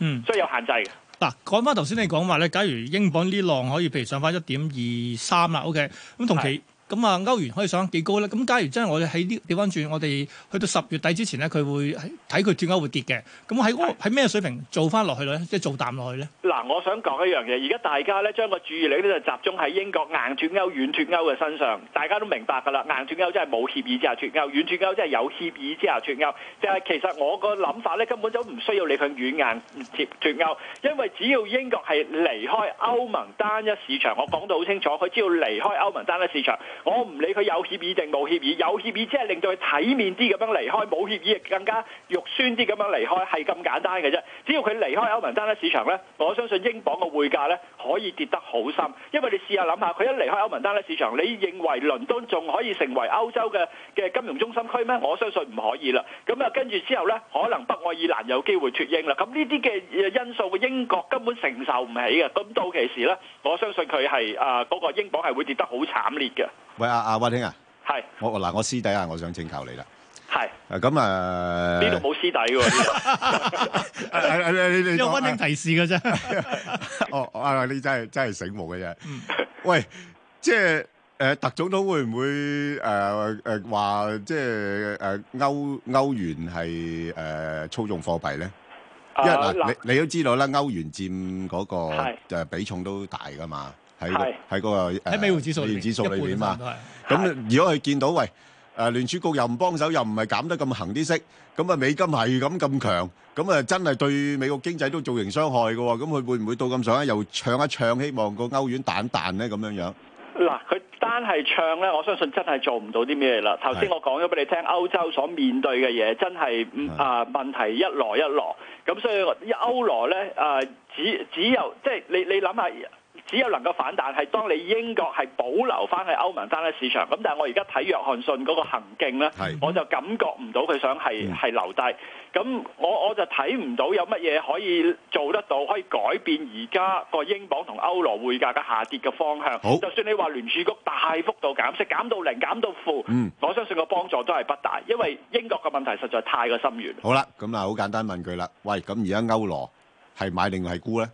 Speaker 6: 嗯，
Speaker 21: 所以有限制嘅。
Speaker 6: 嗱，講翻頭先你講話咧，假如英鎊呢浪可以譬如上翻一點二三啦，OK，咁同期咁啊歐元可以上幾高咧？咁假如真係我哋喺呢調翻轉，我哋去到十月底之前咧，佢會係睇佢脱歐會跌嘅。咁喺嗰個喺咩水平做翻落去咧？即係做淡落去咧？
Speaker 21: 嗱，我想講一樣嘢，而家大家咧將個注意力咧就集中喺英國硬脱歐、軟脱歐嘅身上，大家都明白㗎啦。硬脱歐真係冇協議之下脱歐，軟脱歐真係有協議之下脱歐。就係其實我個諗法咧根本就唔需要你去軟硬脱脱歐，因為只要英國係離開歐盟單一市場，我講到好清楚，佢只要離開歐盟單一市場，我唔理佢有協議定冇協議，有協議只係令到佢體面啲咁樣離開，冇協議亦更加肉酸啲咁樣離開，係咁簡單嘅啫。只要佢離開歐盟單一市場呢，我相信英鎊嘅匯價呢可以跌得好深，因為你試下諗下，佢一離開歐盟單一市場，你認為倫敦仲可以成為歐洲嘅嘅金融中心區咩？我相信唔可以啦。咁啊，跟住之後呢，可能北愛爾蘭有機會脱英啦。咁呢啲嘅因素，英國根本承受唔起嘅。咁到期時呢，我相信佢係啊嗰個英鎊係會跌得好慘烈嘅。
Speaker 7: 喂，阿阿温兄啊，
Speaker 21: 係
Speaker 7: 我嗱，我私底下我想請教你啦。
Speaker 21: 係
Speaker 7: 誒咁啊，
Speaker 21: 呢度冇師弟喎呢度。
Speaker 7: 你啊
Speaker 6: 有温馨提示嘅啫。 嗯
Speaker 7: 哦，啊，你真係真係醒目嘅啫。喂，即係誒特總統會唔會誒誒話即係誒歐歐元係誒操縱貨幣咧？因為
Speaker 21: 啊嗱
Speaker 7: 嗱，你你都知道啦，歐元佔嗰個
Speaker 21: 係
Speaker 7: 誒比重都大噶嘛，喺
Speaker 21: 係
Speaker 7: 喺嗰個誒
Speaker 6: 喺美匯指數裏邊
Speaker 7: 美元指數裏邊嘛
Speaker 6: 一半。
Speaker 7: 咁如果佢見到喂誒聯儲局又唔幫手，又唔係減得咁行啲息，咁啊美金係咁咁強，咁啊真係對美國經濟都造成傷害嘅喎。咁佢會唔會到咁上下又唱一唱，希望個歐元彈彈咧咁樣樣？
Speaker 21: 嗱，佢單係唱咧，我相信真係做唔到啲咩啦。頭先我講咗俾你聽，歐洲所面對嘅嘢真係嗯啊問題一籮一籮，咁所以我歐羅咧啊，只只有即係你你諗下。只有能夠反彈係當你英國係保留翻喺歐盟單一市場，咁但係我而家睇約翰遜嗰個行徑咧，我就感覺唔到佢想係係留低。咁我我就睇唔到有乜嘢可以做得到，可以改變而家個英鎊同歐羅匯價嘅下跌嘅方向。
Speaker 7: 好
Speaker 21: 就算你話聯儲局大幅度減息，減到零，減到負，
Speaker 7: 嗯
Speaker 21: 我相信個幫助都係不大，因為英國嘅問題實在太過深遠。
Speaker 7: 好啦，咁啊好簡單問佢啦。喂，咁而家歐羅係買定係沽咧？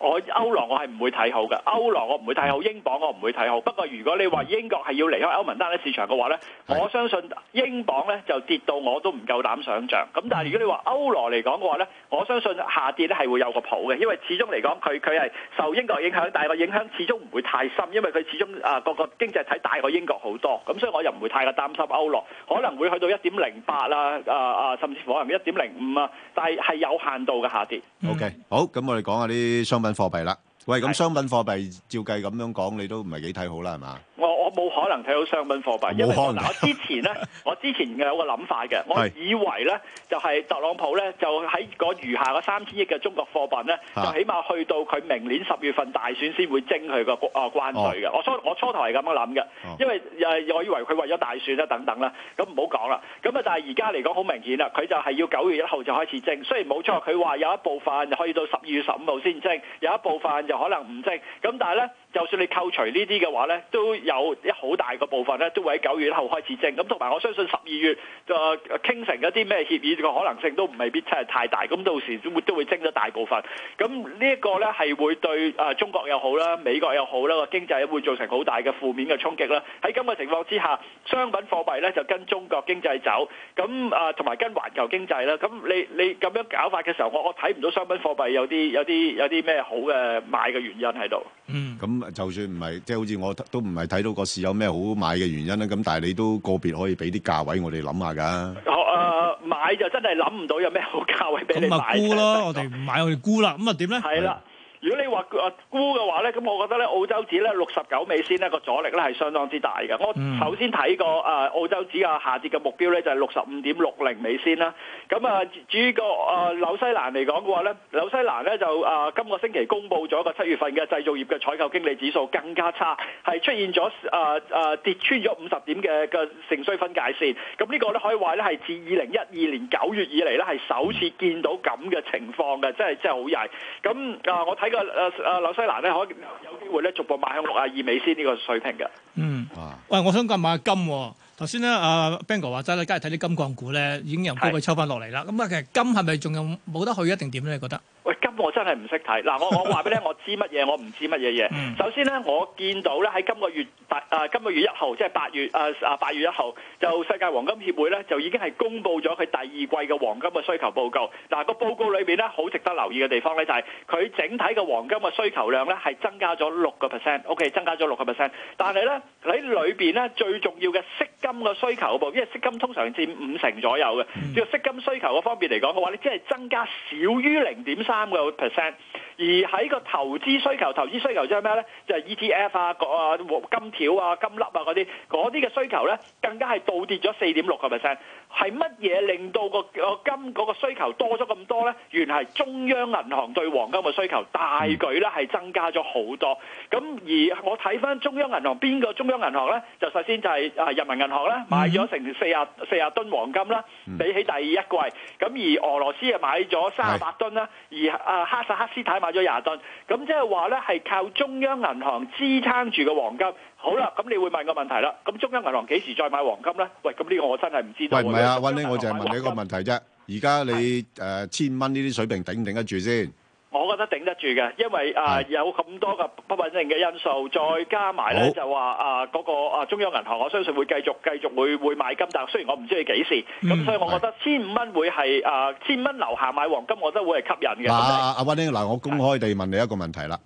Speaker 21: 我歐羅我係唔會睇好嘅，歐羅我唔會睇好，英鎊我唔會睇好。不過如果你話英國係要離開歐盟單一市場嘅話呢，我相信英鎊呢就跌到我都唔夠膽想像。咁但係如果你話歐羅嚟講嘅話呢，我相信下跌咧係會有個譜嘅，因為始終嚟講佢佢係受英國影響，但係個影響始終唔會太深，因為佢始終啊個個經濟體大過英國好多，咁所以我又唔會太過擔心歐羅，可能會去到一點零八啦，啊啊甚至乎可能一點零五啊，但係係有限度嘅下跌。
Speaker 7: OK，好，咁我哋講下啲商品貨幣啦。喂，咁商品貨幣照計咁樣講，你都唔係幾睇好啦，係嘛？
Speaker 21: 我我冇可能睇到商品貨幣，因為
Speaker 7: 冇可
Speaker 21: 我
Speaker 7: 能
Speaker 21: 嗱我之 前咧，我之前有個諗法嘅，我
Speaker 7: 係
Speaker 21: 以為咧就係特朗普咧就喺嗰餘下嘅三千億嘅中國貨品咧，就
Speaker 7: 啊
Speaker 21: 起碼去到佢明年十月份大選先會徵佢個啊關稅嘅。
Speaker 2: 哦
Speaker 21: 我初我初頭係咁樣諗嘅，
Speaker 7: 哦
Speaker 21: 因為誒我以為佢為咗大選啦等等啦，咁唔好講啦。咁啊，但係而家嚟講好明顯啦，佢就係要九月一號就開始徵，雖然冇錯，佢話有一部分可以到十二月十五號先徵，有一部分就可能唔徵。咁但係咧，就算你扣除呢啲嘅話咧，都有一好大個部分咧都會喺九月一號開始徵。咁同埋我相信十二月就傾成一啲咩協議嘅可能性都唔未必真係太大。咁到時都會都會徵咗大部分。咁呢一個咧係會對誒中國又好啦、美國又好啦個經濟會造成好大嘅負面嘅衝擊啦。喺咁嘅情況之下，商品貨幣咧就跟中國經濟走，咁啊同埋跟環球經濟啦。咁你你咁樣搞法嘅時候，我我睇唔到商品貨幣有啲有啲有啲咩好嘅呃買嘅原因喺度。
Speaker 7: 嗯。咁就算唔係，即係好似我都唔係睇到個市有咩好買嘅原因啦。咁但係你都個別可以俾啲價位我哋諗下㗎。
Speaker 21: 我誒、呃買就真係諗唔到有咩好價位俾你
Speaker 6: 咁
Speaker 21: 買
Speaker 6: 啊
Speaker 21: 嘅。
Speaker 6: 沽 咯，我哋唔買我哋沽啦。咁啊點咧？
Speaker 21: 係啦。如果你話呃沽嘅話咧，咁我覺得咧澳洲指咧六十九美仙呢個阻力咧係相當之大嘅。我
Speaker 3: 嗯
Speaker 21: 首先睇過啊澳洲指嘅下跌嘅目標咧就係六十五點六零美仙啦。咁啊至於個啊紐西蘭嚟講嘅話咧，紐西蘭咧就啊今個星期公布咗個七月份嘅製造業嘅採購經理指數更加差，係出現咗啊啊跌穿咗五十點嘅嘅盛衰分界線。咁呢個咧可以話咧係自二零一二年九月以嚟咧係首次見到咁嘅情況嘅，真係真係好曳。咁啊，我睇個誒誒紐西蘭咧，可以有機會咧逐步邁向六啊二美仙呢個水平嘅。
Speaker 6: 嗯，喂，我想講買金喎、頭先咧，阿 Bang 哥話齋咧，梗係睇啲金礦股咧，已經由高位抽翻落嚟啦。咁啊，其實金係咪仲有冇得去一啊定點咧？你覺得？
Speaker 21: 喂，今我真係唔識睇。嗱，我我話俾你聽，我知乜嘢，我唔知乜嘢嘢。首先咧，我見到咧喺今個月八啊、今個月一號，即係八月啊啊八月一號，就世界黃金協會咧就已經係公布咗佢第二季嘅黃金嘅需求報告。嗱、個報告裏邊咧，好值得留意嘅地方咧就係、佢整體嘅黃金嘅需求量咧係增加咗六個 percent，OK，增加咗六個 percent。但係咧喺裏邊咧最重要嘅飾金嘅需求部，因為飾金通常佔五成左右嘅，呢個飾金需求嗰方面嚟講嘅話，你只係增加少於零點三個 percent。而喺個投資需求，投資需求即係咩咧？就係、ETF 啊、個啊金條啊、金粒啊嗰啲，嗰啲嘅需求咧，更加係倒跌咗四點六個 percent。係乜嘢令到個個金嗰個需求多咗咁多咧？原來係中央銀行對黃金嘅需求大舉咧係增加咗好多。咁而我睇翻中央銀行邊個中央銀行咧？就首先就係啊人民銀行啦，買咗成四啊四啊噸黃金啦，
Speaker 7: 嗯
Speaker 21: 比起第一季。咁而俄羅斯啊買咗三十八噸啦，而啊哈薩克斯坦買咗廿噸。咁即係話咧係靠中央銀行支撐住嘅黃金。好啦，咁你會問個問題啦。咁中央銀行幾時再買黃金咧？喂，咁呢個我真係唔知道喎。
Speaker 7: 喂，唔係啊，
Speaker 21: 中央
Speaker 7: 溫兄，我
Speaker 21: 銀行買黃金
Speaker 7: 就係問你一個問題啫。而家你，誒，千蚊呢啲水平頂唔頂得住先？
Speaker 21: 我覺得頂得住嘅，因為啊、有咁多嘅不穩定嘅因素，再加埋
Speaker 7: 好
Speaker 21: 咧就話啊嗰個啊中央銀行，我相信會繼續繼續會會買金，但雖然我唔知佢幾時，咁、
Speaker 7: 嗯
Speaker 21: 所以我覺得千五蚊會係啊千蚊樓下買黃金，我覺得會係吸引嘅。
Speaker 7: 嗱，
Speaker 21: 咁
Speaker 7: 阿溫兄，嗱，我公開地問你一個問題啦。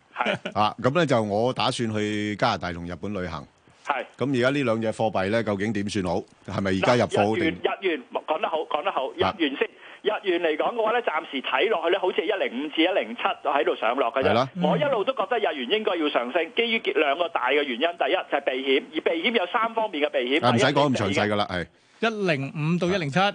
Speaker 7: 啊，咁呢，就我打算去加拿大同日本旅行。
Speaker 21: 係。
Speaker 7: 咁而家呢兩隻貨幣呢，究竟點算好？係咪而家入貨好定-啊
Speaker 21: 日元日元講得好，講得好，日元先。日元嚟講嘅話咧，暫時睇落去咧，好似一零五至一零七喺度上落嘅啫
Speaker 7: 係啦。
Speaker 21: 我一路都覺得日元應該要上升，基於兩個大嘅原因，第一就係避險，而避險有三方面嘅避
Speaker 7: 啊
Speaker 21: 險。
Speaker 7: 啊，唔使講咁詳細㗎啦，係。
Speaker 6: 一零五到一零七，
Speaker 7: 係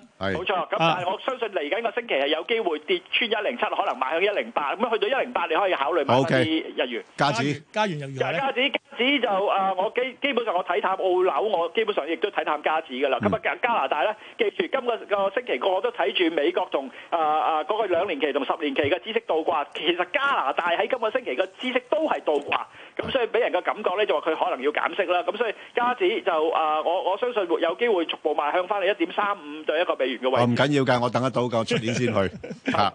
Speaker 6: 啊
Speaker 21: 冇錯，咁但係我相信嚟緊個星期係有機會跌穿一零七，可能買向一零八，咁去到一零八你可以考慮買
Speaker 7: OK
Speaker 21: 翻啲日元。
Speaker 7: 加紙
Speaker 6: 加元又如何咧？
Speaker 21: 加紙加紙就啊，我基基本上我睇淡澳紐，我基本上亦都睇淡加紙噶啦。咁啊加加拿大咧，記住今個個星期個個都睇住美國同啊啊嗰個兩年期同十年期嘅孳息倒掛。其實加拿大喺今個星期嘅孳息都係倒掛，咁所以俾人嘅感覺咧就話佢可能要減息啦。咁所以加紙就啊，我我相信會有機會逐步邁向翻你一點三五對一個美元嘅位置。
Speaker 7: 哦，唔緊要㗎，我等得到㗎，我出年先去。 啊，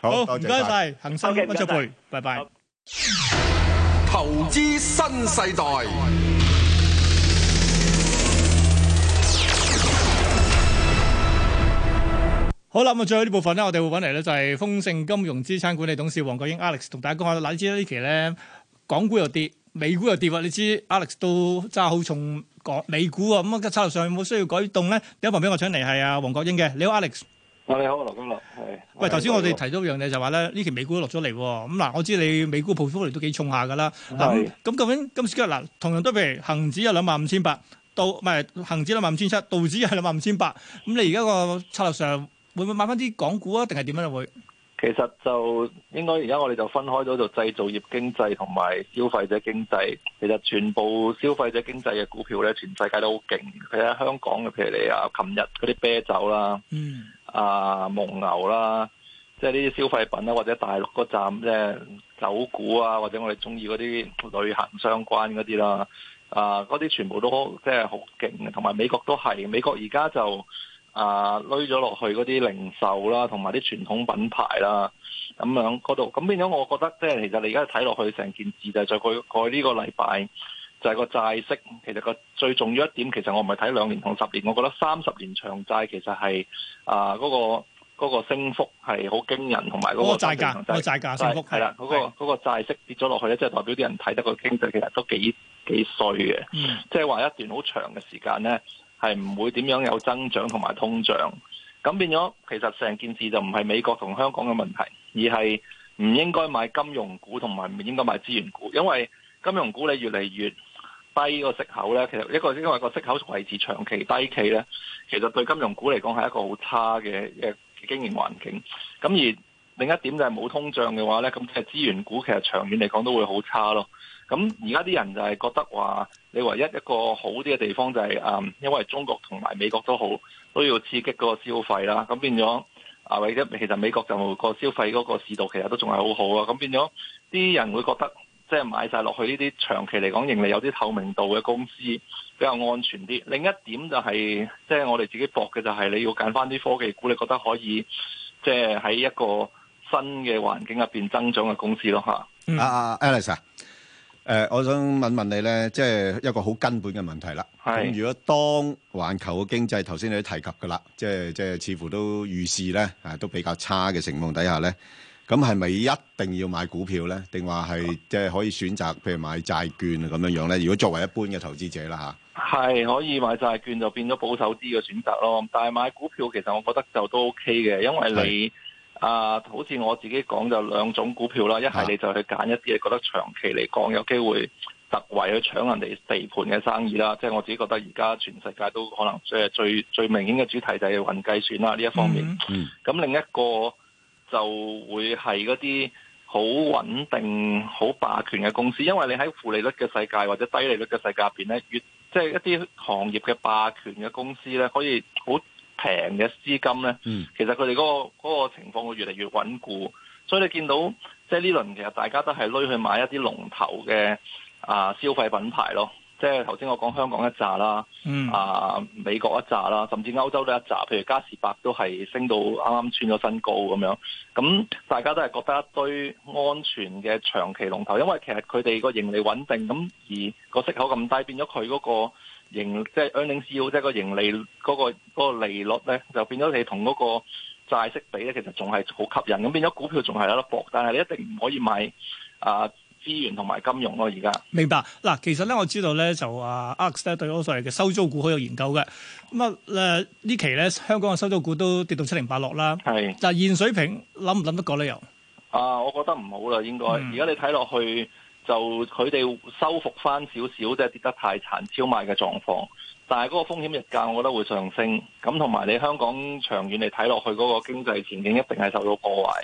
Speaker 7: 好，
Speaker 6: 好，
Speaker 7: 多
Speaker 6: 唔
Speaker 7: 謝
Speaker 6: 該
Speaker 7: 晒。
Speaker 6: 晒，恒生温卓培，拜拜。
Speaker 17: 投資新世代，
Speaker 6: 好啦，咁啊，最後呢部分咧，我哋會揾嚟咧就係豐盛金融資產管理董事黃國英 Alex 同大家講下，嗱，你知啦呢期咧港股又跌，美股又跌啊，你知 Alex 都揸好重港美股啊，咁啊策略上有冇需要改動咧？第一旁邊我請嚟係啊黃國英嘅，你好 Alex。
Speaker 2: 我你好，羅家樂，係。
Speaker 6: 喂，頭先我哋提到一樣嘢就係話咧，呢期美股都落咗嚟喎。咁嗱，我知你美股 p o r 都幾重下㗎啦。嗱
Speaker 2: 係
Speaker 6: 咁咁究竟今時今日嗱，同樣都譬如恒指有兩萬五千八，到唔係恆指兩萬五千七，道指係兩萬五千八。咁你而家個策略上會唔會買翻啲港股啊？定係點樣啊？會
Speaker 2: 其實就應該而家我哋就分開咗做製造業經濟同埋消費者經濟。其實全部消費者經濟嘅股票咧，全世界都好勁。佢喺香港嘅，譬如你啊，琴日嗰啲啤酒啦，
Speaker 6: 嗯，
Speaker 2: 啊蒙牛啦，即係呢啲消費品啦，或者大陸嗰站即係酒股啊，或者我哋中意嗰啲旅行相關嗰啲啦，啊嗰啲全部都即係好勁嘅，同埋美國都係，美國而家就啊攞咗落去嗰啲零售啦，同埋啲傳統品牌啦，咁樣嗰度，咁變咗我覺得即係其實你而家睇落去成件事就係在佢佢呢個禮拜。就係個債息，其實個最重要一點，其實我唔係睇兩年同十年，我覺得三十年長債其實係啊嗰個嗰個升幅係好驚人，同埋嗰
Speaker 6: 嗰個
Speaker 2: 個
Speaker 6: 債價
Speaker 2: 長
Speaker 6: 嗰個債價升幅
Speaker 2: 係啦，
Speaker 6: 係
Speaker 2: 嗰個嗰個債息跌咗落去咧，即係代表啲人睇得個經濟其實都幾幾衰嘅，
Speaker 6: 嗯
Speaker 2: 即係話一段好長嘅時間咧係唔會點樣有增長同埋通脹，咁變咗其實成件事就唔係美國同香港嘅問題，而係唔應該買金融股同埋唔應該買資源股，因為金融股你越嚟越低個息口咧，其實一個因為個息口維持長期低企咧，其實對金融股嚟講係一個好差嘅嘅經營環境。咁而另一點就係冇通脹嘅話咧，咁其實資源股其實長遠嚟講都會好差咯。咁而家啲人就係覺得話，你唯一一個好啲嘅地方就係、嗯，因為中國同埋美國都好都要刺激嗰個消費啦，咁變咗。啊，或者其實美國就個消費嗰個市道其實都仲係好好啊，咁變咗啲人會覺得即係買晒落去呢啲長期嚟講盈利有啲透明度嘅公司比較安全啲。另一點就係即係我哋自己搏嘅就係你要揀翻啲科技股，你覺得可以即係喺一個新嘅環境入邊增長嘅公司咯嚇。
Speaker 7: 啊啊，Alex 啊，誒，我想問問你咧，即係一個好根本嘅問題啦。
Speaker 2: 係
Speaker 7: 咁如果當環球嘅經濟頭先你都提及噶啦，即係即係似乎都預示咧啊，都比較差嘅情況底下咧，咁係咪一定要買股票咧？定話係即係可以選擇譬如買債券啊咁樣樣咧？如果作為一般嘅投資者啦嚇。
Speaker 2: 係可以買債券就變咗保守啲嘅選擇咯，但係買股票其實我覺得就都 OK 嘅，因為你啊，好似我自己講就兩種股票啦，一係你就去揀一啲你覺得長期嚟講有機會突圍去搶人哋地盤嘅生意啦。即係我自己覺得而家全世界都可能即係最最明顯嘅主題就係雲計算啦呢一方面。
Speaker 7: 嗯
Speaker 2: 咁另一個就會係嗰啲好穩定、好霸權嘅公司，因為你喺負利率嘅世界或者低利率嘅世界入邊咧，越即係一啲行業嘅霸權嘅公司咧，可以好平嘅資金咧，
Speaker 7: 嗯
Speaker 2: 其實佢哋嗰個嗰個情況會越嚟越穩固，所以你見到即係呢輪其實大家都係攞去買一啲龍頭嘅啊消費品牌咯。即係頭先我講香港一紮啦，
Speaker 3: 嗯
Speaker 2: 啊美國一紮啦，甚至歐洲都一紮，譬如嘉士伯都係升到啱啱穿咗新高咁樣，咁大家都係覺得一堆安全嘅長期龍頭，因為其實佢哋個盈利穩定，咁而個息口咁低，變咗佢嗰個盈即係 earnings yield，即係個盈利嗰、個嗰個利率咧，就變咗你同嗰個債息比咧，其實仲係好吸引，咁變咗股票仲係有得搏，但係你一定唔可以買啊資源同埋金融咯，而家。
Speaker 6: 明白嗱，其實咧我知道咧就啊 a x 咧對嗰個所謂嘅收租股好有研究嘅，咁啊誒呢期咧香港嘅收租股都跌到七零八落啦，
Speaker 2: 係
Speaker 6: 嗱現水平諗唔諗得過咧又？
Speaker 2: 啊，我覺得唔好啦，應該。
Speaker 6: 嗯
Speaker 2: 而家、你睇落去，就佢哋收復翻少少，即係跌得太殘超賣嘅狀況。但係嗰個風險日價，我覺得會上升。咁同埋你香港長遠你睇落去嗰個經濟前景一定係受到破壞。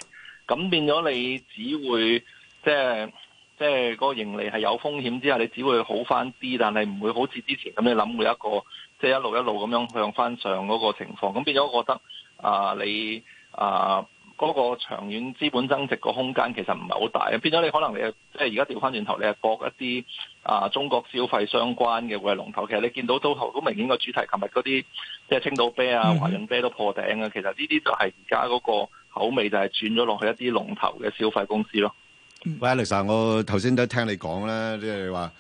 Speaker 2: 咁變咗你只會即係即係嗰個盈利係有風險之下，你只會好翻啲，但係唔會好似之前咁你諗會一個即係、一路一路咁樣向翻上嗰個情況。咁變咗，我覺得啊、你啊。嗰個長遠資本增值個空間其實唔係好大，變咗你可能你係即係而家調翻轉頭，你係博一啲啊中國消費相關嘅會係龍頭。其實你見到都好好明顯個主題，琴日嗰啲即係青島啤啊、
Speaker 7: 嗯
Speaker 2: 華潤啤都破頂啊。其實呢啲就係而家嗰個口味就係轉咗落去一啲龍頭嘅消費公司咯。
Speaker 6: 嗯
Speaker 7: 喂，Alex 啊我頭先都聽你講啦，即係話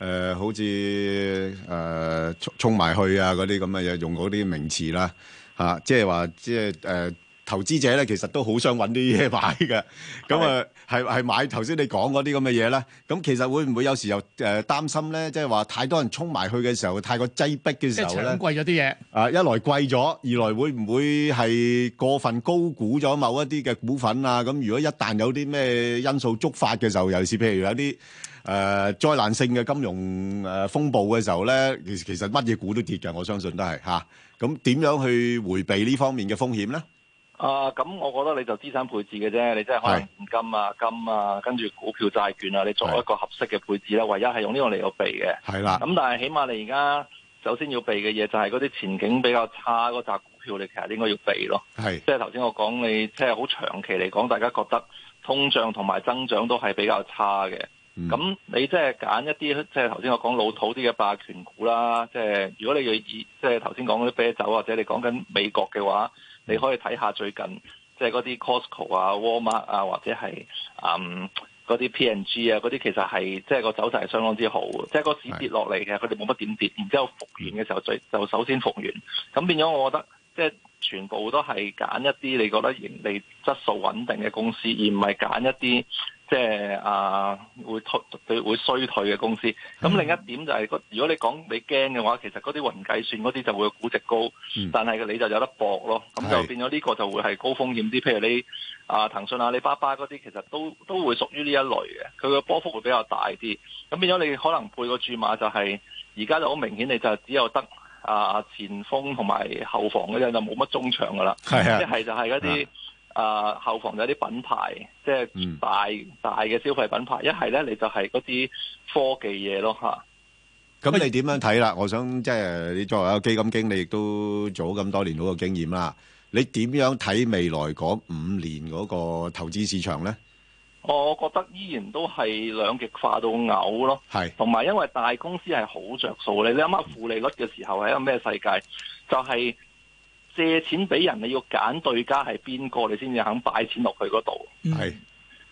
Speaker 7: 誒，好似誒衝衝埋去啊嗰啲咁嘅嘢，用嗰啲名詞啦嚇、啊即係話即係誒投資者咧，其實都好想揾啲嘢買 嘅，咁啊係係買頭先你講嗰啲咁嘅嘢啦。咁其實會唔會有時又誒、呃、擔心咧？即係話太多人衝埋去嘅時候，太過擠迫嘅
Speaker 6: 即
Speaker 7: 時
Speaker 6: 係
Speaker 7: 候
Speaker 6: 搶
Speaker 7: 咧。
Speaker 6: 貴咗啲嘢。
Speaker 7: 啊，一來貴咗，二來會唔會係過分高估咗某一啲嘅股份啊？咁如果一旦有啲咩因素觸發嘅時候，尤其是譬如有啲誒、呃、災難性嘅金融誒、呃、風暴嘅時候咧，其其實乜嘢股都跌嘅，我相信都係嚇。咁、點樣去迴避呢方面嘅風險咧？
Speaker 2: 啊，咁我覺得你就資產配置嘅啫，你即係可能現金啊、金啊，跟住股票、債券啊，你作一個合適嘅配置啦。唯一係用呢個嚟到避嘅。
Speaker 7: 係啦
Speaker 2: 咁但係起碼你而家首先要避嘅嘢就係嗰啲前景比較差嗰扎股票，你其實應該要避咯。
Speaker 7: 係
Speaker 2: 即係頭先我講你，即係好長期嚟講，大家覺得通脹同埋增長都係比較差嘅。咁、你即係揀一啲，即係頭先我講老土啲嘅霸權股啦。即係如果你要以即係頭先講嗰啲啤酒或者你講緊美國嘅話，你可以睇下最近即係嗰啲 Costco 啊、Walmart 啊，或者係嗯嗰啲 P&G 啊，嗰啲其實係即係個走勢係相當之好嘅，即係個市跌落嚟嘅，佢哋冇乜點跌，然之後復原嘅時候最就首先復原，咁變咗我覺得即係全部都係揀一啲你覺得盈利質素穩定嘅公司，而唔係揀一啲即係啊會退對會衰退嘅公司。咁另一點就係、個如果你講你驚嘅話，其實嗰啲雲計算嗰啲就會估值高，
Speaker 7: 嗯
Speaker 2: 但係你就有得搏咯。咁就
Speaker 7: 係
Speaker 2: 變咗呢個就會係高風險啲，譬如你啊騰訊、阿里巴巴嗰啲，其實都都會屬於呢一類嘅，佢嘅波幅會比較大啲。咁變咗你可能配個注碼就係而家就好明顯，你就只有得啊前鋒同埋後防嗰陣就冇乜中場噶啦，即
Speaker 7: 係啊
Speaker 2: 係就係一啲。啊、後防有啲品牌，
Speaker 7: 啊
Speaker 2: 即係大、大嘅消費品牌，一係咧你就係嗰啲科技嘢咯嚇。
Speaker 7: 咁你點樣睇啦？我想即係你作為一個基金經理，亦都做咗咁多年好嘅經驗啦。你點樣睇未來嗰五年嗰個投資市場咧？
Speaker 2: 我覺得依然都係兩極化到嘔咯，
Speaker 7: 係
Speaker 2: 同埋因為大公司係好着數咧，你諗下負利率嘅時候係一個咩世界？就係、借錢俾人，你要揀對家係邊個，你先至肯擺錢落去嗰度。
Speaker 7: 係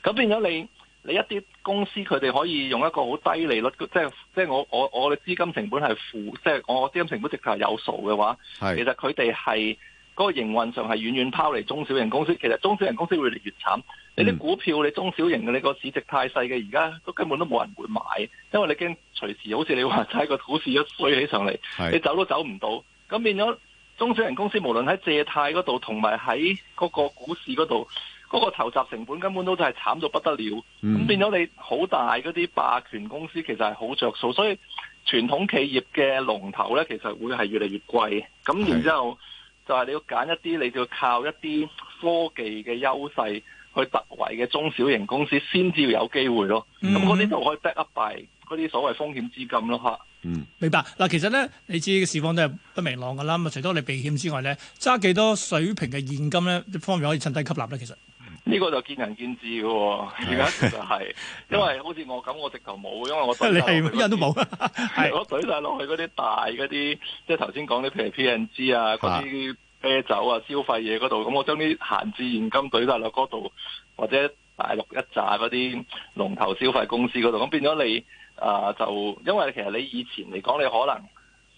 Speaker 2: 咁變咗你你一啲公司佢哋可以用一個好低利率，即係即係我我我嘅資金成本係負，即係我資金成本直頭係有數嘅話，
Speaker 7: 係
Speaker 2: 其實佢哋係嗰個營運上係遠遠拋離中小型公司。其實中小型公司會越嚟越慘。你啲股票你中小型嘅你個市值太細嘅，而家都根本都冇人會買，因為你驚隨時好似你話齋個股市一衰起上嚟，
Speaker 7: 係
Speaker 2: 你走都走唔到。咁變咗中小型公司無論喺借貸嗰度，同埋喺嗰個股市嗰度，嗰、個投集成本根本都係慘到不得了。咁、
Speaker 3: 嗯
Speaker 2: 變咗你好大嗰啲霸權公司其實係好着數，所以傳統企業嘅龍頭呢，其實會係越嚟越貴。咁然之後就係你要揀一啲，你就要靠一啲科技嘅優勢去突圍嘅中小型公司，先至有機會咯。咁
Speaker 6: 嗯
Speaker 2: 嗰啲就可以 back up by 嗰啲所謂風險資金咯，嚇。
Speaker 6: 明白嗱，其實咧，你知市況都係不明朗噶啦。咁啊，除咗你避險之外咧，揸幾多水平嘅現金咧，呢方面可以趁低吸納咧。其實
Speaker 2: 呢個就見仁見智嘅喎、而家其實 係，因為好似我咁，我直頭冇，因為我
Speaker 6: 嗯你
Speaker 2: 懟晒落
Speaker 6: 係
Speaker 2: 去
Speaker 6: 一人都冇啊。
Speaker 2: 我懟晒落去嗰啲大嗰啲，即係頭先講啲譬如 P&G 啊，嗰啲啤酒啊、消費嘢嗰度，咁我將啲閒置現金懟晒落嗰度，或者大陸一紮嗰啲龍頭消費公司嗰度，咁變咗你啊、就因為其實你以前嚟講，你可能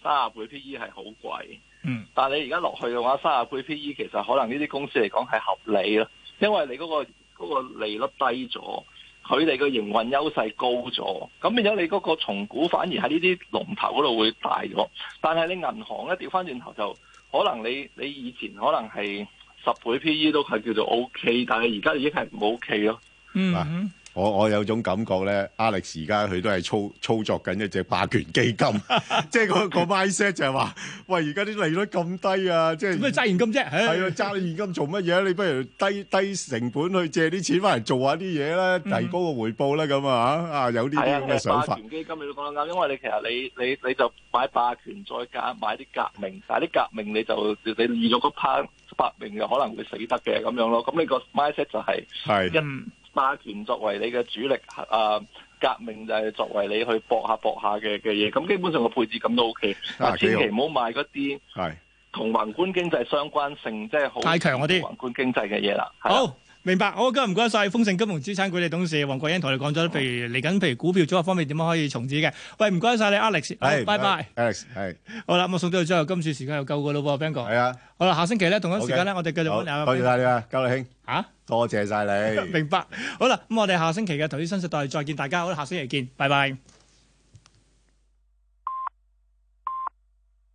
Speaker 2: 三十倍 P/E 係好貴。
Speaker 6: 嗯，
Speaker 2: 但係你而家落去嘅話，三十倍 P/E 其實可能呢啲公司嚟講係合理咯，因為你嗰、個嗰個利率低咗，佢哋嘅營運優勢高咗，咁變咗你嗰個重估反而喺呢啲龍頭嗰度會大咗。但係你銀行咧調翻轉頭就可能你你以前可能係十倍 P/E 都係叫做 OK，但係而家已經係唔 OK 咯。
Speaker 6: 嗯，
Speaker 7: 我我有種感覺咧，Alex 而家佢都係操操作緊一隻霸權基金， 即係個個 mindset 就係話：，喂，而家啲利率咁低啊，即係
Speaker 6: 咩揸現金啫？
Speaker 7: 係啊，揸現金做乜嘢？你不如低低成本去借啲錢翻嚟做下啲嘢啦，提高個回報啦，咁啊啊，有呢啲咁嘅想
Speaker 2: 霸
Speaker 7: 法
Speaker 2: 權。基金你都講得啱，因為你其實你你你就買霸權再加買啲革命，但係啲革命你就你預咗嗰 part 革命就可能會死得嘅咁樣咯。咁你個 mindset 就係、
Speaker 7: 係
Speaker 2: 一霸權作為你嘅主力啊、革命就係作為你去搏下搏下嘅嘅嘢。咁基本上個配置咁都 OK，但
Speaker 7: 啊幾
Speaker 2: 千
Speaker 7: 好
Speaker 2: 祈唔好買嗰啲
Speaker 7: 係
Speaker 2: 同宏觀經濟相關性即係好
Speaker 6: 太強嗰啲
Speaker 2: 宏觀經濟嘅嘢啦。係啊啦
Speaker 6: 好。明白，好，今日唔該晒豐盛金融資產管理董事黃國英同你講咗，譬如嚟緊，譬如股票組合方面點樣可以重置嘅。喂，唔該晒你，Alex，好
Speaker 7: 係啊
Speaker 6: 拜拜。
Speaker 7: ，Alex 係
Speaker 6: 好啦，咁我啊送到最後，今次時間又夠噶咯喎，Bang 哥。係
Speaker 7: 啊。
Speaker 6: 好啦，下星期咧同一時間咧，
Speaker 7: OK，
Speaker 6: 我哋繼續
Speaker 7: 好
Speaker 6: 揾你啊。
Speaker 7: 多謝
Speaker 6: Ben
Speaker 7: 晒
Speaker 6: 哥
Speaker 7: 你啊，嘉麗兄。
Speaker 6: 嚇，
Speaker 7: 多謝晒你。
Speaker 6: 明白。好啦，咁我哋下星期嘅投資新世代再見大家，好啦，下星期見，拜拜。